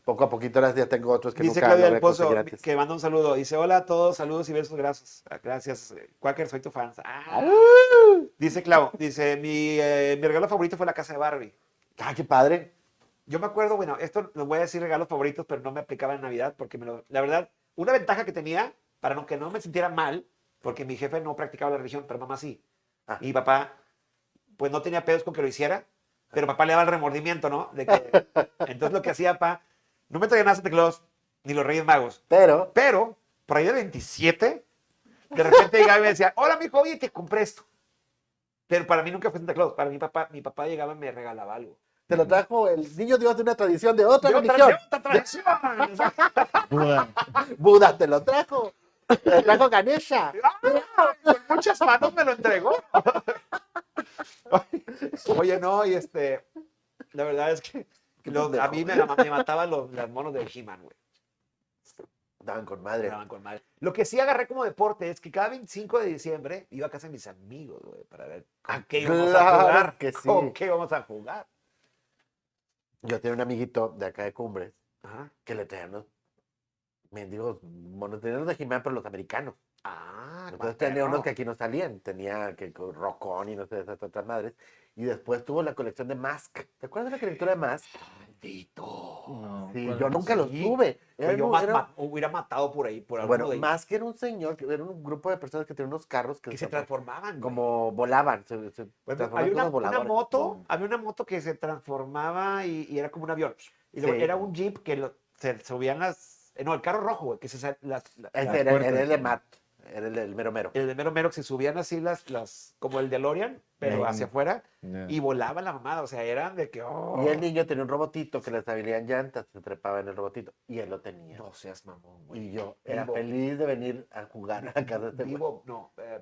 [SPEAKER 2] Poco a poquito ahora ya tengo otros que
[SPEAKER 1] Dice
[SPEAKER 2] nunca
[SPEAKER 1] Claudia del
[SPEAKER 2] logré
[SPEAKER 1] Pozo
[SPEAKER 2] conseguir antes.
[SPEAKER 1] que manda un saludo. Dice: Hola a todos, saludos y besos, gracias. Ah, Gracias, eh, Quaker, soy tu fan. Ah. Dice Clau: Dice, mi, eh, mi regalo favorito fue la casa de Barbie.
[SPEAKER 2] Ah, qué padre.
[SPEAKER 1] Yo me acuerdo, bueno, esto no voy a decir regalos favoritos, pero no me aplicaba en Navidad porque me lo- la verdad, una ventaja que tenía para no- que no me sintiera mal, porque mi jefe no practicaba la religión, pero mamá sí.
[SPEAKER 2] Ah.
[SPEAKER 1] Y papá, pues no tenía pedos con que lo hiciera, pero papá le daba el remordimiento, ¿no? De que- entonces lo que hacía papá, no me traía nada Santa Claus ni los Reyes Magos,
[SPEAKER 2] Pero,
[SPEAKER 1] pero por ahí de 27, de repente llegaba y me decía, hola, mijo, oye, te compré esto. Pero para mí nunca fue Santa Claus, para mi papá, mi papá llegaba y me regalaba algo
[SPEAKER 2] te lo trajo el niño Dios de una tradición, de otra
[SPEAKER 1] Mm. de otra-
[SPEAKER 2] religión.
[SPEAKER 1] de otra tradición. O sea,
[SPEAKER 3] Buda.
[SPEAKER 2] Buda te lo trajo. Te trajo Ganesha.
[SPEAKER 1] ¡ah! con muchas manos me lo entregó. Oye, no, y este, la verdad es que los- a mí me, me mataban los, las monos del He-Man, güey.
[SPEAKER 2] Estaban con
[SPEAKER 1] Me
[SPEAKER 2] madre.
[SPEAKER 1] daban con madre. Lo que sí agarré como deporte es que cada 25 de diciembre iba a casa de mis amigos, güey, para ver con qué íbamos a
[SPEAKER 2] Claro
[SPEAKER 1] jugar.
[SPEAKER 2] que sí.
[SPEAKER 1] Con qué íbamos a jugar.
[SPEAKER 2] Yo tenía un amiguito de acá de Cumbres
[SPEAKER 1] Ajá.
[SPEAKER 2] que le traían los mendigos monos, tenían los de Jimán, pero los americanos.
[SPEAKER 1] Ah,
[SPEAKER 2] Entonces
[SPEAKER 1] más
[SPEAKER 2] tenía
[SPEAKER 1] perro.
[SPEAKER 2] unos que aquí no salían, tenía que con Rocón y no sé, esas otras madres. Y después tuvo la colección de Mask. ¿Te acuerdas de la colección de Mask?
[SPEAKER 1] Maldito.
[SPEAKER 3] No,
[SPEAKER 2] Sí,
[SPEAKER 3] ¿cuál
[SPEAKER 2] yo
[SPEAKER 3] es?
[SPEAKER 2] nunca los
[SPEAKER 1] Sí,
[SPEAKER 2] tuve.
[SPEAKER 1] Pero
[SPEAKER 2] Eran
[SPEAKER 1] Pues yo
[SPEAKER 2] un-
[SPEAKER 1] ma-
[SPEAKER 2] eran-
[SPEAKER 1] ma- hubiera matado por ahí, por alguno
[SPEAKER 2] bueno,
[SPEAKER 1] de ellos.
[SPEAKER 2] Mask era un señor, que- era un grupo de personas que tenían unos carros que,
[SPEAKER 1] que se
[SPEAKER 2] se-
[SPEAKER 1] transformaban. güey.
[SPEAKER 2] como volaban. Se, se
[SPEAKER 1] Por ejemplo,
[SPEAKER 2] transformaban
[SPEAKER 1] había
[SPEAKER 2] en
[SPEAKER 1] una,
[SPEAKER 2] unos
[SPEAKER 1] una
[SPEAKER 2] voladores.
[SPEAKER 1] moto, había una moto que se transformaba y, y era como un avión. Y luego
[SPEAKER 2] Sí.
[SPEAKER 1] era un jeep que lo- se subían las. eh, No, el carro rojo, güey, que se sa- las, la-
[SPEAKER 2] Ese
[SPEAKER 1] la-
[SPEAKER 2] era,
[SPEAKER 3] puerta.
[SPEAKER 2] era el de Matt, era el, el mero mero.
[SPEAKER 1] el de mero mero que se subían así las, las, como el de Lorian, pero
[SPEAKER 3] Ujú.
[SPEAKER 1] hacia afuera,
[SPEAKER 3] Ya.
[SPEAKER 1] y volaba la mamada. O sea, eran de que. oh,
[SPEAKER 2] Y el niño tenía un robotito que les habilian llantas, se trepaba en el robotito. Y él lo tenía.
[SPEAKER 1] No seas mamón, güey.
[SPEAKER 2] y yo era
[SPEAKER 1] Vivo.
[SPEAKER 2] feliz de venir a jugar a la casa de este güey.
[SPEAKER 1] Vivo, no. eh,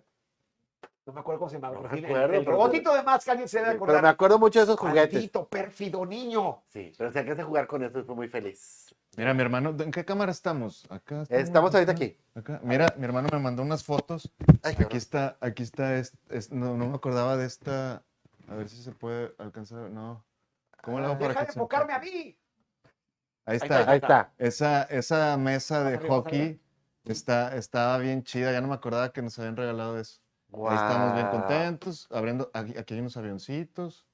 [SPEAKER 1] no me acuerdo cómo se llamaba.
[SPEAKER 2] No me
[SPEAKER 1] pero sí, el-
[SPEAKER 2] acuerdo,
[SPEAKER 1] el
[SPEAKER 2] pero-
[SPEAKER 1] robotito de más que alguien se debe
[SPEAKER 2] Pero me
[SPEAKER 1] acordar.
[SPEAKER 2] acuerdo mucho de esos juguetes.
[SPEAKER 1] Maldito, pérfido niño.
[SPEAKER 2] Sí, pero si alcancé a jugar con eso, estoy muy feliz.
[SPEAKER 3] Mira, mi hermano, ¿en qué cámara estamos? Acá.
[SPEAKER 2] Estamos ahorita aquí.
[SPEAKER 3] acá. Mira, mi hermano me mandó unas fotos.
[SPEAKER 2] Ay,
[SPEAKER 3] Aquí
[SPEAKER 2] cabrón.
[SPEAKER 3] está, aquí está, es- es- no, no me acordaba de esta. A ver si se puede alcanzar. No. ¿Cómo le hago para
[SPEAKER 1] Deja
[SPEAKER 3] que
[SPEAKER 1] de
[SPEAKER 3] se-
[SPEAKER 1] enfocarme a mí.
[SPEAKER 3] Ahí
[SPEAKER 1] está,
[SPEAKER 3] está.
[SPEAKER 2] Ahí está.
[SPEAKER 3] Esa, esa mesa de
[SPEAKER 1] Más arriba, más
[SPEAKER 3] hockey está, estaba bien chida. Ya no me acordaba que nos habían regalado eso. Ahí estamos bien
[SPEAKER 2] Guau.
[SPEAKER 3] contentos. Abriendo, aquí, aquí hay unos avioncitos.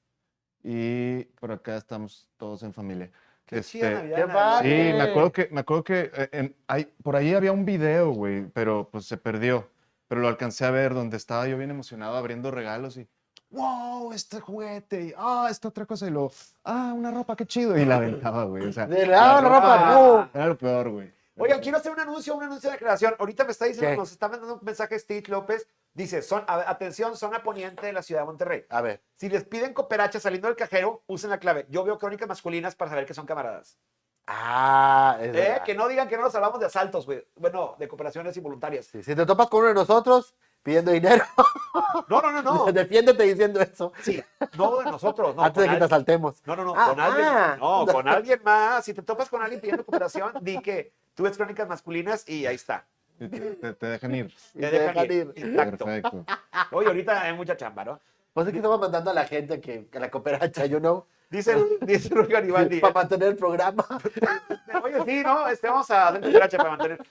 [SPEAKER 3] Y por acá estamos todos en familia.
[SPEAKER 1] Qué
[SPEAKER 3] Este,
[SPEAKER 1] chida Navidad.
[SPEAKER 2] qué
[SPEAKER 1] Navidad.
[SPEAKER 3] Sí,
[SPEAKER 2] padre.
[SPEAKER 3] me acuerdo que, me acuerdo que eh, en- hay, por ahí había un video, güey, pero pues se perdió. Pero lo alcancé a ver donde estaba yo bien emocionado abriendo regalos y, wow, este juguete, y, ah, esta otra cosa, y luego, ah, una ropa, qué chido. Y la aventaba, güey. O sea,
[SPEAKER 2] De lado la
[SPEAKER 1] ropa.
[SPEAKER 2] ropa, no.
[SPEAKER 3] era lo peor, güey.
[SPEAKER 1] Oigan, quiero hacer un anuncio, un anuncio de creación. Ahorita me está diciendo,
[SPEAKER 2] ¿Qué?
[SPEAKER 1] nos está mandando un mensaje Steve López. Dice, son, a- atención, zona poniente de la ciudad de Monterrey.
[SPEAKER 2] A ver,
[SPEAKER 1] Si les piden cooperacha saliendo del cajero, usen la clave. Yo veo crónicas masculinas para saber que son camaradas.
[SPEAKER 2] ah, es
[SPEAKER 1] Eh,
[SPEAKER 2] verdad.
[SPEAKER 1] que no digan que no nos hablamos de asaltos, güey. Bueno, de cooperaciones involuntarias.
[SPEAKER 2] Sí, Si te topas con uno de nosotros pidiendo dinero,
[SPEAKER 1] No, no, no, no.
[SPEAKER 2] defiéndete diciendo eso
[SPEAKER 1] Sí, no de nosotros. No,
[SPEAKER 2] antes de
[SPEAKER 1] con
[SPEAKER 2] que te
[SPEAKER 1] al-
[SPEAKER 2] asaltemos.
[SPEAKER 1] no, no, no,
[SPEAKER 2] Ah,
[SPEAKER 1] con alguien,
[SPEAKER 2] ah.
[SPEAKER 1] no, con alguien más. Si te topas con alguien pidiendo cooperación, di que tú ves crónicas masculinas y ahí está.
[SPEAKER 3] Y Te, te- te dejan ir.
[SPEAKER 2] Y
[SPEAKER 1] Te
[SPEAKER 2] te
[SPEAKER 1] dejan
[SPEAKER 2] dejan
[SPEAKER 1] ir.
[SPEAKER 2] ir.
[SPEAKER 1] Exacto.
[SPEAKER 3] Perfecto.
[SPEAKER 1] Oye, ahorita hay mucha chamba, ¿no?
[SPEAKER 2] Pues aquí estamos mandando a la gente que, a la cooperacha, you know,
[SPEAKER 1] Dice, dice Luis Garibaldi.
[SPEAKER 2] para mantener el programa.
[SPEAKER 1] Oye, sí, ¿no? Este, vamos a dentro de Gracha para mantener.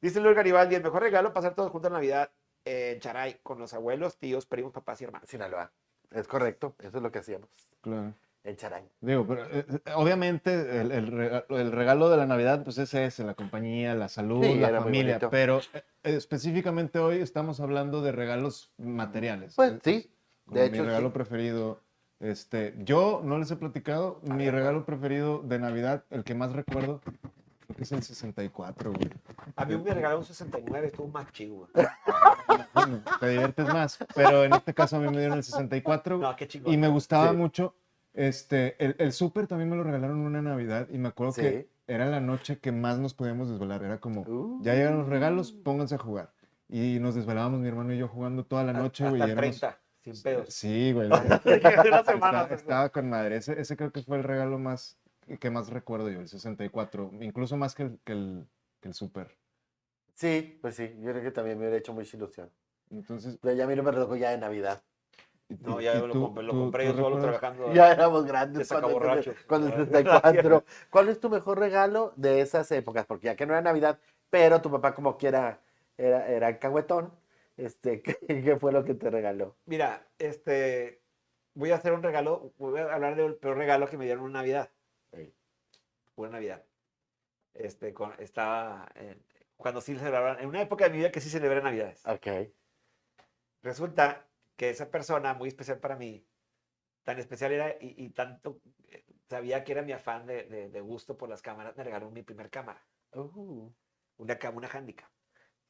[SPEAKER 1] Dice Luis Garibaldi, el mejor regalo es pasar todos juntos en Navidad en Charay con los abuelos, tíos, primos, papás y hermanos.
[SPEAKER 2] Sinaloa. Es correcto, eso es lo que hacíamos.
[SPEAKER 3] Claro.
[SPEAKER 2] El charay.
[SPEAKER 3] Digo, pero eh, eh, obviamente el, el rega- el regalo de la Navidad, pues ese es la compañía, la salud,
[SPEAKER 2] Sí,
[SPEAKER 3] la
[SPEAKER 2] era muy
[SPEAKER 3] familia.
[SPEAKER 2] bonito.
[SPEAKER 3] Pero eh, eh, específicamente hoy estamos hablando de regalos materiales.
[SPEAKER 1] Mm.
[SPEAKER 3] Eh,
[SPEAKER 2] Pues sí,
[SPEAKER 3] Como
[SPEAKER 2] de
[SPEAKER 3] mi
[SPEAKER 2] hecho,
[SPEAKER 3] regalo
[SPEAKER 2] sí.
[SPEAKER 3] preferido. Este, yo no les he platicado, mi regalo preferido de Navidad, el que más recuerdo, creo que es el 64, güey.
[SPEAKER 1] A mí me regalaron un 69, estuvo más chido.
[SPEAKER 3] Bueno, te diviertes más, pero en este caso a mí me dieron el 64
[SPEAKER 1] No, qué chingón.
[SPEAKER 3] y me gustaba
[SPEAKER 2] Sí.
[SPEAKER 3] mucho. Este, el, el súper también me lo regalaron una Navidad y me acuerdo que era la noche que más nos podíamos desvelar. Era como,
[SPEAKER 2] Uh.
[SPEAKER 3] ya llegaron los regalos, pues, pónganse a jugar. Y nos desvelábamos mi hermano y yo jugando toda la noche, güey. y
[SPEAKER 1] Hasta
[SPEAKER 3] éramos-
[SPEAKER 1] 30, sin pedos.
[SPEAKER 3] Sí, güey. la verdad.
[SPEAKER 1] Una semana.
[SPEAKER 3] Está- estaba con madre. Ese, ese creo que fue el regalo más que más recuerdo yo, el 64. Incluso más que el, que el, que el súper.
[SPEAKER 2] Sí, pues sí, yo creo que también me hubiera hecho mucha ilusión.
[SPEAKER 3] Entonces,
[SPEAKER 2] Pero ya a mí no me tocó ya de Navidad.
[SPEAKER 1] No, ya
[SPEAKER 3] ¿y
[SPEAKER 1] lo
[SPEAKER 3] tú-
[SPEAKER 1] compré, lo
[SPEAKER 3] tú-
[SPEAKER 1] compré
[SPEAKER 3] tú
[SPEAKER 1] yo solo
[SPEAKER 3] recuerdas?
[SPEAKER 1] trabajando.
[SPEAKER 2] Ya éramos grandes
[SPEAKER 1] Te saca
[SPEAKER 2] cuando,
[SPEAKER 1] borracho.
[SPEAKER 2] cuando el 64. ¿Cuál es tu mejor regalo de esas épocas? Porque ya que no era Navidad, pero tu papá como quiera era, era cagüetón, este, ¿qué, qué fue lo que te regaló?
[SPEAKER 1] Mira, este, voy a hacer un regalo, voy a hablar del peor regalo que me dieron en Navidad.
[SPEAKER 2] Ey.
[SPEAKER 1] Una Navidad. Este, con, estaba, en- cuando sí celebraban, en una época de mi vida que sí celebré Navidades.
[SPEAKER 2] Ok.
[SPEAKER 1] Resulta que esa persona muy especial para mí, tan especial era y, y tanto, eh, sabía que era mi afán de, de- de gusto por las cámaras, me regaló mi primer cámara,
[SPEAKER 2] Uh,
[SPEAKER 1] una, cam- una handicap.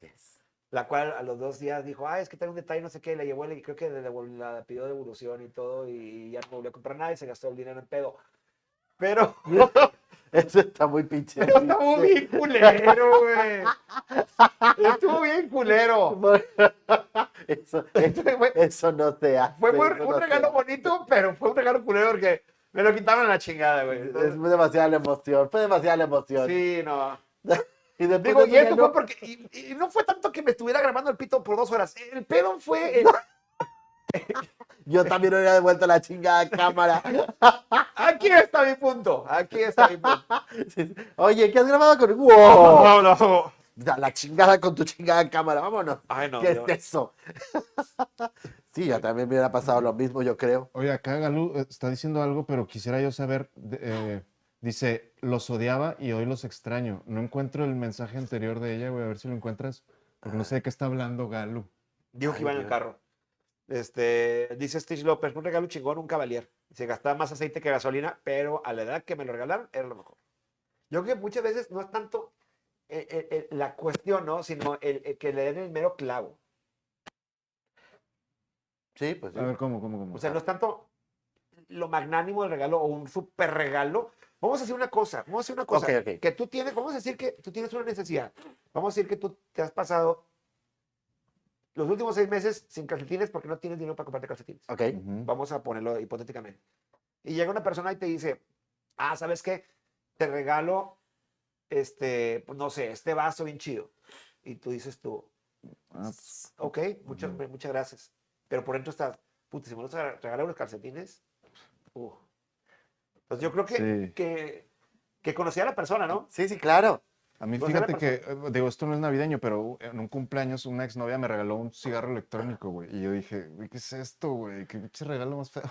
[SPEAKER 2] yes.
[SPEAKER 1] La cual a los dos días dijo, ah, es que tengo un detalle, no sé qué, y la llevó, y creo que le devol- la pidió devolución y todo, y ya no volvió a comprar nada y se gastó el dinero en pedo. Pero
[SPEAKER 2] Eso está muy pinche.
[SPEAKER 1] estuvo bien culero, güey. Estuvo bien culero.
[SPEAKER 2] Eso, eso, eso no te hace.
[SPEAKER 1] Fue muy-
[SPEAKER 2] eso no
[SPEAKER 1] un
[SPEAKER 2] se
[SPEAKER 1] regalo bonito, pero fue un regalo culero porque me lo quitaron a la chingada, güey.
[SPEAKER 2] hace.
[SPEAKER 1] Entonces,
[SPEAKER 2] Es demasiada la emoción, fue demasiada la emoción.
[SPEAKER 1] Sí, no.
[SPEAKER 2] Y después
[SPEAKER 1] Digo,
[SPEAKER 2] de
[SPEAKER 1] y esto
[SPEAKER 2] regalo-
[SPEAKER 1] fue porque. Y, y no fue tanto que me estuviera grabando el pito por dos horas. El pedo fue. el-
[SPEAKER 2] Yo también hubiera devuelto la chingada cámara.
[SPEAKER 1] aquí está mi punto. Aquí está mi punto.
[SPEAKER 2] Sí. Oye, ¿qué has grabado con.? ¡Wow!
[SPEAKER 1] No, no.
[SPEAKER 2] Da La chingada con tu chingada cámara, vámonos.
[SPEAKER 1] Ay, no.
[SPEAKER 2] ¿Qué
[SPEAKER 1] yo-
[SPEAKER 2] es eso? sí, yo también me hubiera pasado lo mismo, yo creo.
[SPEAKER 3] Oye, acá Galú eh, está diciendo algo, pero quisiera yo saber. de- eh, dice, los odiaba y hoy los extraño. No encuentro el mensaje anterior de ella, güey, a ver si lo encuentras. Porque no sé de qué está hablando Galú.
[SPEAKER 1] Dijo
[SPEAKER 2] Ay,
[SPEAKER 1] que iba en el
[SPEAKER 2] Dios.
[SPEAKER 1] carro. Este, dice Stitch López, un regalo chingón, un cavalier. Se gastaba más aceite que gasolina, pero a la edad que me lo regalaron era lo mejor. Yo creo que muchas veces no es tanto eh, eh, eh, la cuestión, ¿no? Sino el, el que le den el mero clavo.
[SPEAKER 2] Sí, pues sí.
[SPEAKER 3] A ver, ¿cómo, cómo, cómo?
[SPEAKER 1] O sea, no es tanto lo magnánimo del regalo o un super regalo. Vamos a hacer una cosa, vamos a hacer una cosa.
[SPEAKER 2] Ok, ok.
[SPEAKER 1] Que tú tienes, vamos a decir que tú tienes una necesidad. Vamos a decir que tú te has pasado los últimos seis meses sin calcetines porque no tienes dinero para comprarte calcetines.
[SPEAKER 2] Ok.
[SPEAKER 3] Ujú.
[SPEAKER 1] Vamos a ponerlo hipotéticamente. Y llega una persona y te dice, ah, ¿sabes qué? Te regalo, este, pues, no sé, este vaso bien chido. Y tú dices tú,
[SPEAKER 3] Ah,
[SPEAKER 1] ok, muchas,
[SPEAKER 3] Ujú.
[SPEAKER 1] muchas gracias. Pero por dentro estás, puta, si me los regalan unos calcetines, uh. Entonces yo creo que,
[SPEAKER 3] Sí.
[SPEAKER 1] que, que conocía a la persona, ¿no?
[SPEAKER 2] Sí, sí, claro.
[SPEAKER 3] A mí,
[SPEAKER 1] O sea, la
[SPEAKER 3] fíjate que, eh, digo, esto no es navideño, pero en un cumpleaños una exnovia me regaló un cigarro electrónico, güey. Y yo dije, güey, ¿qué es esto, güey? ¿Qué pinche regalo más feo?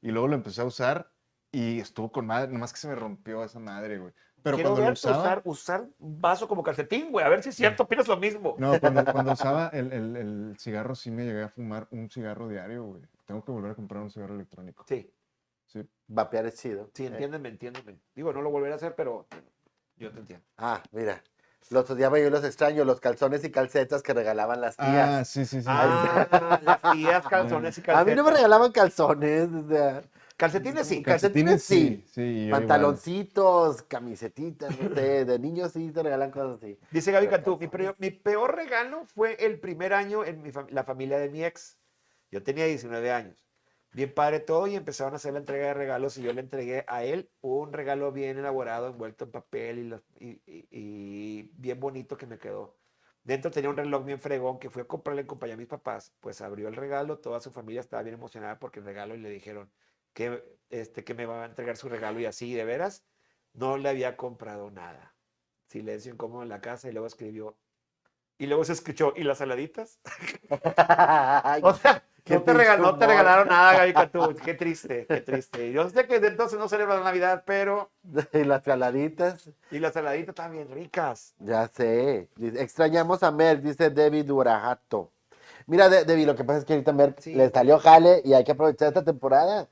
[SPEAKER 3] Y luego lo empecé a usar y estuvo con madre, nomás que se me rompió esa madre, güey. Pero
[SPEAKER 1] Quiero
[SPEAKER 3] cuando lo
[SPEAKER 1] ver
[SPEAKER 3] usaba...
[SPEAKER 1] usar, usar vaso como calcetín, güey, a ver si es cierto, opinas lo mismo.
[SPEAKER 3] No, cuando, cuando usaba el, el- el cigarro sí me llegué a fumar un cigarro diario, güey. Tengo que volver a comprar un cigarro electrónico.
[SPEAKER 1] Sí,
[SPEAKER 3] Sí.
[SPEAKER 2] Vapear es chido.
[SPEAKER 1] sí,
[SPEAKER 2] Eh,
[SPEAKER 1] entiéndeme, entiéndeme. Digo, no lo volveré a hacer, pero yo te entiendo.
[SPEAKER 2] Ah, mira. Los odiaba y yo los extraño, los calzones y calcetas que regalaban las
[SPEAKER 3] Ah,
[SPEAKER 2] tías.
[SPEAKER 3] sí, sí, sí.
[SPEAKER 1] Ah, las tías, calzones y calcetines.
[SPEAKER 2] a mí no me regalaban calzones, o sea,
[SPEAKER 1] Calcetines sí.
[SPEAKER 2] Cal- calcetines, sí.
[SPEAKER 3] Sí, y yo igual.
[SPEAKER 2] pantaloncitos, camisetitas, no sé, de niños sí te regalan cosas así.
[SPEAKER 1] Dice Gaby
[SPEAKER 2] Pero
[SPEAKER 1] Cantú, mi,
[SPEAKER 2] calzones.
[SPEAKER 1] peor- mi peor regalo fue el primer año en mi fam- la familia de mi ex. Yo tenía 19 años. Bien padre todo y empezaron a hacer la entrega de regalos y yo le entregué a él un regalo bien elaborado, envuelto en papel y, los- y- y- y bien bonito que me quedó. Dentro tenía un reloj bien fregón que fui a comprarle en compañía de mis papás. Pues abrió el regalo, toda su familia estaba bien emocionada porque el regalo y le dijeron que, este, que me va a entregar su regalo y así, de veras, no le había comprado nada. Silencio incómodo en la casa y luego escribió. Y luego se escuchó, ¿y las saladitas?
[SPEAKER 2] Ay,
[SPEAKER 1] O sea,
[SPEAKER 2] Qué
[SPEAKER 1] no te, regal- no te
[SPEAKER 2] triste humor.
[SPEAKER 1] regalaron nada, Gaby Cantú. Qué triste, qué triste. Yo sé que desde entonces no celebra la Navidad, pero...
[SPEAKER 2] y las caladitas,
[SPEAKER 1] Y las saladitas están bien ricas.
[SPEAKER 2] ya sé. Dice, Extrañamos a Merck, dice Debbie Durajato. Mira, De- Debbie, lo que pasa es que ahorita Merck
[SPEAKER 1] Sí.
[SPEAKER 2] le salió jale y hay que aprovechar esta temporada.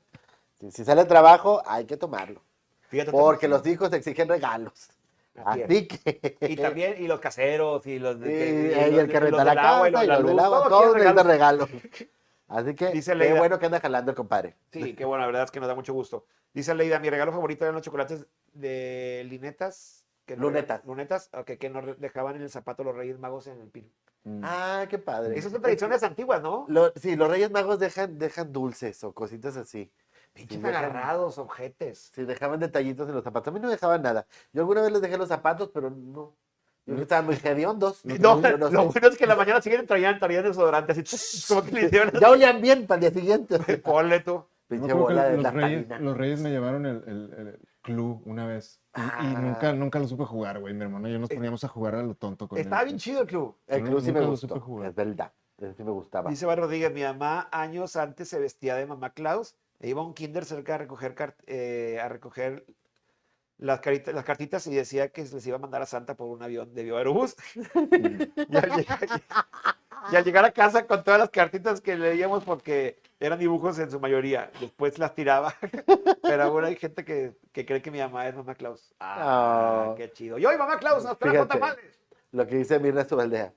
[SPEAKER 2] Si, si sale trabajo, hay que tomarlo.
[SPEAKER 1] Fíjate,
[SPEAKER 2] Porque
[SPEAKER 1] también.
[SPEAKER 2] los hijos exigen regalos.
[SPEAKER 1] Así es.
[SPEAKER 2] Así que.
[SPEAKER 1] Y también, y los caseros, y los
[SPEAKER 2] Sí,
[SPEAKER 1] de.
[SPEAKER 2] y el que renta la casa, y los del agua, todos necesitan regalos. Así que,
[SPEAKER 1] Dice
[SPEAKER 2] qué
[SPEAKER 1] Leida.
[SPEAKER 2] bueno que anda jalando el compadre.
[SPEAKER 1] Sí, qué bueno, la verdad es que nos da mucho gusto. Dice Leida, mi regalo favorito eran los chocolates de linetas. Que no-
[SPEAKER 2] Lunetas.
[SPEAKER 1] Lunetas, ok, que nos dejaban en el zapato los Reyes Magos en el pino.
[SPEAKER 3] Mm.
[SPEAKER 2] Ah, qué padre.
[SPEAKER 1] Esas son tradiciones antiguas, ¿no?
[SPEAKER 2] Lo- sí, los Reyes Magos dejan, dejan dulces o cositas así.
[SPEAKER 1] Pinches
[SPEAKER 2] Sí, dejan-
[SPEAKER 1] agarrados, objetes.
[SPEAKER 2] Sí, dejaban detallitos en los zapatos. A mí no dejaban nada. Yo alguna vez les dejé los zapatos, pero no. Yo creo que estaban muy hediondos.
[SPEAKER 1] No,
[SPEAKER 2] Yo no
[SPEAKER 1] lo
[SPEAKER 2] sé.
[SPEAKER 1] bueno es que en la mañana siguiente traían, traían desodorante, así como que le hicieron.
[SPEAKER 2] Ya olían bien para el día siguiente.
[SPEAKER 1] Ponle tú.
[SPEAKER 2] Pinche
[SPEAKER 3] Yo creo que
[SPEAKER 2] bola de
[SPEAKER 3] los, reyes,
[SPEAKER 2] naftalina.
[SPEAKER 3] los Reyes me llevaron el, el, el club una vez. Y, y
[SPEAKER 2] Ah. Eh,
[SPEAKER 3] nunca, nunca lo supe jugar, güey. Mi hermano y yo nos poníamos a jugar a lo tonto con él.
[SPEAKER 1] Estaba bien chido el club.
[SPEAKER 2] El
[SPEAKER 3] No,
[SPEAKER 2] club sí
[SPEAKER 3] nunca
[SPEAKER 2] me
[SPEAKER 3] lo
[SPEAKER 2] gustó.
[SPEAKER 3] supe jugar.
[SPEAKER 2] Es verdad. Ese sí me gustaba.
[SPEAKER 1] Dice Bar Rodríguez, mi mamá años antes se vestía de mamá Claus e iba a un kinder cerca a recoger, cart- eh, a recoger las, carita- las cartitas y decía que se les iba a mandar a Santa por un avión de aerobús. y, al llegar, y al llegar a casa con todas las cartitas que leíamos porque eran dibujos en su mayoría, después las tiraba. Pero ahora hay gente que, que cree que mi mamá es mamá Claus. Ah,
[SPEAKER 2] Ah.
[SPEAKER 1] qué chido. Y hoy mamá Claus nos trajo
[SPEAKER 2] Fíjate.
[SPEAKER 1] tamales.
[SPEAKER 2] Lo que dice Mirna Subaldea.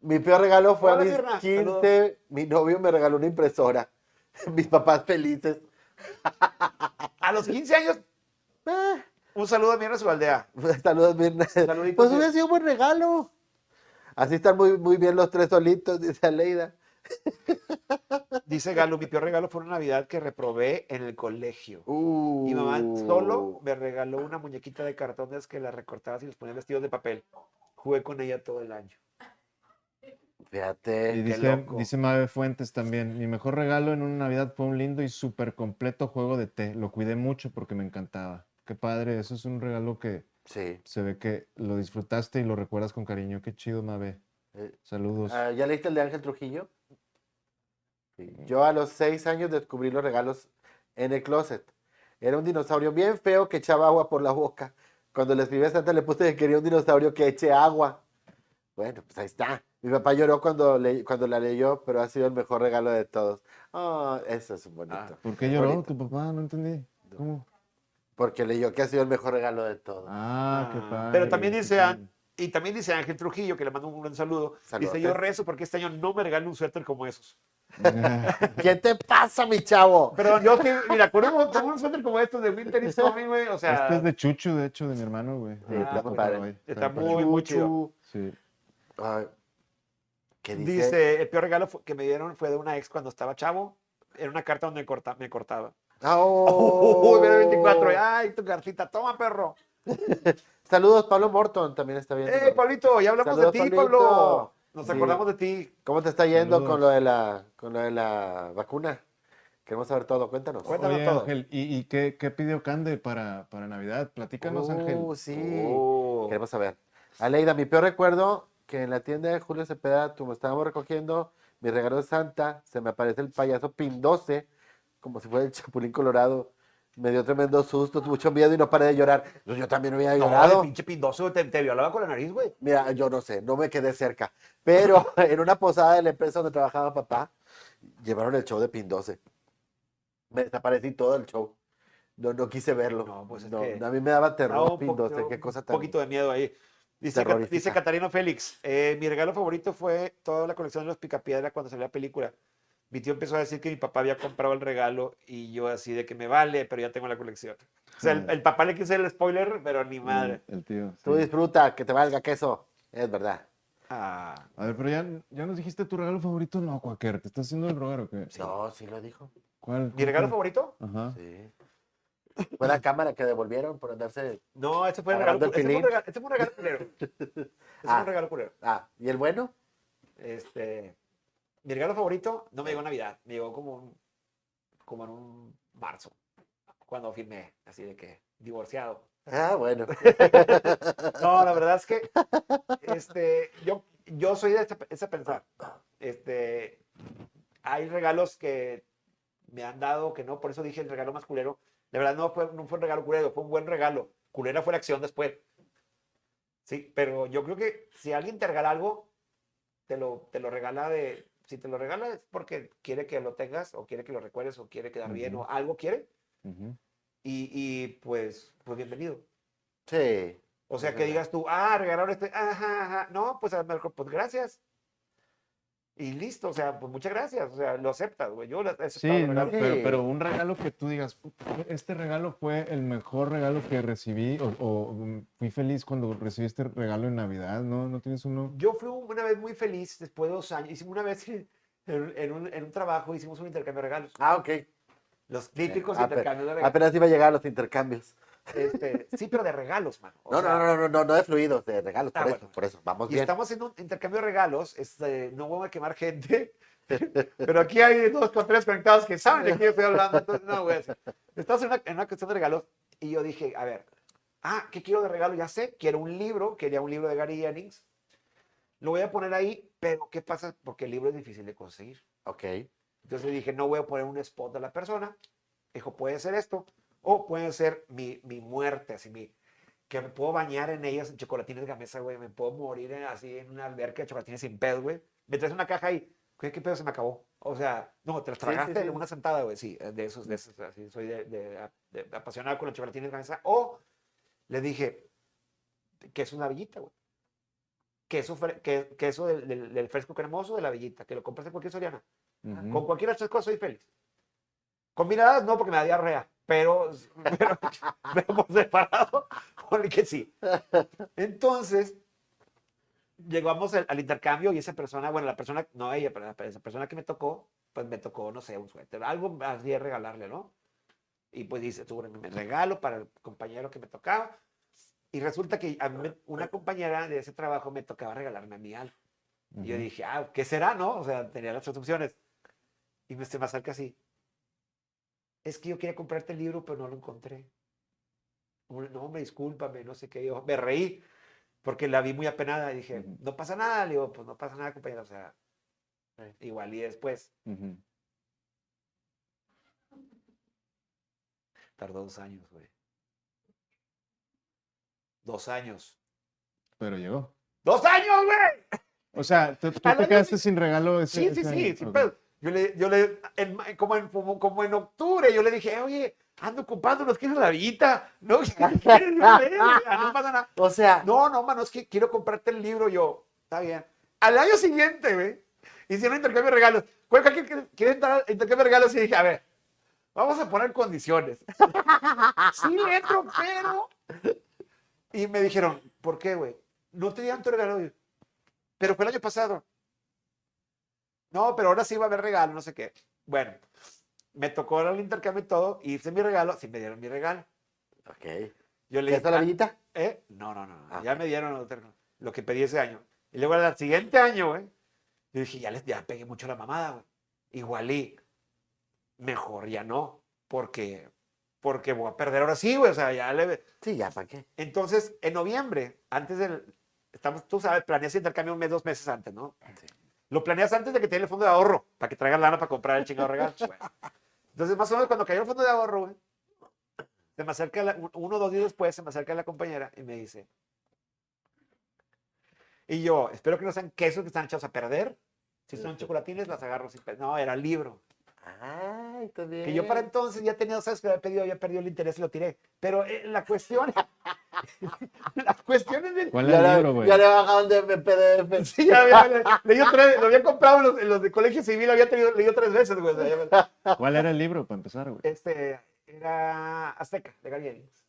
[SPEAKER 2] Mi peor regalo fue
[SPEAKER 1] Hola,
[SPEAKER 2] a mis
[SPEAKER 1] Mirna.
[SPEAKER 2] 15.
[SPEAKER 1] Saludos.
[SPEAKER 2] Mi novio me regaló una impresora. Mis papás felices.
[SPEAKER 1] A los 15 años,
[SPEAKER 2] Ah,
[SPEAKER 1] un saludo a mi hermana Subaldea.
[SPEAKER 2] saludos, Mirna.
[SPEAKER 1] Saluditos,
[SPEAKER 2] pues
[SPEAKER 1] Mirna.
[SPEAKER 2] hubiera sido un buen regalo. Así están muy, muy bien los tres solitos, dice Aleida.
[SPEAKER 1] Dice Galo, mi peor regalo fue una Navidad que reprobé en el colegio.
[SPEAKER 2] Uh.
[SPEAKER 1] Mi mamá solo me regaló una muñequita de cartón de las que la recortabas y les ponías vestidos de papel. Jugué con ella todo el año.
[SPEAKER 3] Y
[SPEAKER 2] Fíjate.
[SPEAKER 3] dice,
[SPEAKER 1] loco.
[SPEAKER 3] dice Mabe Fuentes también, mi mejor regalo en una Navidad fue un lindo y súper completo juego de té. Lo cuidé mucho porque me encantaba. Qué padre, eso es un regalo que
[SPEAKER 2] Sí.
[SPEAKER 3] se ve que lo disfrutaste y lo recuerdas con cariño. Qué chido, Mabe.
[SPEAKER 2] Eh,
[SPEAKER 1] Pues
[SPEAKER 3] Saludos.
[SPEAKER 2] Ah, ¿Ya leíste el de Ángel Trujillo? Sí. Yo a los seis años descubrí los regalos en el closet. Era un dinosaurio bien feo que echaba agua por la boca. Cuando le escribí a Santa le puse que quería un dinosaurio que eche agua. Bueno, pues ahí está. Mi papá lloró cuando, le- cuando la leyó, pero ha sido el mejor regalo de todos. Ah, eso es bonito.
[SPEAKER 1] Ah.
[SPEAKER 3] ¿Por qué lloró
[SPEAKER 2] bonito.
[SPEAKER 3] tu papá? No entendí. ¿Cómo?
[SPEAKER 2] Porque leyó que ha sido el mejor regalo de todos.
[SPEAKER 3] Ah, qué
[SPEAKER 1] Ah,
[SPEAKER 3] padre.
[SPEAKER 1] pero también
[SPEAKER 3] qué
[SPEAKER 1] dice
[SPEAKER 3] padre.
[SPEAKER 1] An- Y también dice Ángel Trujillo, que le mando un gran saludo.
[SPEAKER 2] Saludotes.
[SPEAKER 1] Dice, yo rezo porque este año no me regalen un suéter como esos.
[SPEAKER 2] ¿Qué te pasa, mi chavo?
[SPEAKER 1] Perdón, yo que, mira, con un, con un suéter como estos de Winter is Coming, güey, o sea,
[SPEAKER 3] Este es de Chuchu, de hecho, de mi hermano, güey. Ah,
[SPEAKER 2] Sí,
[SPEAKER 3] Lo
[SPEAKER 2] está
[SPEAKER 3] compré
[SPEAKER 2] padre.
[SPEAKER 3] hoy.
[SPEAKER 1] Está
[SPEAKER 3] Pero-
[SPEAKER 1] muy-
[SPEAKER 2] Chu,
[SPEAKER 1] chido.
[SPEAKER 2] chu.
[SPEAKER 3] Sí.
[SPEAKER 2] Ay, ¿Qué
[SPEAKER 1] dice?
[SPEAKER 2] dice?
[SPEAKER 1] el peor regalo fu- que me dieron fue de una ex cuando estaba chavo. Era una carta donde corta- me cortaba.
[SPEAKER 2] Ah,
[SPEAKER 1] Uy, mira, 24.
[SPEAKER 2] oh.
[SPEAKER 1] Ay, tu cartita, toma, perro.
[SPEAKER 2] Saludos, Pablo Morton también está viendo.
[SPEAKER 1] ¡Eh, Pablito! Ya hablamos
[SPEAKER 2] Saludos,
[SPEAKER 1] de ti,
[SPEAKER 2] Pablito.
[SPEAKER 1] Pablo. Nos
[SPEAKER 2] Sí.
[SPEAKER 1] acordamos de ti.
[SPEAKER 2] ¿Cómo te está yendo
[SPEAKER 3] Saludos.
[SPEAKER 2] con lo de la con lo de la vacuna? Queremos saber todo, cuéntanos.
[SPEAKER 1] Cuéntanos
[SPEAKER 3] Oye,
[SPEAKER 1] todo.
[SPEAKER 3] Ángel, ¿y, y qué, qué pidió Cande para, para Navidad? Platícanos,
[SPEAKER 2] Uh,
[SPEAKER 3] Ángel.
[SPEAKER 2] sí.
[SPEAKER 1] Oh.
[SPEAKER 2] Queremos saber. Aleida, mi peor recuerdo que en la tienda de Julio Cepeda, tú me estábamos recogiendo mi regalo de Santa, se me aparece el payaso Pin 12, como si fuera el Chapulín Colorado. Me dio tremendo susto, mucho miedo y no paré de llorar. Yo, yo también había
[SPEAKER 1] No,
[SPEAKER 2] llorado.
[SPEAKER 1] el pinche pindoso te, te violaba con la nariz, güey.
[SPEAKER 2] Mira, yo no sé, no me quedé cerca, pero en una posada de la empresa donde trabajaba papá, llevaron el show de Pin 12. Me desaparecí todo el show. No, no quise verlo.
[SPEAKER 1] No, pues es
[SPEAKER 2] No,
[SPEAKER 1] que-
[SPEAKER 2] a mí me daba
[SPEAKER 1] Daba
[SPEAKER 2] terror
[SPEAKER 1] Ah, un
[SPEAKER 2] Pin 12,
[SPEAKER 1] poquito-
[SPEAKER 2] qué cosa
[SPEAKER 1] un
[SPEAKER 2] tan...
[SPEAKER 1] poquito de miedo ahí. Dice, Ca-
[SPEAKER 2] terrorífica.
[SPEAKER 1] dice Catarino Félix, eh, mi regalo favorito fue toda la colección de los Picapiedra cuando salió la película. Mi tío empezó a decir que mi papá había comprado el regalo y yo así de que me vale, pero ya tengo la colección. O sea,
[SPEAKER 2] Mm.
[SPEAKER 1] el, el papá le quiso el spoiler, pero ni madre.
[SPEAKER 3] El, el tío. sí.
[SPEAKER 2] Tú disfruta, que te valga queso. Es verdad.
[SPEAKER 1] Ah,
[SPEAKER 3] A ver, pero ya, ya nos dijiste tu regalo favorito, no, Cuaquer. ¿Te estás haciendo el rogar o qué?
[SPEAKER 2] No, sí lo dijo.
[SPEAKER 3] ¿Cuál?
[SPEAKER 1] ¿Mi regalo favorito?
[SPEAKER 3] Ajá.
[SPEAKER 2] Sí. Fue la cámara que devolvieron por andarse.
[SPEAKER 1] No, este fue un regalo
[SPEAKER 2] Hablando
[SPEAKER 1] culero.
[SPEAKER 2] del
[SPEAKER 1] Este fue un
[SPEAKER 2] pilín.
[SPEAKER 1] regalo- este fue un regalo culero. Este fue
[SPEAKER 2] Ah.
[SPEAKER 1] un regalo culero.
[SPEAKER 2] Ah, ¿y el bueno?
[SPEAKER 1] Este, mi regalo favorito no me llegó en Navidad, me llegó como, un- como en un marzo, cuando firmé, así de que divorciado.
[SPEAKER 2] Ah, bueno.
[SPEAKER 1] No, la verdad es que este, yo, yo soy de ese, ese pensar. Este, hay regalos que me han dado que no, por eso dije el regalo más culero. De verdad no fue, no fue un regalo culero, fue un buen regalo. Culera fue la acción después. Sí, pero yo creo que si alguien te regala algo, te lo, te lo regala de... Si te lo regala es porque quiere que lo tengas o quiere que lo recuerdes o quiere quedar bien
[SPEAKER 3] Ujú.
[SPEAKER 1] o algo quiere.
[SPEAKER 3] Ujú.
[SPEAKER 1] Y, y pues, pues bienvenido.
[SPEAKER 2] Sí.
[SPEAKER 1] O sea,
[SPEAKER 2] Es
[SPEAKER 1] que
[SPEAKER 2] verdad.
[SPEAKER 1] digas tú, ah, regalaron este, ajá, ajá. No, pues a lo mejor, pues gracias. Y listo, o sea, pues muchas gracias. O sea, lo aceptas, güey. Yo lo he
[SPEAKER 3] Sí,
[SPEAKER 1] aceptado el
[SPEAKER 3] no,
[SPEAKER 1] regalo.
[SPEAKER 3] pero,
[SPEAKER 2] Sí.
[SPEAKER 3] pero un regalo que tú digas, "Puta, este regalo fue el mejor regalo que recibí o, o, mm, fui feliz cuando recibí este regalo en Navidad, ¿no? ¿No tienes uno?
[SPEAKER 1] Yo fui una vez muy feliz después de dos años. Hicimos una vez en, en un, en un trabajo, hicimos un intercambio de regalos.
[SPEAKER 2] Ah, ok.
[SPEAKER 1] Los típicos
[SPEAKER 2] Ah, pero-
[SPEAKER 1] intercambios de regalos.
[SPEAKER 2] Apenas iba a llegar a los intercambios.
[SPEAKER 1] Este, sí, pero de regalos, mano. O
[SPEAKER 2] No,
[SPEAKER 1] sea,
[SPEAKER 2] no, no, no, no, no de fluidos, de regalos,
[SPEAKER 1] Ah,
[SPEAKER 2] por
[SPEAKER 1] bueno.
[SPEAKER 2] eso, por eso. Vamos
[SPEAKER 1] Y
[SPEAKER 2] bien.
[SPEAKER 1] estamos haciendo un intercambio de regalos. Este, no voy a quemar gente. Pero aquí hay dos con tres conectados que saben de quién estoy hablando. Entonces, no, güey. Estamos en una, en una cuestión de regalos. Y yo dije, a ver, ah, ¿qué quiero de regalo? Ya sé, quiero un libro. Quería un libro de Gary Jennings. Lo voy a poner ahí, pero ¿qué pasa? Porque el libro es difícil de conseguir.
[SPEAKER 2] Ok.
[SPEAKER 1] Entonces dije, no voy a poner un spot a la persona. Dijo, puede ser esto. O puede ser mi, mi muerte, así mi, que me puedo bañar en ellas en chocolatines gamesa, güey. Me puedo morir en- así en una alberca de chocolatines sin pedo, güey. Me traes una caja ahí. ¿Qué, qué pedo se me acabó? O sea, no, te las
[SPEAKER 2] Sí,
[SPEAKER 1] tragaste
[SPEAKER 2] sí, sí.
[SPEAKER 1] en una sentada, güey. Sí, de esos, de esos, así. Soy de, de- de- apasionado con los chocolatines gamesa. O le dije, que es una villita, güey. Queso, fre- que- queso del, del- del fresco cremoso de la villita, que lo compras en cualquier Soriana.
[SPEAKER 3] Ujú.
[SPEAKER 1] Con cualquiera de estas cosas soy feliz. Combinadas no, porque me da diarrea, pero, pero, pero por separado, con que sí. Entonces, llegamos al, al intercambio y esa persona, bueno, la persona, no ella, pero la- pero esa persona que me tocó, pues me tocó, no sé, un suéter, algo así de regalarle, ¿no? Y pues dice, tú, me regalo para el compañero que me tocaba. Y resulta que a mí me- una compañera de ese trabajo me tocaba regalarme a mí algo. Y yo
[SPEAKER 3] Ujú.
[SPEAKER 1] dije, ah, ¿qué será, no? O sea, tenía las tres opciones. Y me se me acerca así. Es que yo quería comprarte el libro, pero no lo encontré. Hombre, No, hombre, discúlpame, no sé qué. Yo me reí porque la vi muy apenada y dije,
[SPEAKER 3] Ujú.
[SPEAKER 1] no pasa nada. Le digo, pues no pasa nada, compañera. O sea, igual y después.
[SPEAKER 3] Ujú.
[SPEAKER 1] Tardó dos años, güey. Dos años.
[SPEAKER 3] Pero llegó.
[SPEAKER 1] ¡Dos años, güey!
[SPEAKER 3] O sea, ¿tú, tú
[SPEAKER 1] Ah, no,
[SPEAKER 3] te
[SPEAKER 1] no,
[SPEAKER 3] quedaste
[SPEAKER 1] sí.
[SPEAKER 3] sin regalo ese
[SPEAKER 1] Sí, sí,
[SPEAKER 3] ese
[SPEAKER 1] sí,
[SPEAKER 3] año?
[SPEAKER 1] sin
[SPEAKER 3] Ok.
[SPEAKER 1] pedo. Yo le, yo le, en ma- como, en, como, como en octubre, yo le dije, "Eh, oye, ando comprando, nos quieres la villita, no, ¿Qué quieres? no, ven, ya, no pasa nada.
[SPEAKER 2] O sea,
[SPEAKER 1] No, no, mano, es que quiero comprarte el libro, yo, está bien. Al año siguiente, güey, hicieron intercambio de regalos. ¿Cuál cuál quiere quiere entrar al intercambio de regalos? Y dije, a ver, vamos a poner condiciones. sí, le entro, pero... Y me dijeron, ¿por qué, güey? No te dieron tu regalo, güey. pero fue el año pasado. No, pero ahora sí va a haber regalo, no sé qué. Bueno, me tocó el intercambio y todo, hice mi regalo, sí me dieron mi regalo.
[SPEAKER 2] ok.
[SPEAKER 1] Yo le
[SPEAKER 2] ¿Qué es la
[SPEAKER 1] "Ah,
[SPEAKER 2] villita?
[SPEAKER 1] ¿Eh? No, no, no.
[SPEAKER 2] Ah.
[SPEAKER 1] Ya me dieron otro- lo que pedí ese año. Y luego al siguiente año, güey, yo dije, ya les ya pegué mucho la mamada, güey. Igual y mejor ya no, porque, porque voy a perder ahora sí, güey. O sea, ya le...
[SPEAKER 2] Sí, ya, ¿para qué?
[SPEAKER 1] Entonces, en noviembre, antes del... Estamos, tú sabes, planeas intercambio un mes, dos meses antes, ¿no?
[SPEAKER 2] Sí.
[SPEAKER 1] Lo planeas antes de que te den el fondo de ahorro, para que traigas lana para comprar el chingado regalo. güey. Entonces, más o menos cuando cayó el fondo de ahorro, güey, se me acerca, la- un- uno o dos días después, se me acerca la compañera y me dice, y yo, espero que no sean quesos que están echados a perder. Si son chocolatines, las agarro sin pe-". No, era libro.
[SPEAKER 2] Ay, está bien.
[SPEAKER 1] Que yo para entonces ya tenía, ¿sabes? Que había pedido, había perdido el interés y lo tiré. Pero eh, la cuestión, la cuestión es del...
[SPEAKER 3] ¿Cuál es
[SPEAKER 2] Ya
[SPEAKER 3] el
[SPEAKER 2] le,
[SPEAKER 3] libro, güey?
[SPEAKER 2] ya le bajaron de PDF.
[SPEAKER 1] Sí, ya había, había- leí tres- lo había comprado en los, en los de colegio civil, había tenido, leído tres veces, güey. o sea, ya-
[SPEAKER 3] ¿Cuál era el libro para empezar, güey?
[SPEAKER 1] Este, era Azteca, de Gary Jennings.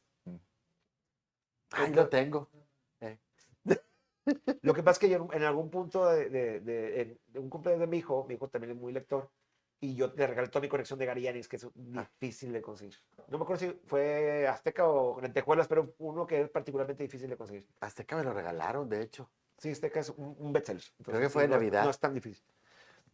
[SPEAKER 2] Ay, lo tengo.
[SPEAKER 1] Lo que pasa es que yo en algún punto de, de- de- en- de un cumpleaños de mi hijo, mi hijo también es muy lector, y yo te regalé toda mi colección de Garianis, que es difícil de conseguir. No me acuerdo si fue Azteca o Lentejuelas, pero uno que es particularmente difícil de conseguir.
[SPEAKER 2] Azteca me lo regalaron, de hecho.
[SPEAKER 1] Sí, Azteca es un, un bestseller.
[SPEAKER 2] Creo que fue
[SPEAKER 1] sí,
[SPEAKER 2] en
[SPEAKER 1] no-
[SPEAKER 2] Navidad.
[SPEAKER 1] No es tan difícil.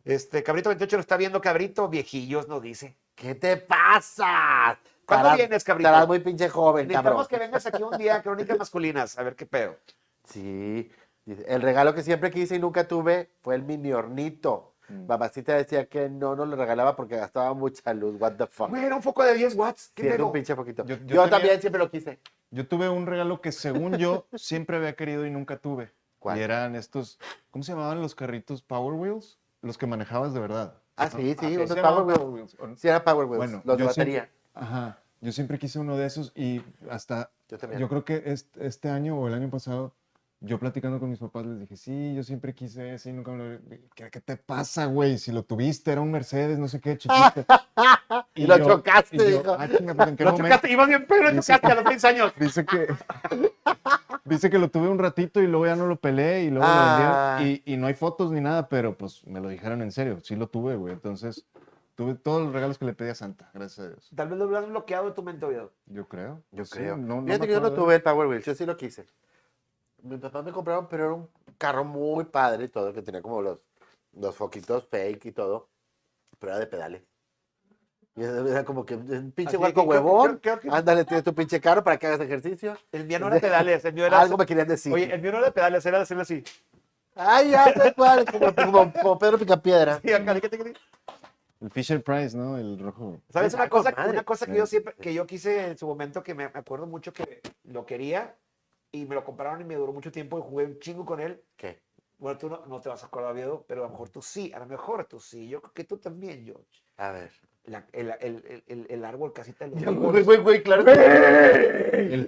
[SPEAKER 1] Este, Cabrito 28 lo está viendo, Cabrito, viejillos, nos dice.
[SPEAKER 2] ¿Qué te pasa?
[SPEAKER 1] ¿Cuándo
[SPEAKER 2] Estarás-
[SPEAKER 1] vienes, cabrito?
[SPEAKER 2] Estarás muy pinche joven, cabrón.
[SPEAKER 1] Necesitamos que vengas aquí un día, Crónicas Masculinas, a ver qué pedo.
[SPEAKER 2] Sí. Dice, El regalo que siempre quise y nunca tuve fue el mini hornito. Babacita decía que no nos lo regalaba porque gastaba mucha luz. What the fuck.
[SPEAKER 1] Güey, era un foco de 10 watts, qué
[SPEAKER 2] Sí, era
[SPEAKER 1] pedo.
[SPEAKER 2] un pinche poquito. Yo,
[SPEAKER 3] Yo- yo tenía-
[SPEAKER 2] también siempre lo quise.
[SPEAKER 3] Yo tuve un regalo que según yo siempre había querido y nunca tuve.
[SPEAKER 2] ¿Cuál?
[SPEAKER 3] Y eran estos, ¿cómo se llamaban los carritos Power Wheels? Los que manejabas de verdad.
[SPEAKER 2] Ah, sí, sí,
[SPEAKER 3] ¿se
[SPEAKER 2] unos
[SPEAKER 3] llamaban
[SPEAKER 2] Power
[SPEAKER 3] Wheels, ¿o no?
[SPEAKER 2] Sí, era Power Wheels,
[SPEAKER 3] Bueno,
[SPEAKER 2] los de
[SPEAKER 3] yo
[SPEAKER 2] batería.
[SPEAKER 3] siempre- Ajá. Yo siempre quise uno de esos y hasta
[SPEAKER 2] Yo también.
[SPEAKER 3] Yo creo que este, este año o el año pasado, yo platicando con mis papás les dije, sí, yo siempre quise ese y nunca me lo... ¿Qué, qué te pasa, güey? Si lo tuviste, era un Mercedes, no sé qué, chiquito.
[SPEAKER 2] Y lo chocaste, dijo.
[SPEAKER 3] "Ah, chinga, pues, ¿en qué
[SPEAKER 1] Lo
[SPEAKER 3] momento?".
[SPEAKER 1] chocaste, ibas bien pedo, lo
[SPEAKER 3] Dice-
[SPEAKER 1] chocaste a los 15 años.
[SPEAKER 3] Dice que, dice que lo tuve un ratito y luego ya no lo peleé y luego
[SPEAKER 2] Ah.
[SPEAKER 3] lo vendieron. Y, y no hay fotos ni nada, pero pues me lo dijeron en serio. Sí lo tuve, güey. Entonces, tuve todos los regalos que le pedí a Santa, gracias a Dios.
[SPEAKER 1] Tal vez lo has bloqueado de tu mente, Oviedo.
[SPEAKER 3] Yo creo.
[SPEAKER 2] Yo
[SPEAKER 3] Sí,
[SPEAKER 2] creo.
[SPEAKER 3] no- no me
[SPEAKER 2] Fíjate que yo no
[SPEAKER 3] acuerdo.
[SPEAKER 2] tuve el Power Wheels, yo sí lo quise. Mi papá me compraron, pero era un carro muy padre y todo, que tenía como los, los foquitos fake y todo, pero era de pedales. Y era era como que un pinche
[SPEAKER 1] Así
[SPEAKER 2] hueco
[SPEAKER 1] que creo que-
[SPEAKER 2] huevón. Ah,
[SPEAKER 1] creo- creo que-
[SPEAKER 2] Ándale, tiene tu pinche carro para que hagas ejercicio.
[SPEAKER 1] El mío no era pedales, el mío era...
[SPEAKER 2] Algo me querían decir.
[SPEAKER 1] Oye, el mío no era pedales, era hacerlo así.
[SPEAKER 2] Ay, ya sé cuál, como, como- como Pedro Picapiedra.
[SPEAKER 1] Y acá, ¿qué te- qué te-
[SPEAKER 3] El Fisher Price, ¿no? El rojo.
[SPEAKER 1] ¿Sabes una
[SPEAKER 2] Ah,
[SPEAKER 1] cosa,
[SPEAKER 2] con madre.
[SPEAKER 1] una cosa que
[SPEAKER 3] Sí.
[SPEAKER 1] yo siempre, que yo quise en su momento, que me me acuerdo mucho que lo quería y me lo compraron y me duró mucho tiempo y jugué un chingo con él?
[SPEAKER 2] ¿Qué?
[SPEAKER 1] Bueno, tú no, no te vas a acordar, Oviedo, pero a lo mejor tú sí, a lo mejor tú sí. Yo creo que tú también, George.
[SPEAKER 2] A ver.
[SPEAKER 1] La- el, el- el- el- el árbol casita de los
[SPEAKER 2] Güey,
[SPEAKER 1] Weebles.
[SPEAKER 2] güey, güey, claro. que-
[SPEAKER 3] El-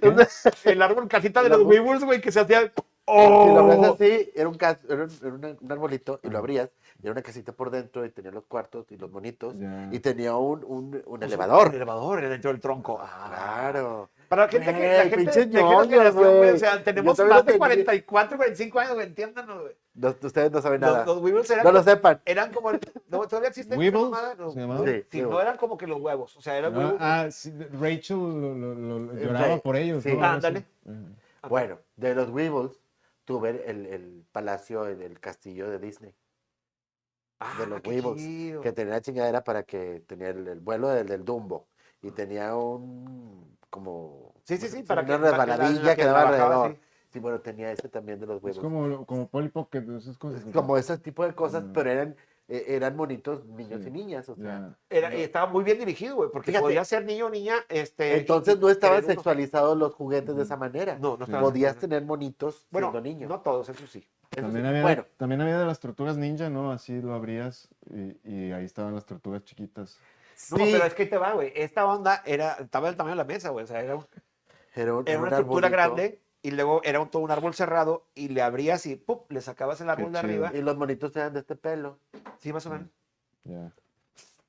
[SPEAKER 1] El árbol casita de
[SPEAKER 2] El
[SPEAKER 1] los
[SPEAKER 2] árbol.
[SPEAKER 1] Weebles, güey, que se hacía...
[SPEAKER 2] Si lo abrías
[SPEAKER 1] ¡Oh!
[SPEAKER 2] así, era un, cas- era un- era un- un arbolito y lo abrías, y era una casita por dentro y tenía los cuartos y los monitos
[SPEAKER 3] Ya.
[SPEAKER 2] y tenía un, un,
[SPEAKER 1] Pues,
[SPEAKER 2] un
[SPEAKER 1] Un
[SPEAKER 2] elevador.
[SPEAKER 1] elevador dentro del tronco. Ah.
[SPEAKER 2] Claro.
[SPEAKER 1] Para la gente que
[SPEAKER 2] Güey,
[SPEAKER 1] la gente,
[SPEAKER 2] pinche
[SPEAKER 1] de gente
[SPEAKER 2] ñoño,
[SPEAKER 1] generación, güey,
[SPEAKER 2] güey.
[SPEAKER 1] O sea,
[SPEAKER 2] Yo
[SPEAKER 1] tenemos
[SPEAKER 2] también
[SPEAKER 1] más
[SPEAKER 2] lo tenía.
[SPEAKER 1] de 44, 45 años, güey, entiéndanos, güey.
[SPEAKER 2] No- ustedes no saben Pues nada.
[SPEAKER 1] Los, los Weebles eran,
[SPEAKER 2] no lo sepan.
[SPEAKER 1] eran como... No, ¿Todavía existen?
[SPEAKER 3] Weebles,
[SPEAKER 1] esa mamada? No,
[SPEAKER 3] se llamaba.
[SPEAKER 1] Weebles.
[SPEAKER 2] Sí,
[SPEAKER 1] Sí, no
[SPEAKER 2] Weebles.
[SPEAKER 1] eran como que los huevos. O sea, eran
[SPEAKER 3] No,
[SPEAKER 1] Weebles.
[SPEAKER 3] ah, sí, Rachel lo, lo- lo- lo
[SPEAKER 2] Eh,
[SPEAKER 3] lloraba
[SPEAKER 2] Ra-
[SPEAKER 3] por ellos.
[SPEAKER 2] sí.
[SPEAKER 3] ¿no? Algo así.
[SPEAKER 1] Ah, Ándale.
[SPEAKER 3] Ajá.
[SPEAKER 2] Bueno, de los Weebles tuve el, el palacio, el, el castillo de Disney, de los
[SPEAKER 1] Ah, qué
[SPEAKER 2] Weebles,
[SPEAKER 1] chido.
[SPEAKER 2] que tenía la chingadera para que tenía el, el vuelo del, del Dumbo y tenía un como
[SPEAKER 1] Sí, sí, sí,
[SPEAKER 2] una
[SPEAKER 1] para que... para que la-
[SPEAKER 2] resbaladilla
[SPEAKER 1] la
[SPEAKER 2] que, daba
[SPEAKER 1] la bajaba,
[SPEAKER 2] alrededor.
[SPEAKER 1] sí.
[SPEAKER 2] Sí. bueno, tenía ese también de los
[SPEAKER 3] Es
[SPEAKER 2] Weebles.
[SPEAKER 3] como, como Polly Pocket, esas cosas. ¿no?
[SPEAKER 2] como ese tipo de cosas,
[SPEAKER 3] Pues Mm.
[SPEAKER 2] pero eran, eh, eran monitos niños
[SPEAKER 3] Sí,
[SPEAKER 2] y niñas. O sea.
[SPEAKER 3] Ya.
[SPEAKER 1] Era, y estaba muy bien dirigido, güey, porque
[SPEAKER 2] Fíjate.
[SPEAKER 1] podía ser niño o niña. Este,
[SPEAKER 2] Entonces
[SPEAKER 1] y-
[SPEAKER 2] no estaban
[SPEAKER 1] tener uno.
[SPEAKER 2] sexualizados los juguetes de esa manera.
[SPEAKER 1] No, no estaban
[SPEAKER 2] Podías
[SPEAKER 1] sexualizados.
[SPEAKER 2] tener monitos
[SPEAKER 1] Bueno,
[SPEAKER 2] siendo niño.
[SPEAKER 1] no todos, eso sí. Eso
[SPEAKER 3] También,
[SPEAKER 1] sí.
[SPEAKER 3] había,
[SPEAKER 2] Bueno.
[SPEAKER 3] también había de las tortugas ninja, ¿no? Así lo abrías y, y ahí estaban las tortugas chiquitas.
[SPEAKER 1] No, pero es que ahí te va, güey. Esta onda era, estaba del tamaño de la mesa, güey. O sea, era, un-
[SPEAKER 2] era, un-
[SPEAKER 1] era
[SPEAKER 2] era un
[SPEAKER 1] una estructura
[SPEAKER 2] arbolito,
[SPEAKER 1] grande y luego era un- todo un árbol cerrado y le abrías y ¡pum! le sacabas el árbol de
[SPEAKER 3] chido.
[SPEAKER 1] arriba.
[SPEAKER 2] Y los monitos eran de este pelo.
[SPEAKER 1] Sí, más o menos.
[SPEAKER 2] Mm.
[SPEAKER 3] Ya.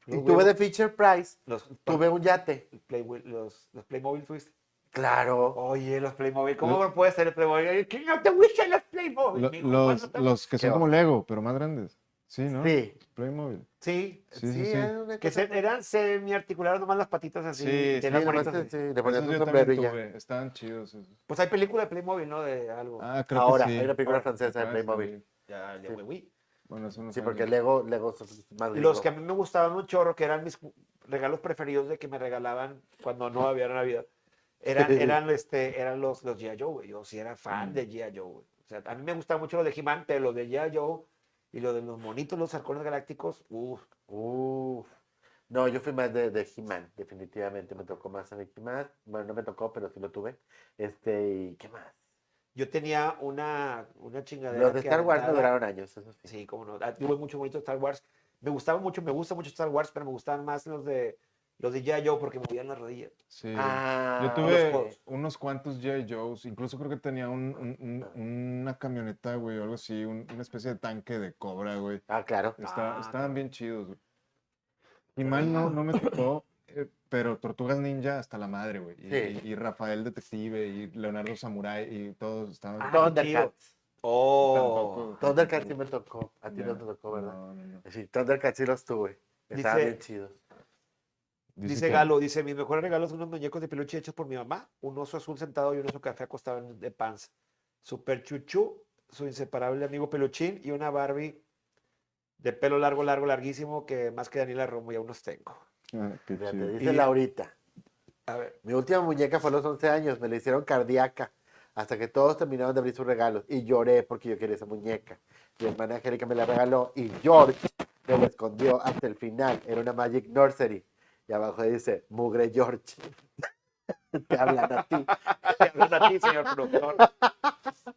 [SPEAKER 2] Y tuve de Fisher Price,
[SPEAKER 1] Los,
[SPEAKER 2] tuve un yate.
[SPEAKER 1] Play- los, los Playmobil tuviste.
[SPEAKER 2] Claro.
[SPEAKER 1] Oye, los Playmobil, ¿cómo puede ser el Playmobil? ¿Quién no te gusta los Playmobil?
[SPEAKER 3] Lo-
[SPEAKER 1] mijo?
[SPEAKER 3] los,
[SPEAKER 1] ¿Cuándo te-
[SPEAKER 3] los que
[SPEAKER 2] Qué
[SPEAKER 3] son como Lego, pero más grandes. Sí, ¿no?
[SPEAKER 2] Sí.
[SPEAKER 3] Playmobil.
[SPEAKER 1] Sí,
[SPEAKER 3] Sí, sí, sí.
[SPEAKER 2] era una
[SPEAKER 1] que
[SPEAKER 2] cosa-
[SPEAKER 1] se, eran semi-articulares nomás las patitas así.
[SPEAKER 3] Sí,
[SPEAKER 1] y
[SPEAKER 3] sí,
[SPEAKER 2] Sí,
[SPEAKER 1] tenían
[SPEAKER 2] nomás
[SPEAKER 1] bonitas
[SPEAKER 2] que-
[SPEAKER 1] así.
[SPEAKER 2] sí, le ponías
[SPEAKER 3] Esos
[SPEAKER 2] un
[SPEAKER 3] yo
[SPEAKER 2] sombrero y
[SPEAKER 3] también
[SPEAKER 2] ya.
[SPEAKER 3] tuve, Estaban chidos. esos.
[SPEAKER 1] Pues hay película de Playmobil, ¿no? De algo.
[SPEAKER 3] Ah, creo
[SPEAKER 2] Ahora,
[SPEAKER 3] que sí.
[SPEAKER 2] hay una película
[SPEAKER 1] Ahora,
[SPEAKER 2] francesa de
[SPEAKER 3] Acaba de
[SPEAKER 2] Playmobil.
[SPEAKER 3] salir.
[SPEAKER 1] ya, le
[SPEAKER 2] sí.
[SPEAKER 1] hueví.
[SPEAKER 3] Bueno, eso no
[SPEAKER 2] Sí,
[SPEAKER 3] sabe.
[SPEAKER 2] porque Lego, Lego son más
[SPEAKER 1] Los
[SPEAKER 2] gringos.
[SPEAKER 1] que a mí me gustaban un chorro, que eran mis regalos preferidos de que me regalaban cuando no había Navidad, eran, eran, este, eran los, los G.I. Joe, güey. Yo sí era fan
[SPEAKER 3] Mm.
[SPEAKER 1] de G.I. Joe, güey. O sea, a mí me gustaban mucho los de He-Man, pero los de G.I. Joe y los de los monitos, los halcones galácticos, uff.
[SPEAKER 2] Uf. No, yo fui más de, de He-Man, definitivamente. Me tocó más a mí He-Man. Bueno, no me tocó, pero sí lo tuve. Este, ¿y qué más?
[SPEAKER 1] Yo tenía una, una chingadera.
[SPEAKER 2] Los de
[SPEAKER 1] que
[SPEAKER 2] Star Wars no
[SPEAKER 1] aventaba-
[SPEAKER 2] duraron años, eso sí.
[SPEAKER 1] Sí, como no. Ah, Tuve mucho bonito Star Wars. Me gustaba mucho, me gusta mucho Star Wars, pero me gustaban más los de los de G.I. Joe porque movían las rodillas.
[SPEAKER 3] Sí.
[SPEAKER 2] Ah,
[SPEAKER 3] Yo
[SPEAKER 1] los
[SPEAKER 3] tuve
[SPEAKER 1] juegos.
[SPEAKER 3] unos cuantos G.I. Joes, incluso creo que tenía un- un- un- una camioneta, güey, o algo así, un- una especie de tanque de cobra, güey.
[SPEAKER 2] Ah, claro.
[SPEAKER 3] Está-
[SPEAKER 1] Ah.
[SPEAKER 3] Estaban bien chidos, güey. Y mal no, no me tocó, eh, pero Tortugas Ninja hasta la madre, güey. Y,
[SPEAKER 2] Sí.
[SPEAKER 3] y- y Rafael Detective y Leonardo Samurai y todos estaban...
[SPEAKER 1] Ah,
[SPEAKER 2] Thundercats.
[SPEAKER 1] Oh.
[SPEAKER 3] Tampoco-
[SPEAKER 2] Thundercats sí me tocó. A ti
[SPEAKER 3] Ya.
[SPEAKER 2] no te tocó, ¿verdad?
[SPEAKER 3] No, no, no.
[SPEAKER 2] Sí, Thundercats sí los tuve. Estaban
[SPEAKER 1] Dice-
[SPEAKER 2] bien chidos.
[SPEAKER 1] Dice,
[SPEAKER 3] que-
[SPEAKER 1] Galo, dice, mis mejores regalos son unos muñecos de peluche hechos por mi mamá, un oso azul sentado y un oso café acostado en- de panza. Super Chuchu, su inseparable amigo peluchín y una Barbie de pelo largo, largo, larguísimo, que más que Daniela Romo ya unos tengo.
[SPEAKER 3] Ah, qué
[SPEAKER 2] Fíjate,
[SPEAKER 3] chido.
[SPEAKER 2] dice
[SPEAKER 1] Y-
[SPEAKER 2] Laurita.
[SPEAKER 1] A ver,
[SPEAKER 2] Mi última muñeca fue a los 11 años, me la hicieron cardíaca, hasta que todos terminaron de abrir sus regalos y lloré porque yo quería esa muñeca. Mi hermana Angélica me la regaló y George me la escondió hasta el final. Era una Magic Nursery. Y abajo dice, mugre George. Te hablan a ti.
[SPEAKER 1] te hablan a ti, señor productor.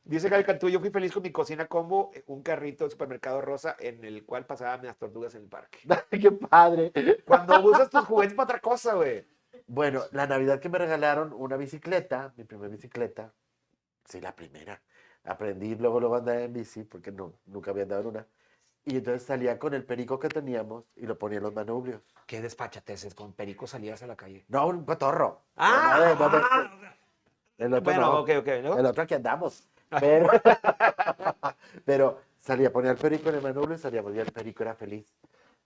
[SPEAKER 1] Dice Gaby Cantú, yo fui feliz con mi cocina combo, eh, un carrito de supermercado rosa en el cual pasaban las tortugas en el parque.
[SPEAKER 2] ¡Qué padre!
[SPEAKER 1] Cuando usas tus juguetes para otra cosa, güey.
[SPEAKER 2] Bueno, la Navidad que me regalaron una bicicleta, mi primera bicicleta, sí, la primera. Aprendí luego, luego a andar en bici porque no, nunca había andado en una. Y entonces salía con el perico que teníamos y lo ponía en los manubrios.
[SPEAKER 1] Qué despachateces, con perico salías a la calle.
[SPEAKER 2] No, un cotorro.
[SPEAKER 1] Ah,
[SPEAKER 2] No, no, no, no, el otro
[SPEAKER 1] Bueno,
[SPEAKER 2] no,
[SPEAKER 1] ok, ok. ¿no?
[SPEAKER 2] el otro aquí andamos. Pero, pero salía, ponía el perico en el manubrio y salía, ponía el perico, era feliz.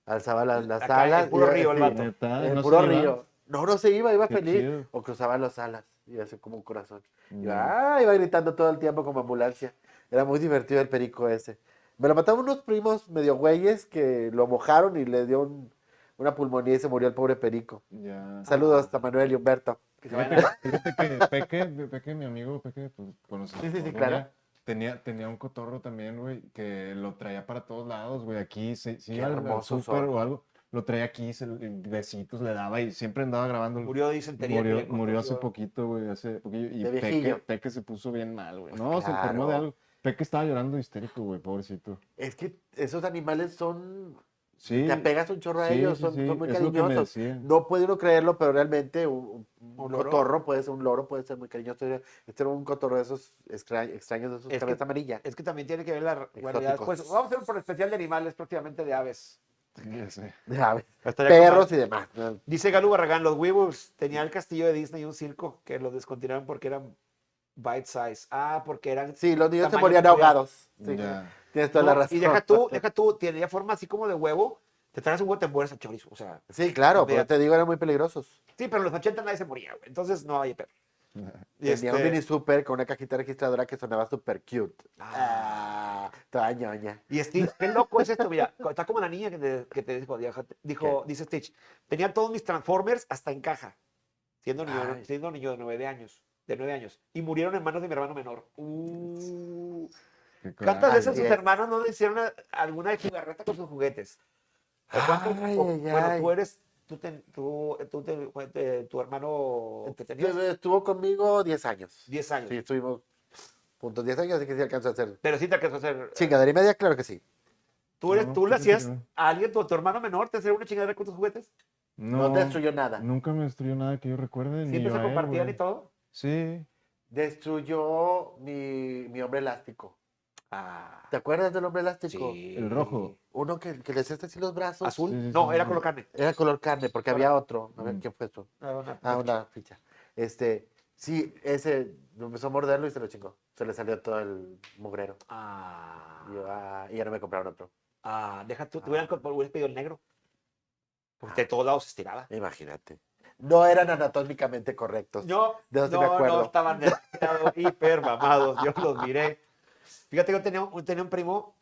[SPEAKER 2] Alzaba las, las
[SPEAKER 1] Acá, el
[SPEAKER 2] alas. y
[SPEAKER 1] puro
[SPEAKER 2] era
[SPEAKER 1] río, el
[SPEAKER 2] así,
[SPEAKER 1] vato.
[SPEAKER 3] Neta,
[SPEAKER 2] el
[SPEAKER 3] ¿no se
[SPEAKER 2] puro
[SPEAKER 3] iba?
[SPEAKER 2] río. No, no se iba, iba
[SPEAKER 3] Qué
[SPEAKER 2] feliz.
[SPEAKER 3] chido. Mm.
[SPEAKER 2] O cruzaba las alas y hacía como un corazón.
[SPEAKER 3] No.
[SPEAKER 2] Iba, ah, iba gritando todo el tiempo como ambulancia. Era muy divertido el perico ese. Me lo mataron unos primos medio güeyes que lo mojaron y le dio un- una pulmonía y se murió el pobre perico.
[SPEAKER 3] Ya.
[SPEAKER 2] Saludos
[SPEAKER 3] Ah.
[SPEAKER 2] a Manuel y Humberto.
[SPEAKER 1] Que se vayan a-
[SPEAKER 3] Fíjate, fíjate que Peque, Peque, mi amigo, Peque, pues conoces.
[SPEAKER 2] Sí, sí, sí,
[SPEAKER 3] Colombia,
[SPEAKER 2] claro.
[SPEAKER 3] Tenía, tenía un cotorro también, güey, que lo traía para todos lados, güey. Aquí, sí, sí,
[SPEAKER 2] Qué
[SPEAKER 3] al- al
[SPEAKER 2] hermosos
[SPEAKER 3] súper
[SPEAKER 2] son.
[SPEAKER 3] o algo. Lo traía aquí, se- besitos le daba y siempre andaba grabando.
[SPEAKER 1] Murió de disentería. que
[SPEAKER 3] Murió,
[SPEAKER 1] le
[SPEAKER 3] murió hace
[SPEAKER 1] contagió.
[SPEAKER 3] poquito, güey, hace poquillo. Y
[SPEAKER 2] De
[SPEAKER 3] Peque,
[SPEAKER 2] viejillo.
[SPEAKER 3] Peque se puso bien mal, güey.
[SPEAKER 2] Pues
[SPEAKER 3] No, se enfermó de
[SPEAKER 2] claro.
[SPEAKER 3] algo. Peque estaba llorando histérico, güey, pobrecito.
[SPEAKER 2] Es que esos animales son.
[SPEAKER 3] Sí.
[SPEAKER 2] Te apegas un chorro a
[SPEAKER 3] sí,
[SPEAKER 2] ellos,
[SPEAKER 3] sí,
[SPEAKER 2] son,
[SPEAKER 3] sí,
[SPEAKER 2] son muy
[SPEAKER 3] es lo que me
[SPEAKER 2] cariñosos.
[SPEAKER 3] decía.
[SPEAKER 2] No puede uno creerlo, pero realmente un, un-
[SPEAKER 1] ¿Un
[SPEAKER 2] un
[SPEAKER 1] loro?
[SPEAKER 2] cotorro puede ser un loro, puede ser muy cariñoso. Este era un cotorro de esos extra- extraños, de esos
[SPEAKER 1] Es que-
[SPEAKER 2] cabeza amarilla.
[SPEAKER 1] Es que también tiene que ver la guardia.
[SPEAKER 2] Exóticos.
[SPEAKER 1] Pues vamos a hacer un especial de animales, prácticamente de aves.
[SPEAKER 3] Ya sé.
[SPEAKER 2] de aves,
[SPEAKER 1] Estaría con
[SPEAKER 2] perros
[SPEAKER 1] madre.
[SPEAKER 2] y demás.
[SPEAKER 1] Dice Galo Barragán, los Weebles tenían el castillo de Disney y un circo que los descontinuaron porque eran bite size. Ah, porque eran...
[SPEAKER 2] Sí, los niños se
[SPEAKER 1] Tamaño
[SPEAKER 2] morían
[SPEAKER 1] que podían.
[SPEAKER 2] ahogados. Sí,
[SPEAKER 3] Ya.
[SPEAKER 2] Tienes toda
[SPEAKER 1] No,
[SPEAKER 2] la razón.
[SPEAKER 1] Y deja tú, deja tú, tenía forma así como de huevo. Te traes un huevo, te mueres a chorizo. O sea,
[SPEAKER 2] Sí, claro, pero
[SPEAKER 1] Mira.
[SPEAKER 2] te digo, eran muy peligrosos.
[SPEAKER 1] sí, pero en los 80 nadie se moría, güey. Entonces no hay perro. Y
[SPEAKER 2] Tenía un
[SPEAKER 1] este-
[SPEAKER 2] mini super con una cajita registradora que sonaba super cute.
[SPEAKER 1] Ah.
[SPEAKER 2] Ah, toda ñoña.
[SPEAKER 1] Y Stitch, qué loco es esto, mira, co- está como la niña que te, que te dijo, viajate- dijo dice Stitch, tenía todos mis Transformers hasta en caja, siendo niño,
[SPEAKER 2] Ay.
[SPEAKER 1] siendo niño de nueve años, de nueve años, y murieron en manos de mi hermano menor. Uh,
[SPEAKER 3] qué
[SPEAKER 1] ¿Cuántas
[SPEAKER 3] coraje.
[SPEAKER 1] veces
[SPEAKER 2] Así
[SPEAKER 1] sus
[SPEAKER 2] es.
[SPEAKER 1] hermanos no le hicieron a- alguna jugarreta con sus juguetes? ¿O cuántos-
[SPEAKER 2] Ay,
[SPEAKER 1] o-
[SPEAKER 2] ay,
[SPEAKER 1] bueno,
[SPEAKER 2] ay.
[SPEAKER 1] tú eres, tú, ten- tú, tú te- fue- te- tu hermano que tenías
[SPEAKER 2] Estuvo conmigo 10 años.
[SPEAKER 1] 10 años,
[SPEAKER 2] Sí, estuvimos juntos 10 años, así que sí alcanzó a hacer.
[SPEAKER 1] pero sí te alcanzó a hacer...
[SPEAKER 2] Chingadera y media, claro que sí.
[SPEAKER 1] ¿Tú, eres,
[SPEAKER 3] No,
[SPEAKER 1] tú le
[SPEAKER 3] fíjate que
[SPEAKER 1] hacías
[SPEAKER 3] no.
[SPEAKER 1] a alguien, tu, tu hermano menor, te hacía una chingadera con tus juguetes?
[SPEAKER 2] No,
[SPEAKER 3] No,
[SPEAKER 2] destruyó nada.
[SPEAKER 3] nunca me destruyó nada que yo recuerde. ni
[SPEAKER 1] ¿Siempre
[SPEAKER 3] yo
[SPEAKER 1] se
[SPEAKER 3] a él,
[SPEAKER 1] compartían y
[SPEAKER 3] güey.
[SPEAKER 1] todo?
[SPEAKER 3] Sí.
[SPEAKER 2] Destruyó mi, mi hombre elástico.
[SPEAKER 1] Ah,
[SPEAKER 2] ¿Te acuerdas del hombre elástico?
[SPEAKER 1] sí.
[SPEAKER 3] El rojo.
[SPEAKER 2] Uno que, que le hacía así los brazos.
[SPEAKER 1] ¿Azul?
[SPEAKER 3] Sí, sí,
[SPEAKER 1] no,
[SPEAKER 3] sí,
[SPEAKER 1] era
[SPEAKER 3] sí.
[SPEAKER 1] color carne.
[SPEAKER 2] Era color carne, porque había otro. A ver,
[SPEAKER 3] Mm.
[SPEAKER 2] ¿quién fue eso? Ah,
[SPEAKER 1] Ah,
[SPEAKER 2] una ficha. Este, sí, ese lo empezó a morderlo y se lo chingó. Se le salió todo el mugrero.
[SPEAKER 1] ah,
[SPEAKER 2] Y, yo, ah, y ya no me compraron otro.
[SPEAKER 1] ah, deja tú,
[SPEAKER 2] Ah.
[SPEAKER 1] te hubieran, comp- hubieras pedido el negro. Porque de todos lados se estiraba.
[SPEAKER 2] Imagínate. No eran anatómicamente correctos.
[SPEAKER 1] No,
[SPEAKER 2] de
[SPEAKER 1] no,
[SPEAKER 2] eso sí me acuerdo.
[SPEAKER 1] no, estaban demasiado hiper mamados, yo los miré. Fíjate que yo tenía un, tenía un primo,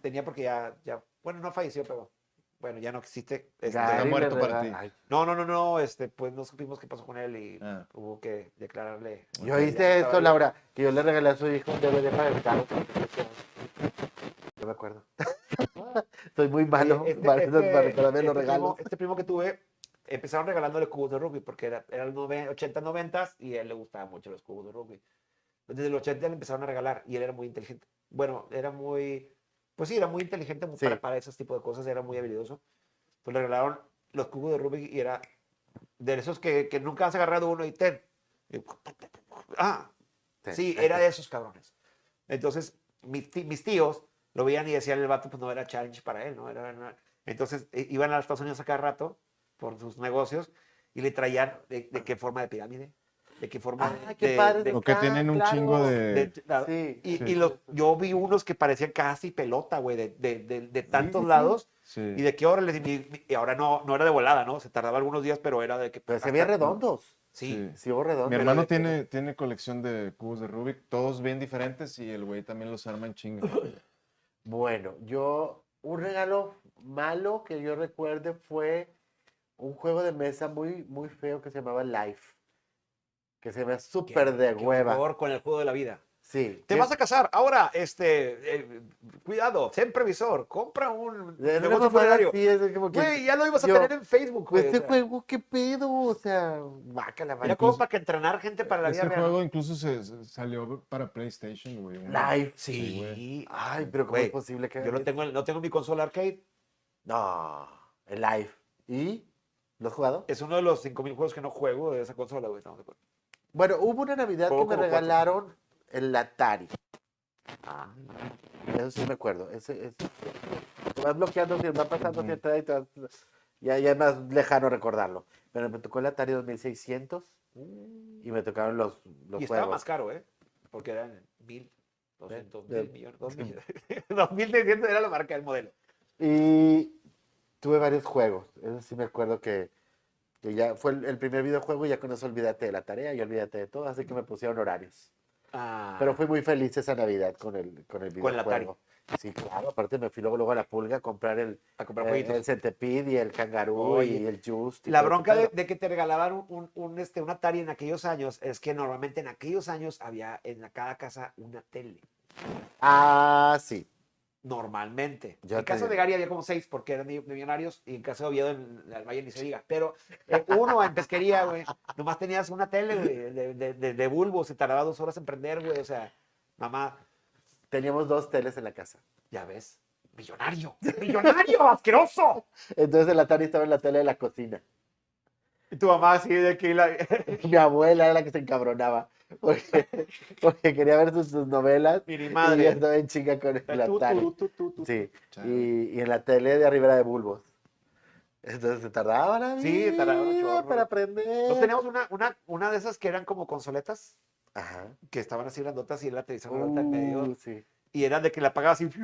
[SPEAKER 1] tenía porque ya, ya, bueno, no falleció, pero bueno, ya no existe. este,
[SPEAKER 2] Gary
[SPEAKER 3] muerto
[SPEAKER 2] le rega-
[SPEAKER 3] para ti.
[SPEAKER 2] Ay,
[SPEAKER 1] no, no, no, no, este, pues no supimos qué pasó con él y
[SPEAKER 3] Ah.
[SPEAKER 1] hubo que declararle.
[SPEAKER 2] Yo
[SPEAKER 1] que ya
[SPEAKER 2] hice
[SPEAKER 1] estaba
[SPEAKER 2] esto,
[SPEAKER 1] vivo.
[SPEAKER 2] Laura, que yo le regalé a su hijo un DVD para el carro. No me acuerdo. Soy muy malo
[SPEAKER 1] Este-
[SPEAKER 2] para,
[SPEAKER 1] este-
[SPEAKER 2] para recordarme
[SPEAKER 1] este
[SPEAKER 2] los regalos.
[SPEAKER 1] Primo, este primo que tuve, empezaron regalándole cubos de rugby porque era, eran 80, 90 y a él le gustaban mucho los cubos de rugby. Desde los 80 le empezaron a regalar y él era muy inteligente. Bueno, era muy, pues sí, era muy inteligente muy
[SPEAKER 2] Sí.
[SPEAKER 1] para, para esos tipos de cosas, era muy habilidoso. Pues le regalaron los cubos de rugby y era de esos que, que nunca has agarrado uno y ten. Y- ah,
[SPEAKER 2] eh,
[SPEAKER 1] Sí, era de esos cabrones. Entonces, mis, ti- mis tíos lo veían y decían, el vato pues no era challenge para él, ¿no? Era, era- Entonces, i- iban a los Estados Unidos a cada rato por sus negocios y le traían de, de qué forma de pirámide, de que forman.
[SPEAKER 2] Ah, qué
[SPEAKER 1] de-
[SPEAKER 2] padre.
[SPEAKER 1] de-
[SPEAKER 3] O que tienen un
[SPEAKER 2] claro.
[SPEAKER 3] chingo
[SPEAKER 1] de-
[SPEAKER 3] de...
[SPEAKER 1] de-
[SPEAKER 2] Sí.
[SPEAKER 1] y,
[SPEAKER 3] Sí.
[SPEAKER 1] y los, yo vi unos que parecían casi pelota, güey, de, de, de- de tantos
[SPEAKER 3] sí.
[SPEAKER 1] lados.
[SPEAKER 3] Sí.
[SPEAKER 1] Y de qué hora les. Y, y ahora no, no era de volada, ¿no? Se tardaba algunos días, pero era de que.
[SPEAKER 2] Pero se veían redondos.
[SPEAKER 1] Sí.
[SPEAKER 2] Sí, hubo redondos.
[SPEAKER 3] Mi
[SPEAKER 1] Pero
[SPEAKER 3] hermano
[SPEAKER 1] de-
[SPEAKER 3] tiene, tiene colección de cubos de Rubik, todos bien diferentes y el güey también los arma en chinga.
[SPEAKER 2] Bueno, yo, un regalo malo que yo recuerde fue un juego de mesa muy, muy feo que se llamaba Life. Que se me súper de
[SPEAKER 1] Qué
[SPEAKER 2] hueva.
[SPEAKER 1] horror con el juego de la vida.
[SPEAKER 2] Sí.
[SPEAKER 1] Te
[SPEAKER 2] que-
[SPEAKER 1] vas a casar. Ahora, este, eh, cuidado, sé previsor, compra un
[SPEAKER 2] de una
[SPEAKER 1] negocio
[SPEAKER 2] mamada
[SPEAKER 1] funerario.
[SPEAKER 2] así, es como que-
[SPEAKER 1] Güey, ya lo ibas a
[SPEAKER 2] yo-
[SPEAKER 1] tener en Facebook, güey.
[SPEAKER 2] Pues, este
[SPEAKER 1] o sea,
[SPEAKER 2] juego, qué pedo, o sea, guácala,
[SPEAKER 1] Era
[SPEAKER 2] vaya.
[SPEAKER 1] como para que entrenar gente para la vida
[SPEAKER 3] Ese
[SPEAKER 1] real.
[SPEAKER 3] Este juego incluso se, se- salió para PlayStation, güey. un-
[SPEAKER 2] Life.
[SPEAKER 3] Sí,
[SPEAKER 1] Sí.
[SPEAKER 3] güey.
[SPEAKER 2] Ay, pero ¿cómo
[SPEAKER 1] Güey,
[SPEAKER 2] es posible que
[SPEAKER 1] Yo no
[SPEAKER 2] hagan
[SPEAKER 1] tengo, no tengo mi consola arcade.
[SPEAKER 2] eso? No, el Life. ¿Y? ¿Lo has jugado?
[SPEAKER 1] Es uno de los 5.000 juegos que no juego de esa consola, güey. estamos de acuerdo.
[SPEAKER 2] Bueno, hubo una Navidad
[SPEAKER 1] Juego
[SPEAKER 2] que me
[SPEAKER 1] como cuatro.
[SPEAKER 2] regalaron el Atari.
[SPEAKER 1] Ah,
[SPEAKER 2] Eso sí me acuerdo. Ese, ese- Te vas bloqueando, cier- va pasando cierta edad y te vas- ya, ya es más lejano recordarlo. Pero me tocó el Atari 2600 y me tocaron los, los
[SPEAKER 1] Mm, y estaba
[SPEAKER 2] juegos.
[SPEAKER 1] más caro, ¿eh? Porque eran 1.000, 200,
[SPEAKER 2] Ve-
[SPEAKER 1] 1.000 millones. 2 millones. 2.300 era la marca del modelo.
[SPEAKER 2] Y tuve varios juegos. Eso sí me acuerdo que, que ya fue el, el primer videojuego y ya con eso olvídate de la tarea y olvídate de todo. Así que me pusieron horarios.
[SPEAKER 1] Ah,
[SPEAKER 2] Pero fui muy feliz esa Navidad con el, con el
[SPEAKER 1] Con el
[SPEAKER 2] videojuego.
[SPEAKER 1] Atari.
[SPEAKER 2] Sí, claro. Aparte me fui luego, luego a la pulga a comprar el,
[SPEAKER 1] a comprar
[SPEAKER 2] el,
[SPEAKER 1] jueguitos.
[SPEAKER 2] el centipede y el cangarú
[SPEAKER 1] Oye,
[SPEAKER 2] y el Just. y
[SPEAKER 1] La
[SPEAKER 2] todo ese
[SPEAKER 1] bronca de,
[SPEAKER 2] pedo.
[SPEAKER 1] de que te regalaban un, un, un, este, un Atari en aquellos años es que normalmente en aquellos años había en la- cada casa una tele.
[SPEAKER 2] Ah, sí.
[SPEAKER 1] Normalmente.
[SPEAKER 2] Ya
[SPEAKER 1] en caso
[SPEAKER 2] te-
[SPEAKER 1] de Gary había como seis porque eran mi- millonarios y en caso de Oviedo en el Valle ni se diga. Pero eh, uno en pesquería, güey. Nomás tenías una tele, güey, de, de, de, de bulbo. Se tardaba dos horas en prender, güey. O sea, mamá,
[SPEAKER 2] Teníamos dos teles en la casa.
[SPEAKER 1] ya ves. Millonario. Millonario, asqueroso.
[SPEAKER 2] Entonces el Atari estaba en la tele de la cocina.
[SPEAKER 1] Y tu mamá así de aquí. La...
[SPEAKER 2] Mi abuela era la que se encabronaba porque, porque quería ver sus, sus novelas
[SPEAKER 1] Miri
[SPEAKER 2] y yo
[SPEAKER 1] madre.
[SPEAKER 2] estaba en chinga con el
[SPEAKER 1] Tú,
[SPEAKER 2] Atari.
[SPEAKER 1] tú, tú, tú, tú.
[SPEAKER 2] Sí,
[SPEAKER 3] Chale.
[SPEAKER 2] y, y en la tele de arriba era de bulbos. Entonces se tardaba la
[SPEAKER 1] Sí, tardaba un
[SPEAKER 2] vida
[SPEAKER 1] chorro.
[SPEAKER 2] para aprender.
[SPEAKER 1] Nos teníamos una, una, una de esas que eran como consoletas.
[SPEAKER 2] Ajá.
[SPEAKER 1] que estaban así grandotas y era la televisión grandota en
[SPEAKER 2] Uh,
[SPEAKER 1] medio.
[SPEAKER 2] sí,
[SPEAKER 1] Y era de que la apagabas así.
[SPEAKER 2] se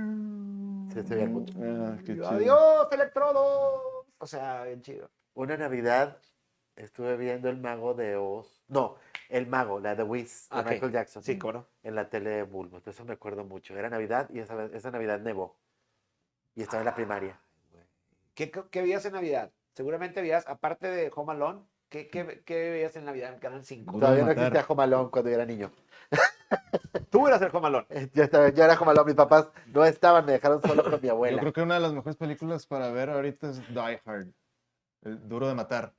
[SPEAKER 2] veía el mundo.
[SPEAKER 3] Ah, qué chido.
[SPEAKER 1] ¡Adiós, electrodos! O sea, bien chido.
[SPEAKER 2] Una Navidad estuve viendo El Mago de Oz. No, El Mago, la de Wiz, de
[SPEAKER 1] Ok.
[SPEAKER 2] Michael Jackson.
[SPEAKER 1] Sí, cómo no.
[SPEAKER 2] en la tele de Bulbo. Eso me acuerdo mucho. Era Navidad y esa, vez- esa Navidad nevó. Y estaba en la primaria.
[SPEAKER 3] Ah,
[SPEAKER 1] ¿Qué, qué, qué veías en Navidad? Seguramente veías, aparte de Home Alone, ¿qué, qué, qué veías en Navidad en Canal 5?
[SPEAKER 3] Duro
[SPEAKER 2] Todavía
[SPEAKER 3] de
[SPEAKER 2] no
[SPEAKER 3] matar.
[SPEAKER 2] existía Jomalón cuando yo era niño.
[SPEAKER 1] Tú eras el Home Alone.
[SPEAKER 2] Yo, estaba, yo era Jomalón, mis papás no estaban, me dejaron solo con mi
[SPEAKER 3] Yo
[SPEAKER 2] abuela.
[SPEAKER 3] creo que una de las mejores películas para ver ahorita es Die Hard, el Duro de Matar.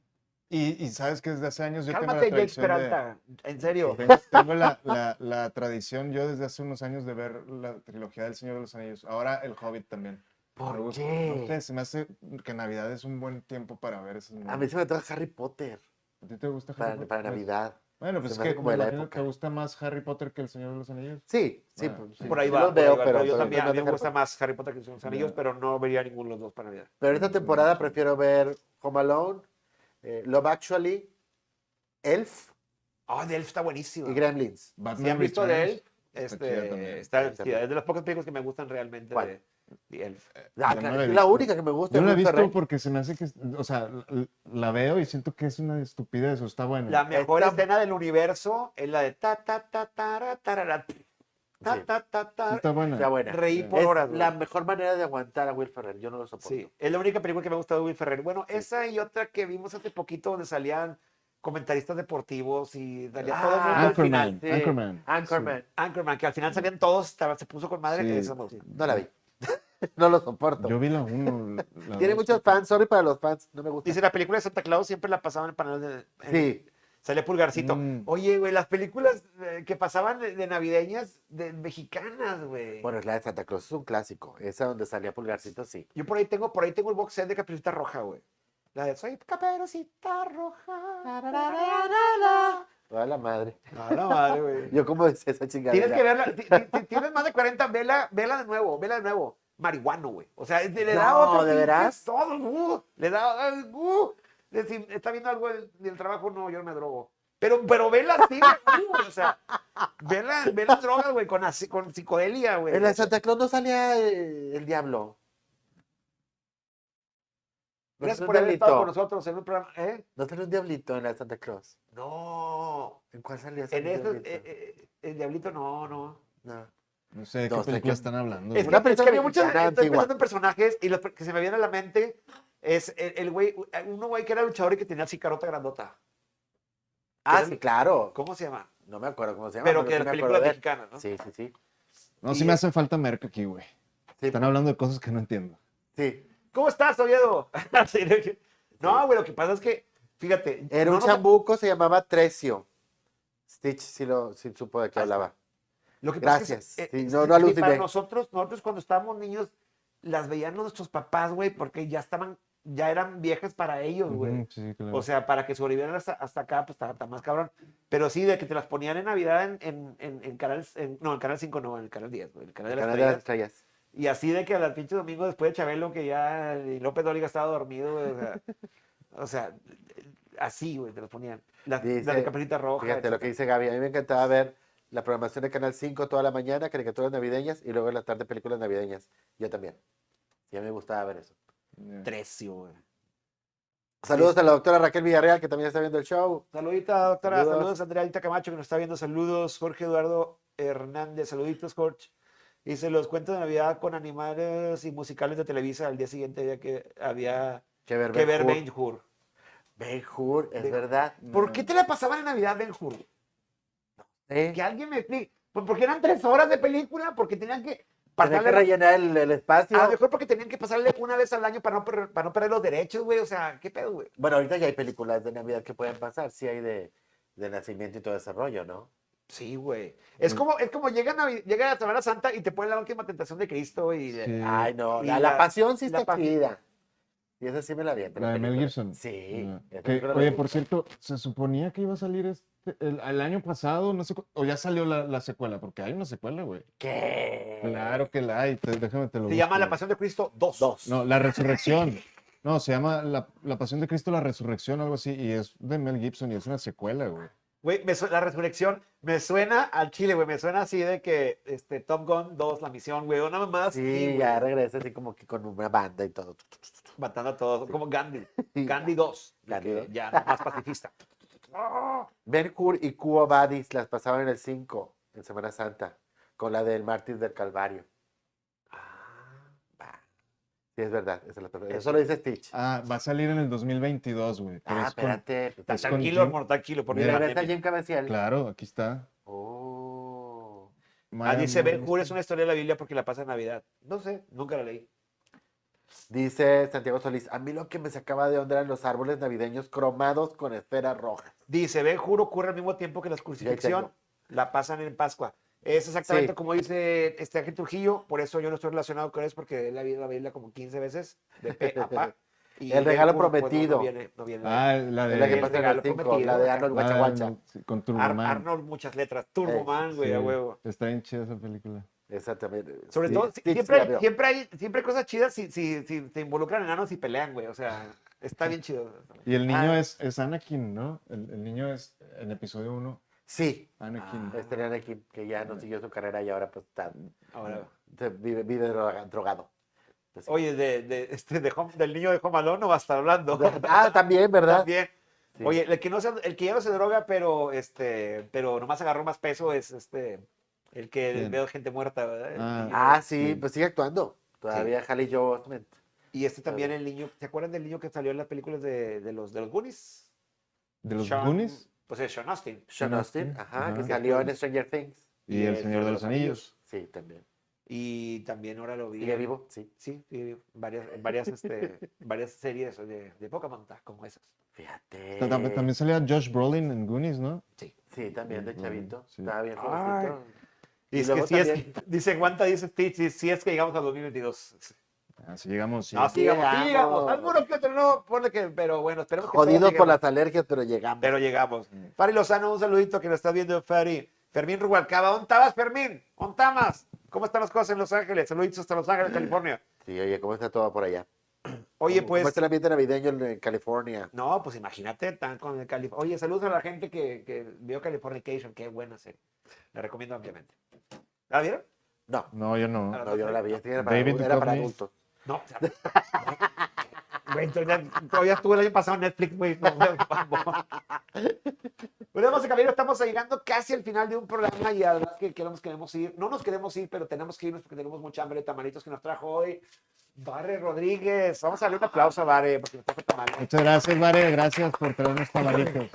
[SPEAKER 3] Y, y sabes que desde hace años yo
[SPEAKER 1] Cálmate,
[SPEAKER 3] tengo la
[SPEAKER 1] Jake
[SPEAKER 3] tradición de-
[SPEAKER 1] Peralta. En serio.
[SPEAKER 3] Tengo, tengo la, la- la tradición yo desde hace unos años de ver la trilogía del Señor de los Anillos. Ahora El Hobbit también. Me
[SPEAKER 2] ¿Por
[SPEAKER 3] gusta. No
[SPEAKER 2] qué?
[SPEAKER 3] sé, se me hace que Navidad es un buen tiempo para ver esas
[SPEAKER 2] A mí
[SPEAKER 3] movies.
[SPEAKER 2] se me antoja Harry Potter
[SPEAKER 3] ¿A ti te gusta Harry
[SPEAKER 2] Ah, para,
[SPEAKER 3] Potter?
[SPEAKER 2] para
[SPEAKER 3] Pues,
[SPEAKER 2] Navidad.
[SPEAKER 3] Bueno,
[SPEAKER 2] Se
[SPEAKER 3] pues es
[SPEAKER 2] me hace
[SPEAKER 3] que
[SPEAKER 2] como
[SPEAKER 3] me
[SPEAKER 2] de la
[SPEAKER 3] imagino que
[SPEAKER 2] época.
[SPEAKER 3] te gusta más Harry Potter que El Señor de los Anillos.
[SPEAKER 2] Sí, sí.
[SPEAKER 3] Bueno,
[SPEAKER 2] pues,
[SPEAKER 3] Ah, sí.
[SPEAKER 1] Por ahí
[SPEAKER 2] sí
[SPEAKER 1] va.
[SPEAKER 2] los
[SPEAKER 1] por
[SPEAKER 2] veo,
[SPEAKER 1] ahí va,
[SPEAKER 2] pero,
[SPEAKER 1] yo
[SPEAKER 2] soy
[SPEAKER 1] también.
[SPEAKER 2] más
[SPEAKER 1] A mí
[SPEAKER 2] de
[SPEAKER 1] me
[SPEAKER 2] Harry
[SPEAKER 1] gusta más Harry Potter que los anillos,
[SPEAKER 3] Ya.
[SPEAKER 1] pero no vería ninguno de los dos para Navidad.
[SPEAKER 2] Pero esta temporada prefiero ver Home Alone, eh, Love Actually, Elf
[SPEAKER 1] Ah, de Elf está buenísimo.
[SPEAKER 2] y Gremlins.
[SPEAKER 3] Batman
[SPEAKER 1] Si han visto de
[SPEAKER 3] Returns,
[SPEAKER 1] él,
[SPEAKER 3] chida también.
[SPEAKER 1] este, está,
[SPEAKER 2] Está
[SPEAKER 1] chida,
[SPEAKER 2] bien.
[SPEAKER 1] es de las pocas películas que me gustan realmente
[SPEAKER 2] ¿Cuál?
[SPEAKER 1] de, de Elf.
[SPEAKER 2] Ah,
[SPEAKER 3] Yo no
[SPEAKER 2] claro,
[SPEAKER 3] la he
[SPEAKER 2] es la
[SPEAKER 3] visto.
[SPEAKER 2] única que me gusta.
[SPEAKER 3] Yo
[SPEAKER 2] me
[SPEAKER 3] la he
[SPEAKER 2] gusta
[SPEAKER 3] visto
[SPEAKER 2] Rey.
[SPEAKER 3] porque se me hace que, o sea, la, la veo y siento que es una estupidez o está buena.
[SPEAKER 1] La mejor
[SPEAKER 2] Está-
[SPEAKER 1] escena del universo es la de ta ta ta tara tarara, ta
[SPEAKER 2] Sí.
[SPEAKER 1] ta ta
[SPEAKER 3] Sí
[SPEAKER 1] ta
[SPEAKER 3] está buena.
[SPEAKER 2] Está buena.
[SPEAKER 1] reí por
[SPEAKER 2] Es
[SPEAKER 1] horas. güey.
[SPEAKER 2] la mejor manera de aguantar a Will Ferrell. Yo no lo soporto.
[SPEAKER 1] Sí, es la única película que me ha gustado de Will Ferrell. Bueno, esa y otra que vimos hace poquito donde salían comentaristas deportivos y salía todo el
[SPEAKER 2] Ah,
[SPEAKER 1] mundo al final.
[SPEAKER 3] Anchorman,
[SPEAKER 2] sí.
[SPEAKER 3] Anchorman.
[SPEAKER 2] Anchorman.
[SPEAKER 1] Anchorman, que al final salían todos, estaba- se puso con madre.
[SPEAKER 3] Sí.
[SPEAKER 1] Eso me gusta.
[SPEAKER 2] No la vi. no lo soporto.
[SPEAKER 3] Yo vi la 1.
[SPEAKER 2] Tiene muchos fans. Sorry para los fans. No me gusta.
[SPEAKER 1] Dice, la película de Santa Claus siempre la pasaban en el panel de... en-
[SPEAKER 2] sí.
[SPEAKER 1] Sale Pulgarcito.
[SPEAKER 3] Mm.
[SPEAKER 1] Oye, güey, las películas eh, que pasaban de, de navideñas de mexicanas, güey.
[SPEAKER 2] Bueno, es la de Santa Claus. Es un clásico. Esa donde salía Pulgarcito, sí.
[SPEAKER 1] Yo por ahí tengo, por ahí tengo el box set de Caperucita Roja, güey. La de Soy Caperucita Roja.
[SPEAKER 2] A la madre.
[SPEAKER 1] A la madre, güey.
[SPEAKER 2] Yo como decía esa chingada.
[SPEAKER 1] Tienes que verla. ti- ti- ti- Tienes más de 40, vela, vela de nuevo, vela de nuevo. Marihuano, güey. O sea, le le da
[SPEAKER 2] No,
[SPEAKER 1] otro
[SPEAKER 2] ¿de
[SPEAKER 1] pinche
[SPEAKER 2] veras?
[SPEAKER 1] Todo, uh, le da. Uh, de si está viendo algo del, del trabajo, no, yo no me drogo. Pero, pero vela así, güey, o sea, ve, la- ve las drogas, güey, con, así- con psicodelia, güey.
[SPEAKER 2] En la de Santa Claus no salía eh, el diablo. No
[SPEAKER 1] Gracias
[SPEAKER 2] salió
[SPEAKER 1] por
[SPEAKER 2] pues un
[SPEAKER 1] haber estado con
[SPEAKER 2] diablito.
[SPEAKER 1] nosotros en un programa, ¿eh?
[SPEAKER 2] No salió un diablito en la de Santa Claus.
[SPEAKER 1] No,
[SPEAKER 2] ¿En cuál salía?
[SPEAKER 1] en
[SPEAKER 2] ese
[SPEAKER 1] esto, eh,
[SPEAKER 2] diablito?
[SPEAKER 1] eh, el diablito no, no.
[SPEAKER 2] No.
[SPEAKER 3] No sé de
[SPEAKER 2] No,
[SPEAKER 3] qué
[SPEAKER 2] está
[SPEAKER 3] película
[SPEAKER 2] aquí.
[SPEAKER 3] están hablando.
[SPEAKER 1] Es que,
[SPEAKER 3] güey.
[SPEAKER 2] Una
[SPEAKER 1] es que
[SPEAKER 2] película
[SPEAKER 1] había muchas,
[SPEAKER 2] mexicana
[SPEAKER 1] estoy
[SPEAKER 2] antigua.
[SPEAKER 1] pensando en personajes y los que se me viene a la mente es el el güey, uno güey que era luchador y que tenía cicarota grandota.
[SPEAKER 2] Ah,
[SPEAKER 1] Era-
[SPEAKER 2] sí, claro.
[SPEAKER 1] ¿Cómo se llama?
[SPEAKER 2] No me acuerdo cómo se llama.
[SPEAKER 1] Pero
[SPEAKER 2] sí
[SPEAKER 1] que de
[SPEAKER 2] me
[SPEAKER 1] las
[SPEAKER 2] acuerdo
[SPEAKER 1] películas
[SPEAKER 2] de él.
[SPEAKER 1] mexicanas, ¿no?
[SPEAKER 2] Sí, sí, sí.
[SPEAKER 3] No, sí
[SPEAKER 1] y-
[SPEAKER 3] me hace falta merca aquí, güey.
[SPEAKER 2] Sí,
[SPEAKER 3] Están hablando de cosas que no entiendo.
[SPEAKER 2] sí.
[SPEAKER 1] ¿Cómo estás, Oviedo? Así de que- no, güey, lo que pasa es que, fíjate.
[SPEAKER 2] Era
[SPEAKER 1] no
[SPEAKER 2] un
[SPEAKER 1] nos-
[SPEAKER 2] chambuco, se llamaba Trecio. Stitch sí, lo, sí supo de qué
[SPEAKER 1] Ah,
[SPEAKER 2] hablaba.
[SPEAKER 1] Lo que
[SPEAKER 2] Gracias.
[SPEAKER 1] Pasa es que,
[SPEAKER 2] Sí, no, no
[SPEAKER 1] sí, para
[SPEAKER 2] aluciné.
[SPEAKER 1] nosotros, nosotros cuando estábamos niños, las veían nuestros papás, güey, porque ya estaban, ya eran viejas para ellos, güey.
[SPEAKER 3] Ujú, sí, claro.
[SPEAKER 1] O sea, para que sobrevivieran hasta, hasta acá, pues está, está más cabrón. Pero sí, de que te las ponían en Navidad en, en, en, en canal, en- no, en canal 5, no, en el canal 10, güey, el canal de las
[SPEAKER 2] Canal de las
[SPEAKER 1] Estrellas.
[SPEAKER 2] estrellas.
[SPEAKER 1] Y así de que al pinche domingo después de Chabelo, que ya el López Dóriga estaba dormido, güey, o sea, o sea, así, güey, te las ponían. Las,
[SPEAKER 2] Dice-
[SPEAKER 1] las de Caperucita Roja.
[SPEAKER 2] Fíjate lo que dice Gaby. A mí me encantaba ver la programación de Canal 5 toda la mañana, caricaturas navideñas y luego en la tarde películas navideñas. Yo también. Y a mí me gustaba ver eso.
[SPEAKER 3] Yeah.
[SPEAKER 1] Trecio, güey.
[SPEAKER 2] Saludos a la doctora Raquel Villarreal, que también está viendo el show.
[SPEAKER 1] Saludita, doctora. Saludos,
[SPEAKER 2] Saludos.
[SPEAKER 1] Andrea Alita Camacho, que nos está viendo. Saludos, Jorge Eduardo Hernández. Saluditos, Jorge. Dice, los cuentos de Navidad con animales y musicales de Televisa al día siguiente había que, había
[SPEAKER 2] Que ver,
[SPEAKER 1] que ver
[SPEAKER 2] Ben-Hur.
[SPEAKER 1] Ben Hur.
[SPEAKER 2] Ben-Hur, es
[SPEAKER 1] Ben-
[SPEAKER 2] verdad.
[SPEAKER 1] ¿Por qué te la pasaban en Navidad Ben Hur?
[SPEAKER 2] Eh,
[SPEAKER 1] Que alguien me explique. Pues porque eran tres horas de película, porque tenían que
[SPEAKER 2] Tenía que
[SPEAKER 1] pasarle... Ah,
[SPEAKER 2] rellenar el, el espacio.
[SPEAKER 1] a lo mejor porque tenían que pasarle una vez al año para no, per- para no perder los derechos, güey. O sea, ¿qué pedo, güey?
[SPEAKER 2] Bueno, ahorita ya hay películas de Navidad que pueden pasar. Sí hay de, de nacimiento y todo ese rollo, ¿no?
[SPEAKER 1] Sí, güey.
[SPEAKER 2] Mm.
[SPEAKER 1] Es como, es como llega, Navi- llega la Semana Santa y te ponen la última tentación de Cristo y...
[SPEAKER 3] Sí.
[SPEAKER 2] Ay, no.
[SPEAKER 1] Y
[SPEAKER 2] La,
[SPEAKER 1] la-
[SPEAKER 2] la pasión sí
[SPEAKER 1] la
[SPEAKER 2] está
[SPEAKER 1] pa-
[SPEAKER 2] chida. Y esa sí me la vi.
[SPEAKER 3] La de Mel Gibson.
[SPEAKER 2] Sí.
[SPEAKER 3] Ah,
[SPEAKER 2] esa
[SPEAKER 3] que,
[SPEAKER 2] película la
[SPEAKER 3] oye,
[SPEAKER 2] vi.
[SPEAKER 3] por cierto, se suponía que iba a salir este, el, el año pasado, no sé, cu- o ya salió la, la secuela, porque hay una secuela, güey.
[SPEAKER 2] ¿Qué?
[SPEAKER 3] Claro que la hay, te- déjame te lo
[SPEAKER 1] Se
[SPEAKER 3] busco,
[SPEAKER 1] llama La
[SPEAKER 3] güey.
[SPEAKER 1] Pasión de Cristo 2.
[SPEAKER 2] Dos.
[SPEAKER 3] No, La Resurrección. No, se llama la, La Pasión de Cristo, La Resurrección, algo así, y es de Mel Gibson y es una secuela, güey.
[SPEAKER 1] Güey, me su- la resurrección me suena al chile, güey. Me suena así de que este, Top Gun 2, la misión, güey. Una mamá así,
[SPEAKER 2] Sí,
[SPEAKER 1] güey,
[SPEAKER 2] ya regresa así como que con una banda y todo.
[SPEAKER 1] matando a todos. Como Gandhi.
[SPEAKER 2] Sí.
[SPEAKER 1] Gandhi 2. de
[SPEAKER 2] Gandhi
[SPEAKER 1] que
[SPEAKER 2] 2.
[SPEAKER 1] Ya, no más pacifista.
[SPEAKER 2] Mercur y Cuo Badis las pasaban en el 5, en Semana Santa, con la del Mártir del Calvario.
[SPEAKER 1] Ah.
[SPEAKER 2] Va. Sí, es verdad. esa la- Eso lo dice Stitch.
[SPEAKER 3] Ah, va a salir en el 2022, güey. pero
[SPEAKER 2] Ah,
[SPEAKER 3] es con-
[SPEAKER 2] espérate.
[SPEAKER 1] Tan
[SPEAKER 3] Es con
[SPEAKER 1] tranquilo,
[SPEAKER 3] Jim-
[SPEAKER 1] hermano, tranquilo. Por
[SPEAKER 2] Y
[SPEAKER 1] mí la
[SPEAKER 2] regresa
[SPEAKER 1] pandemia.
[SPEAKER 2] Jim Cabecial.
[SPEAKER 3] Claro, aquí está.
[SPEAKER 2] Oh.
[SPEAKER 1] Ah, dice Ben
[SPEAKER 3] Miami.
[SPEAKER 1] Hur es una historia de la Biblia porque la pasa en Navidad. No sé, nunca la leí.
[SPEAKER 2] Dice Santiago Solís, a mí lo que me sacaba de onda eran los árboles navideños cromados con esferas rojas.
[SPEAKER 1] Dice, Ben Hur ocurre al mismo tiempo que la crucifixión.
[SPEAKER 2] tengo.
[SPEAKER 1] La pasan en Pascua. Es exactamente
[SPEAKER 2] Sí.
[SPEAKER 1] como dice este Ángel Trujillo. Por eso yo no estoy relacionado con eso, porque él ha leído la Biblia como 15 veces. De pe a pa. Y
[SPEAKER 2] El regalo
[SPEAKER 1] Ben Hur, pues, no-
[SPEAKER 2] prometido.
[SPEAKER 1] no viene, no viene.
[SPEAKER 3] Ah, la de...
[SPEAKER 2] Es la que
[SPEAKER 1] el
[SPEAKER 2] pasa en
[SPEAKER 1] regalo
[SPEAKER 2] el 5,
[SPEAKER 1] prometido,
[SPEAKER 2] la de
[SPEAKER 1] acá.
[SPEAKER 2] Arnold
[SPEAKER 3] la de-
[SPEAKER 2] Guachaguacha.
[SPEAKER 3] Con
[SPEAKER 1] Ar-
[SPEAKER 3] Turboman.
[SPEAKER 1] Arnold, muchas letras.
[SPEAKER 2] Eh,
[SPEAKER 1] Turboman, güey,
[SPEAKER 3] Sí,
[SPEAKER 1] a huevo.
[SPEAKER 3] Está bien chida esa película.
[SPEAKER 2] Exactamente.
[SPEAKER 1] Sobre
[SPEAKER 2] Sí,
[SPEAKER 1] todo, si-
[SPEAKER 2] Stitch
[SPEAKER 1] siempre,
[SPEAKER 2] la
[SPEAKER 1] hay,
[SPEAKER 2] vio.
[SPEAKER 1] siempre, hay, siempre hay cosas chidas si, si, si te involucran enanos y pelean, güey. O sea, está bien chido.
[SPEAKER 3] Y el niño
[SPEAKER 1] Ah.
[SPEAKER 3] es, es Anakin, ¿no? El, el niño es en episodio 1,
[SPEAKER 2] Sí,
[SPEAKER 3] Anakin.
[SPEAKER 1] Ah.
[SPEAKER 2] este era aquí que ya no siguió su carrera y ahora pues está,
[SPEAKER 1] Ahora,
[SPEAKER 2] se vive, vive droga- drogado. Pues, sí.
[SPEAKER 1] oye, de, de, este, de Home- del niño de Home Alone no va a estar hablando.
[SPEAKER 2] Ah, también, ¿verdad?
[SPEAKER 1] También.
[SPEAKER 2] Sí.
[SPEAKER 1] Oye, el que, no se- el que ya no se droga, pero este, pero nomás agarró más peso es este el que
[SPEAKER 3] ¿Quién?
[SPEAKER 1] veo gente muerta, ¿verdad? El
[SPEAKER 3] Ah.
[SPEAKER 1] niño.
[SPEAKER 2] Ah, sí,
[SPEAKER 3] Sí.
[SPEAKER 2] pues sigue actuando. Todavía Halle Joe Osment.
[SPEAKER 1] Y este también el niño, ¿se acuerdan del niño que salió en las películas de, de los de los Goonies?
[SPEAKER 3] ¿De los
[SPEAKER 1] Sean-
[SPEAKER 3] Goonies?
[SPEAKER 1] Pues es Sean Austin.
[SPEAKER 2] Sean Austin, ajá, que
[SPEAKER 3] ajá.
[SPEAKER 2] salió en Stranger Things.
[SPEAKER 3] Y El Señor de los Anillos.
[SPEAKER 2] Sí, también.
[SPEAKER 1] Y también ahora lo vi.
[SPEAKER 2] ¿Sigue vivo? Sí,
[SPEAKER 1] Sí, sigue vivo. Varias, en varias, este, varias series de, de Pokémon ah, como esas.
[SPEAKER 2] fíjate.
[SPEAKER 3] Ta- tam- También, salía Josh Brolin en Goonies, ¿no?
[SPEAKER 2] Sí, también de
[SPEAKER 3] Mm,
[SPEAKER 2] chavito.
[SPEAKER 3] sí.
[SPEAKER 2] Estaba bien
[SPEAKER 1] Ay.
[SPEAKER 2] jovencito.
[SPEAKER 1] Y,
[SPEAKER 2] Y
[SPEAKER 1] es que
[SPEAKER 2] luego
[SPEAKER 1] si es
[SPEAKER 2] también-
[SPEAKER 1] que- dice Guanta, dice Stitch, si- si es que llegamos al 2022.
[SPEAKER 3] Así llegamos. sí.
[SPEAKER 1] No, Ah, sí llegamos, sí
[SPEAKER 2] Llegamos.
[SPEAKER 1] llegamos. Algunos que otros no, ponle que, pero bueno, esperemos que todos
[SPEAKER 2] Jodido por
[SPEAKER 1] lleguemos.
[SPEAKER 2] las alergias, pero llegamos.
[SPEAKER 1] Pero llegamos. Fari Lozano, un saludito que nos está viendo, Fari. Fermín Rubalcaba, ¿dónde estabas, Fermín? ¿Dónde estabas? ¿Cómo están las cosas en Los Ángeles? Saluditos hasta Los Ángeles, California.
[SPEAKER 2] Sí, oye, ¿cómo está todo por allá?
[SPEAKER 1] Oye,
[SPEAKER 2] Mm. ¿Cómo
[SPEAKER 1] pues.
[SPEAKER 2] está el ambiente navideño en en California?
[SPEAKER 1] No, pues imagínate, tan con el California. Oye, saludos a la gente que, que vio Californication, qué buena serie. La recomiendo ampliamente. ¿La vieron?
[SPEAKER 2] No,
[SPEAKER 3] No, yo no.
[SPEAKER 1] Ah,
[SPEAKER 2] no, yo no la vi. esta Era para,
[SPEAKER 3] David
[SPEAKER 2] adultos, era para
[SPEAKER 3] Duchovny.
[SPEAKER 2] adultos.
[SPEAKER 1] No. o sea, güey, todavía, todavía estuvo el año pasado en Netflix, güey. No, no, vamos. Bueno, damas y caballeros, estamos llegando casi al final de un programa y la verdad es que queremos, queremos ir. No nos queremos ir, pero tenemos que irnos porque tenemos mucha hambre de tamalitos que nos trajo hoy. Barre Rodríguez. Vamos a darle un aplauso a Barre porque nos trajo tamales.
[SPEAKER 3] Muchas gracias, Vare. Gracias por traernos tamalitos.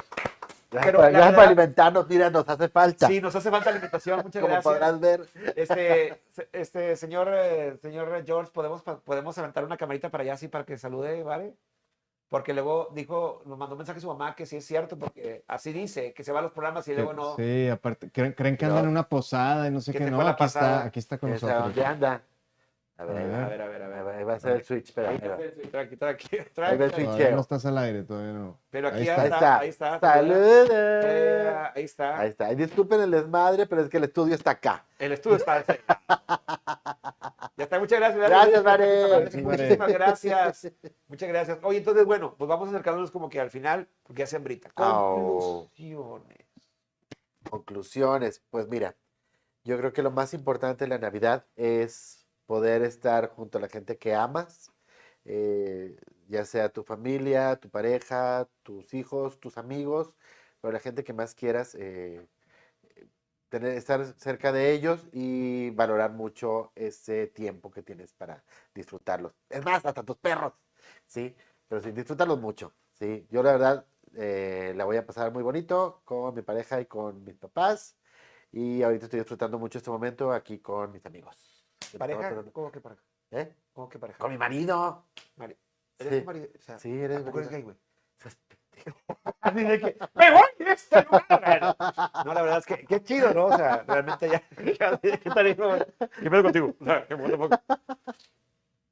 [SPEAKER 2] Gracias,
[SPEAKER 1] Pero
[SPEAKER 2] para,
[SPEAKER 1] la
[SPEAKER 2] gracias
[SPEAKER 1] verdad-
[SPEAKER 2] para alimentarnos, mira, nos hace falta.
[SPEAKER 1] Sí, nos hace falta alimentación. Muchas
[SPEAKER 2] Como
[SPEAKER 1] gracias.
[SPEAKER 2] podrás ver,
[SPEAKER 1] Este, se- este señor, eh, señor George, ¿podemos, pa- podemos levantar una camarita para allá así para que salude, ¿vale? Porque luego dijo, nos mandó un mensaje su mamá que sí es cierto, porque así dice, que se va a los programas y luego no.
[SPEAKER 3] Sí, aparte, creen, creen que andan en una posada y no sé
[SPEAKER 1] ¿Qué
[SPEAKER 3] qué.
[SPEAKER 1] te
[SPEAKER 3] No,
[SPEAKER 1] fue la
[SPEAKER 3] aquí está,
[SPEAKER 1] pasada?
[SPEAKER 3] aquí está con
[SPEAKER 2] esa,
[SPEAKER 3] nosotros.
[SPEAKER 2] ¿dónde anda? A
[SPEAKER 3] A
[SPEAKER 2] ver,
[SPEAKER 3] ver.
[SPEAKER 2] a
[SPEAKER 1] A ver, a ver, a ver.
[SPEAKER 2] ver, ahí va a ser el switch, espera,
[SPEAKER 1] Ahí
[SPEAKER 2] espera.
[SPEAKER 1] está, sí, Tranqui, tranqui,
[SPEAKER 2] Ahí va el
[SPEAKER 1] tranqui.
[SPEAKER 2] switch.
[SPEAKER 3] Todavía no estás al aire, todavía no.
[SPEAKER 1] Pero aquí
[SPEAKER 3] Ahí
[SPEAKER 1] ya
[SPEAKER 3] está.
[SPEAKER 2] Ahí
[SPEAKER 1] está,
[SPEAKER 2] está.
[SPEAKER 1] ahí está.
[SPEAKER 2] ¡Saludos!
[SPEAKER 1] Eh, Ahí está.
[SPEAKER 2] Ahí está. Y disculpen el desmadre, pero es que el estudio está acá.
[SPEAKER 1] El estudio está. está. Ya está, muchas gracias.
[SPEAKER 2] Gracias, Vare.
[SPEAKER 3] Sí, Vare.
[SPEAKER 1] Muchísimas gracias. Muchas gracias. Oye, entonces, bueno, pues vamos acercándonos como que al final, porque ya se hambrita.
[SPEAKER 2] Au.
[SPEAKER 1] Conclusiones.
[SPEAKER 2] Conclusiones. Pues mira, yo creo que lo más importante de la Navidad es poder estar junto a la gente que amas, eh, ya sea tu familia, tu pareja, tus hijos, tus amigos, pero la gente que más quieras, eh, tener, estar cerca de ellos y valorar mucho ese tiempo que tienes para disfrutarlos. Es más, hasta tus perros, ¿sí? Pero sí, disfrútalos mucho, ¿sí? Yo la verdad eh, la voy a pasar muy bonito con mi pareja y con mis papás. Y ahorita estoy disfrutando mucho este momento aquí con mis amigos.
[SPEAKER 1] ¿Pareja? ¿Cómo que pareja?
[SPEAKER 2] ¿Eh?
[SPEAKER 1] ¿Cómo que pareja?
[SPEAKER 2] Con mi marido.
[SPEAKER 1] Mari- ¿Eres
[SPEAKER 2] Sí,
[SPEAKER 1] tu marido? O sea,
[SPEAKER 2] sí, eres
[SPEAKER 1] ¿tampoco eres
[SPEAKER 2] marido.
[SPEAKER 1] gay, güey? Así de que, ¡me voy de este lugar! No, la verdad es que, qué chido, ¿no? O sea, realmente ya, ya ¿qué tal? hijo? ¿Qué pedo contigo? O sea, que me voy tampoco.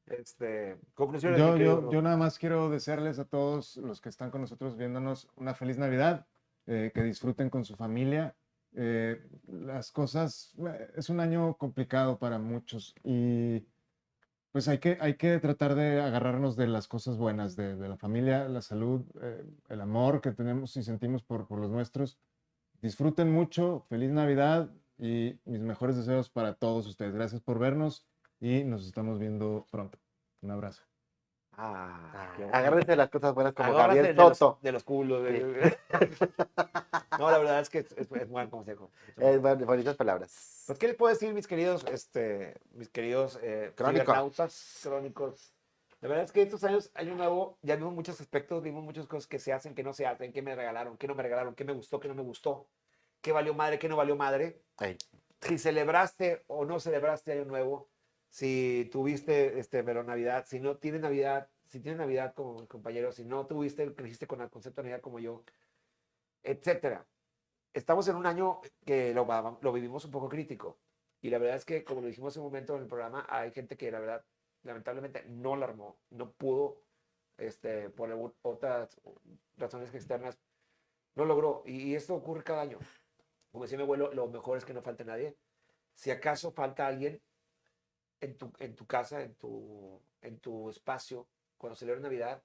[SPEAKER 1] Este, conclusiones.
[SPEAKER 3] Yo,
[SPEAKER 1] mi
[SPEAKER 3] yo-
[SPEAKER 1] querido-
[SPEAKER 3] yo nada más quiero desearles a todos los que están con nosotros viéndonos una feliz Navidad, eh, que disfruten con su familia. Eh, las cosas, eh, es un año complicado para muchos y pues hay que, hay que tratar de agarrarnos de las cosas buenas, de, de la familia, la salud, eh, el amor que tenemos y sentimos por, por los nuestros. Disfruten mucho, feliz Navidad y mis mejores deseos para todos ustedes. Gracias por vernos y nos estamos viendo pronto. Un abrazo.
[SPEAKER 1] Ah, qué bueno.
[SPEAKER 2] Agárrense de las cosas buenas como
[SPEAKER 1] Agárrate
[SPEAKER 2] Gabriel
[SPEAKER 1] de los-
[SPEAKER 2] Soto.
[SPEAKER 1] De los culos. de- no, la verdad es que es, es- es buen consejo. Es un
[SPEAKER 2] Eh, bon- bonitas palabras.
[SPEAKER 1] Pues, ¿qué les puedo decir, mis queridos, este, mis queridos eh,
[SPEAKER 2] Crónicos.
[SPEAKER 1] cibernautas, crónicos? La verdad es que estos años, año nuevo, ya vimos muchos aspectos, vimos muchas cosas que se hacen, que no se hacen, que me regalaron, que no me regalaron, que me gustó, que no me gustó, que valió madre, que no valió madre.
[SPEAKER 2] Ey.
[SPEAKER 1] Si celebraste o no celebraste año nuevo, si tuviste este verano Navidad, si no tienes Navidad, si tienes Navidad como mi compañero, si no tuviste, creciste con el concepto de Navidad como yo, etcétera. Estamos en un año que lo, va- lo vivimos un poco crítico. Y la verdad es que, como lo dijimos en un momento en el programa, hay gente que la verdad, lamentablemente, no la armó, no pudo, este, por algún- otras razones externas, no logró. Y, y esto ocurre cada año. Como decía mi abuelo, lo mejor es que no falte nadie. Si acaso falta alguien en tu, en tu casa, en tu, en tu espacio, cuando celebra Navidad,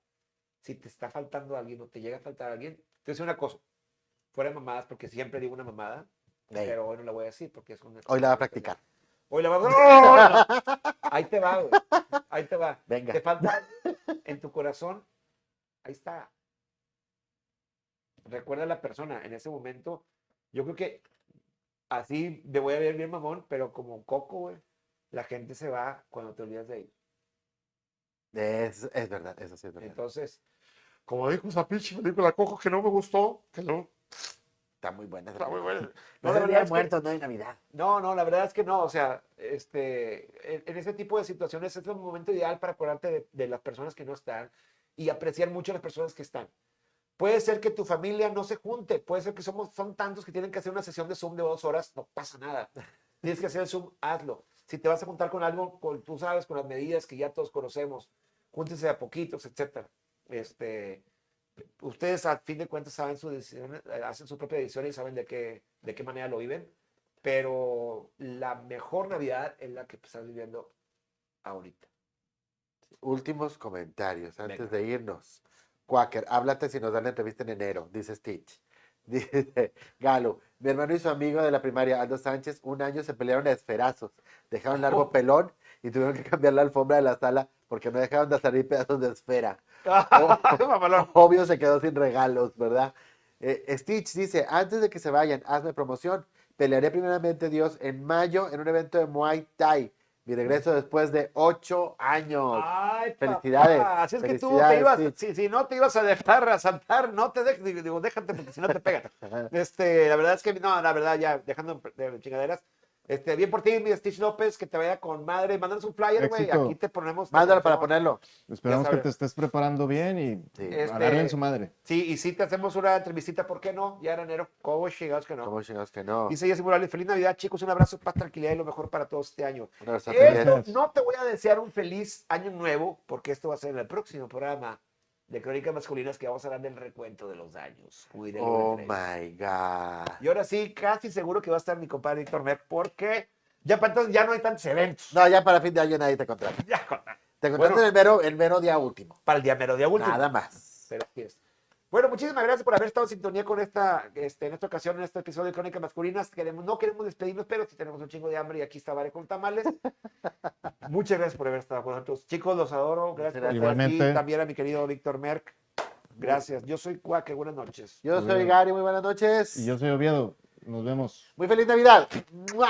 [SPEAKER 1] si te está faltando alguien o te llega a faltar alguien, te voy a decir una cosa, fuera de mamadas, porque siempre digo una mamada,
[SPEAKER 2] Ey,
[SPEAKER 1] pero hoy no la voy a decir porque es una...
[SPEAKER 2] Hoy la va a practicar.
[SPEAKER 1] Hoy la vamos a... Ahí te va, güey. Ahí te va.
[SPEAKER 2] Venga.
[SPEAKER 1] Te falta en tu corazón. Ahí está. Recuerda a la persona en ese momento. Yo creo que así me voy a ver bien mamón, pero como un coco, güey. La gente se va cuando te olvidas de ella.
[SPEAKER 2] Es, es verdad, eso sí es verdad.
[SPEAKER 1] Entonces,
[SPEAKER 5] como dijo esa pinche película cojo que no me gustó, que no
[SPEAKER 2] Está muy buena. esa
[SPEAKER 5] está muy
[SPEAKER 2] película.
[SPEAKER 5] buena.
[SPEAKER 2] No,
[SPEAKER 1] No, la verdad
[SPEAKER 2] es el día
[SPEAKER 1] es que-
[SPEAKER 2] muerto, no de Navidad.
[SPEAKER 1] no, no, la verdad es que no. O sea, este, en, en ese tipo de situaciones es el momento ideal para acordarte de, de las personas que no están y apreciar mucho a las personas que están. Puede ser que tu familia no se junte, puede ser que somos, son tantos que tienen que hacer una sesión de Zoom de dos horas, no pasa nada. Tienes que hacer el Zoom, hazlo. Si te vas a juntar con algo, con, tú sabes, con las medidas que ya todos conocemos, júntense de a poquitos, etcétera. Este, ustedes a fin de cuentas saben su decisión, eh, hacen su propia decisión y saben de qué, de qué manera lo viven, pero la mejor Navidad es la que estás viviendo ahorita.
[SPEAKER 2] Últimos comentarios antes de irnos. Quaker, háblate si nos dan la entrevista en enero, dice Stitch. Dice Galo, mi hermano y su amigo de la primaria, Aldo Sánchez, un año se pelearon a esferazos, dejaron largo pelón y tuvieron que cambiar la alfombra de la sala porque no dejaron de salir pedazos de esfera.
[SPEAKER 1] Mamalón.
[SPEAKER 2] Obvio se quedó sin regalos, ¿verdad? Eh, Stitch dice, antes de que se vayan, hazme promoción. Pelearé primeramente Dios en mayo en un evento de Muay Thai. Mi regreso después de ocho años.
[SPEAKER 1] Ay,
[SPEAKER 2] Felicidades,
[SPEAKER 1] papá, Así es que tú te
[SPEAKER 2] felicidades,
[SPEAKER 1] ibas,
[SPEAKER 2] sí.
[SPEAKER 1] si, si no te ibas a dejar a saltar, no te dejes, digo, digo, déjate porque si no te pegan. Este, la verdad es que, no, la verdad, ya dejando de chingaderas. Este, bien por ti, mi Stitch López, que te vaya con madre. Mándanos un flyer, güey.
[SPEAKER 3] Éxito.
[SPEAKER 1] Aquí te ponemos.
[SPEAKER 2] Mándalo para ponerlo.
[SPEAKER 3] Esperamos
[SPEAKER 1] Ya
[SPEAKER 3] que
[SPEAKER 1] sabes.
[SPEAKER 3] te estés preparando bien y
[SPEAKER 2] Sí.
[SPEAKER 1] Este-
[SPEAKER 3] a darle en su madre.
[SPEAKER 1] Sí, y sí te hacemos una entrevistita, ¿por qué no? Ya en enero, ¿cómo chingados que no?
[SPEAKER 2] ¿Cómo chingados que no?
[SPEAKER 1] Dice Jessy Morales, feliz Navidad, chicos, un abrazo, paz, tranquilidad y lo mejor para todos este año.
[SPEAKER 2] Un abrazo a
[SPEAKER 1] Esto,
[SPEAKER 3] Gracias.
[SPEAKER 1] no te voy a desear un feliz año nuevo, porque esto va a ser en el próximo programa de Crónicas Masculinas que vamos a hablar del recuento de los años. Uy, del
[SPEAKER 2] Oh
[SPEAKER 1] uno al tres.
[SPEAKER 2] my God.
[SPEAKER 1] Y ahora sí, casi seguro que va a estar mi compadre Víctor Merck, porque ya para entonces ya no hay tantos eventos.
[SPEAKER 2] No, ya para fin de año nadie te contrata.
[SPEAKER 1] Ya, jota,
[SPEAKER 2] Te contratan
[SPEAKER 1] Bueno.
[SPEAKER 2] el, mero, el mero día último.
[SPEAKER 1] para el día mero día último.
[SPEAKER 2] Nada más.
[SPEAKER 1] Pero así es. Bueno, muchísimas gracias por haber estado en sintonía con esta, este, en esta ocasión, en este episodio de Crónicas Masculinas. Queremos, no queremos despedirnos, pero si tenemos un chingo de hambre y aquí está Vare con tamales. Muchas gracias por haber estado con nosotros. Chicos, los adoro. Gracias por estar aquí.
[SPEAKER 3] Igualmente.
[SPEAKER 1] También a mi querido Víctor Merck. Gracias. Yo soy Cuaque. Buenas noches.
[SPEAKER 2] Yo soy
[SPEAKER 3] Bueno.
[SPEAKER 2] Gary, muy buenas noches.
[SPEAKER 3] Y yo soy Oviedo. Nos vemos.
[SPEAKER 2] Muy feliz Navidad. ¡Mua!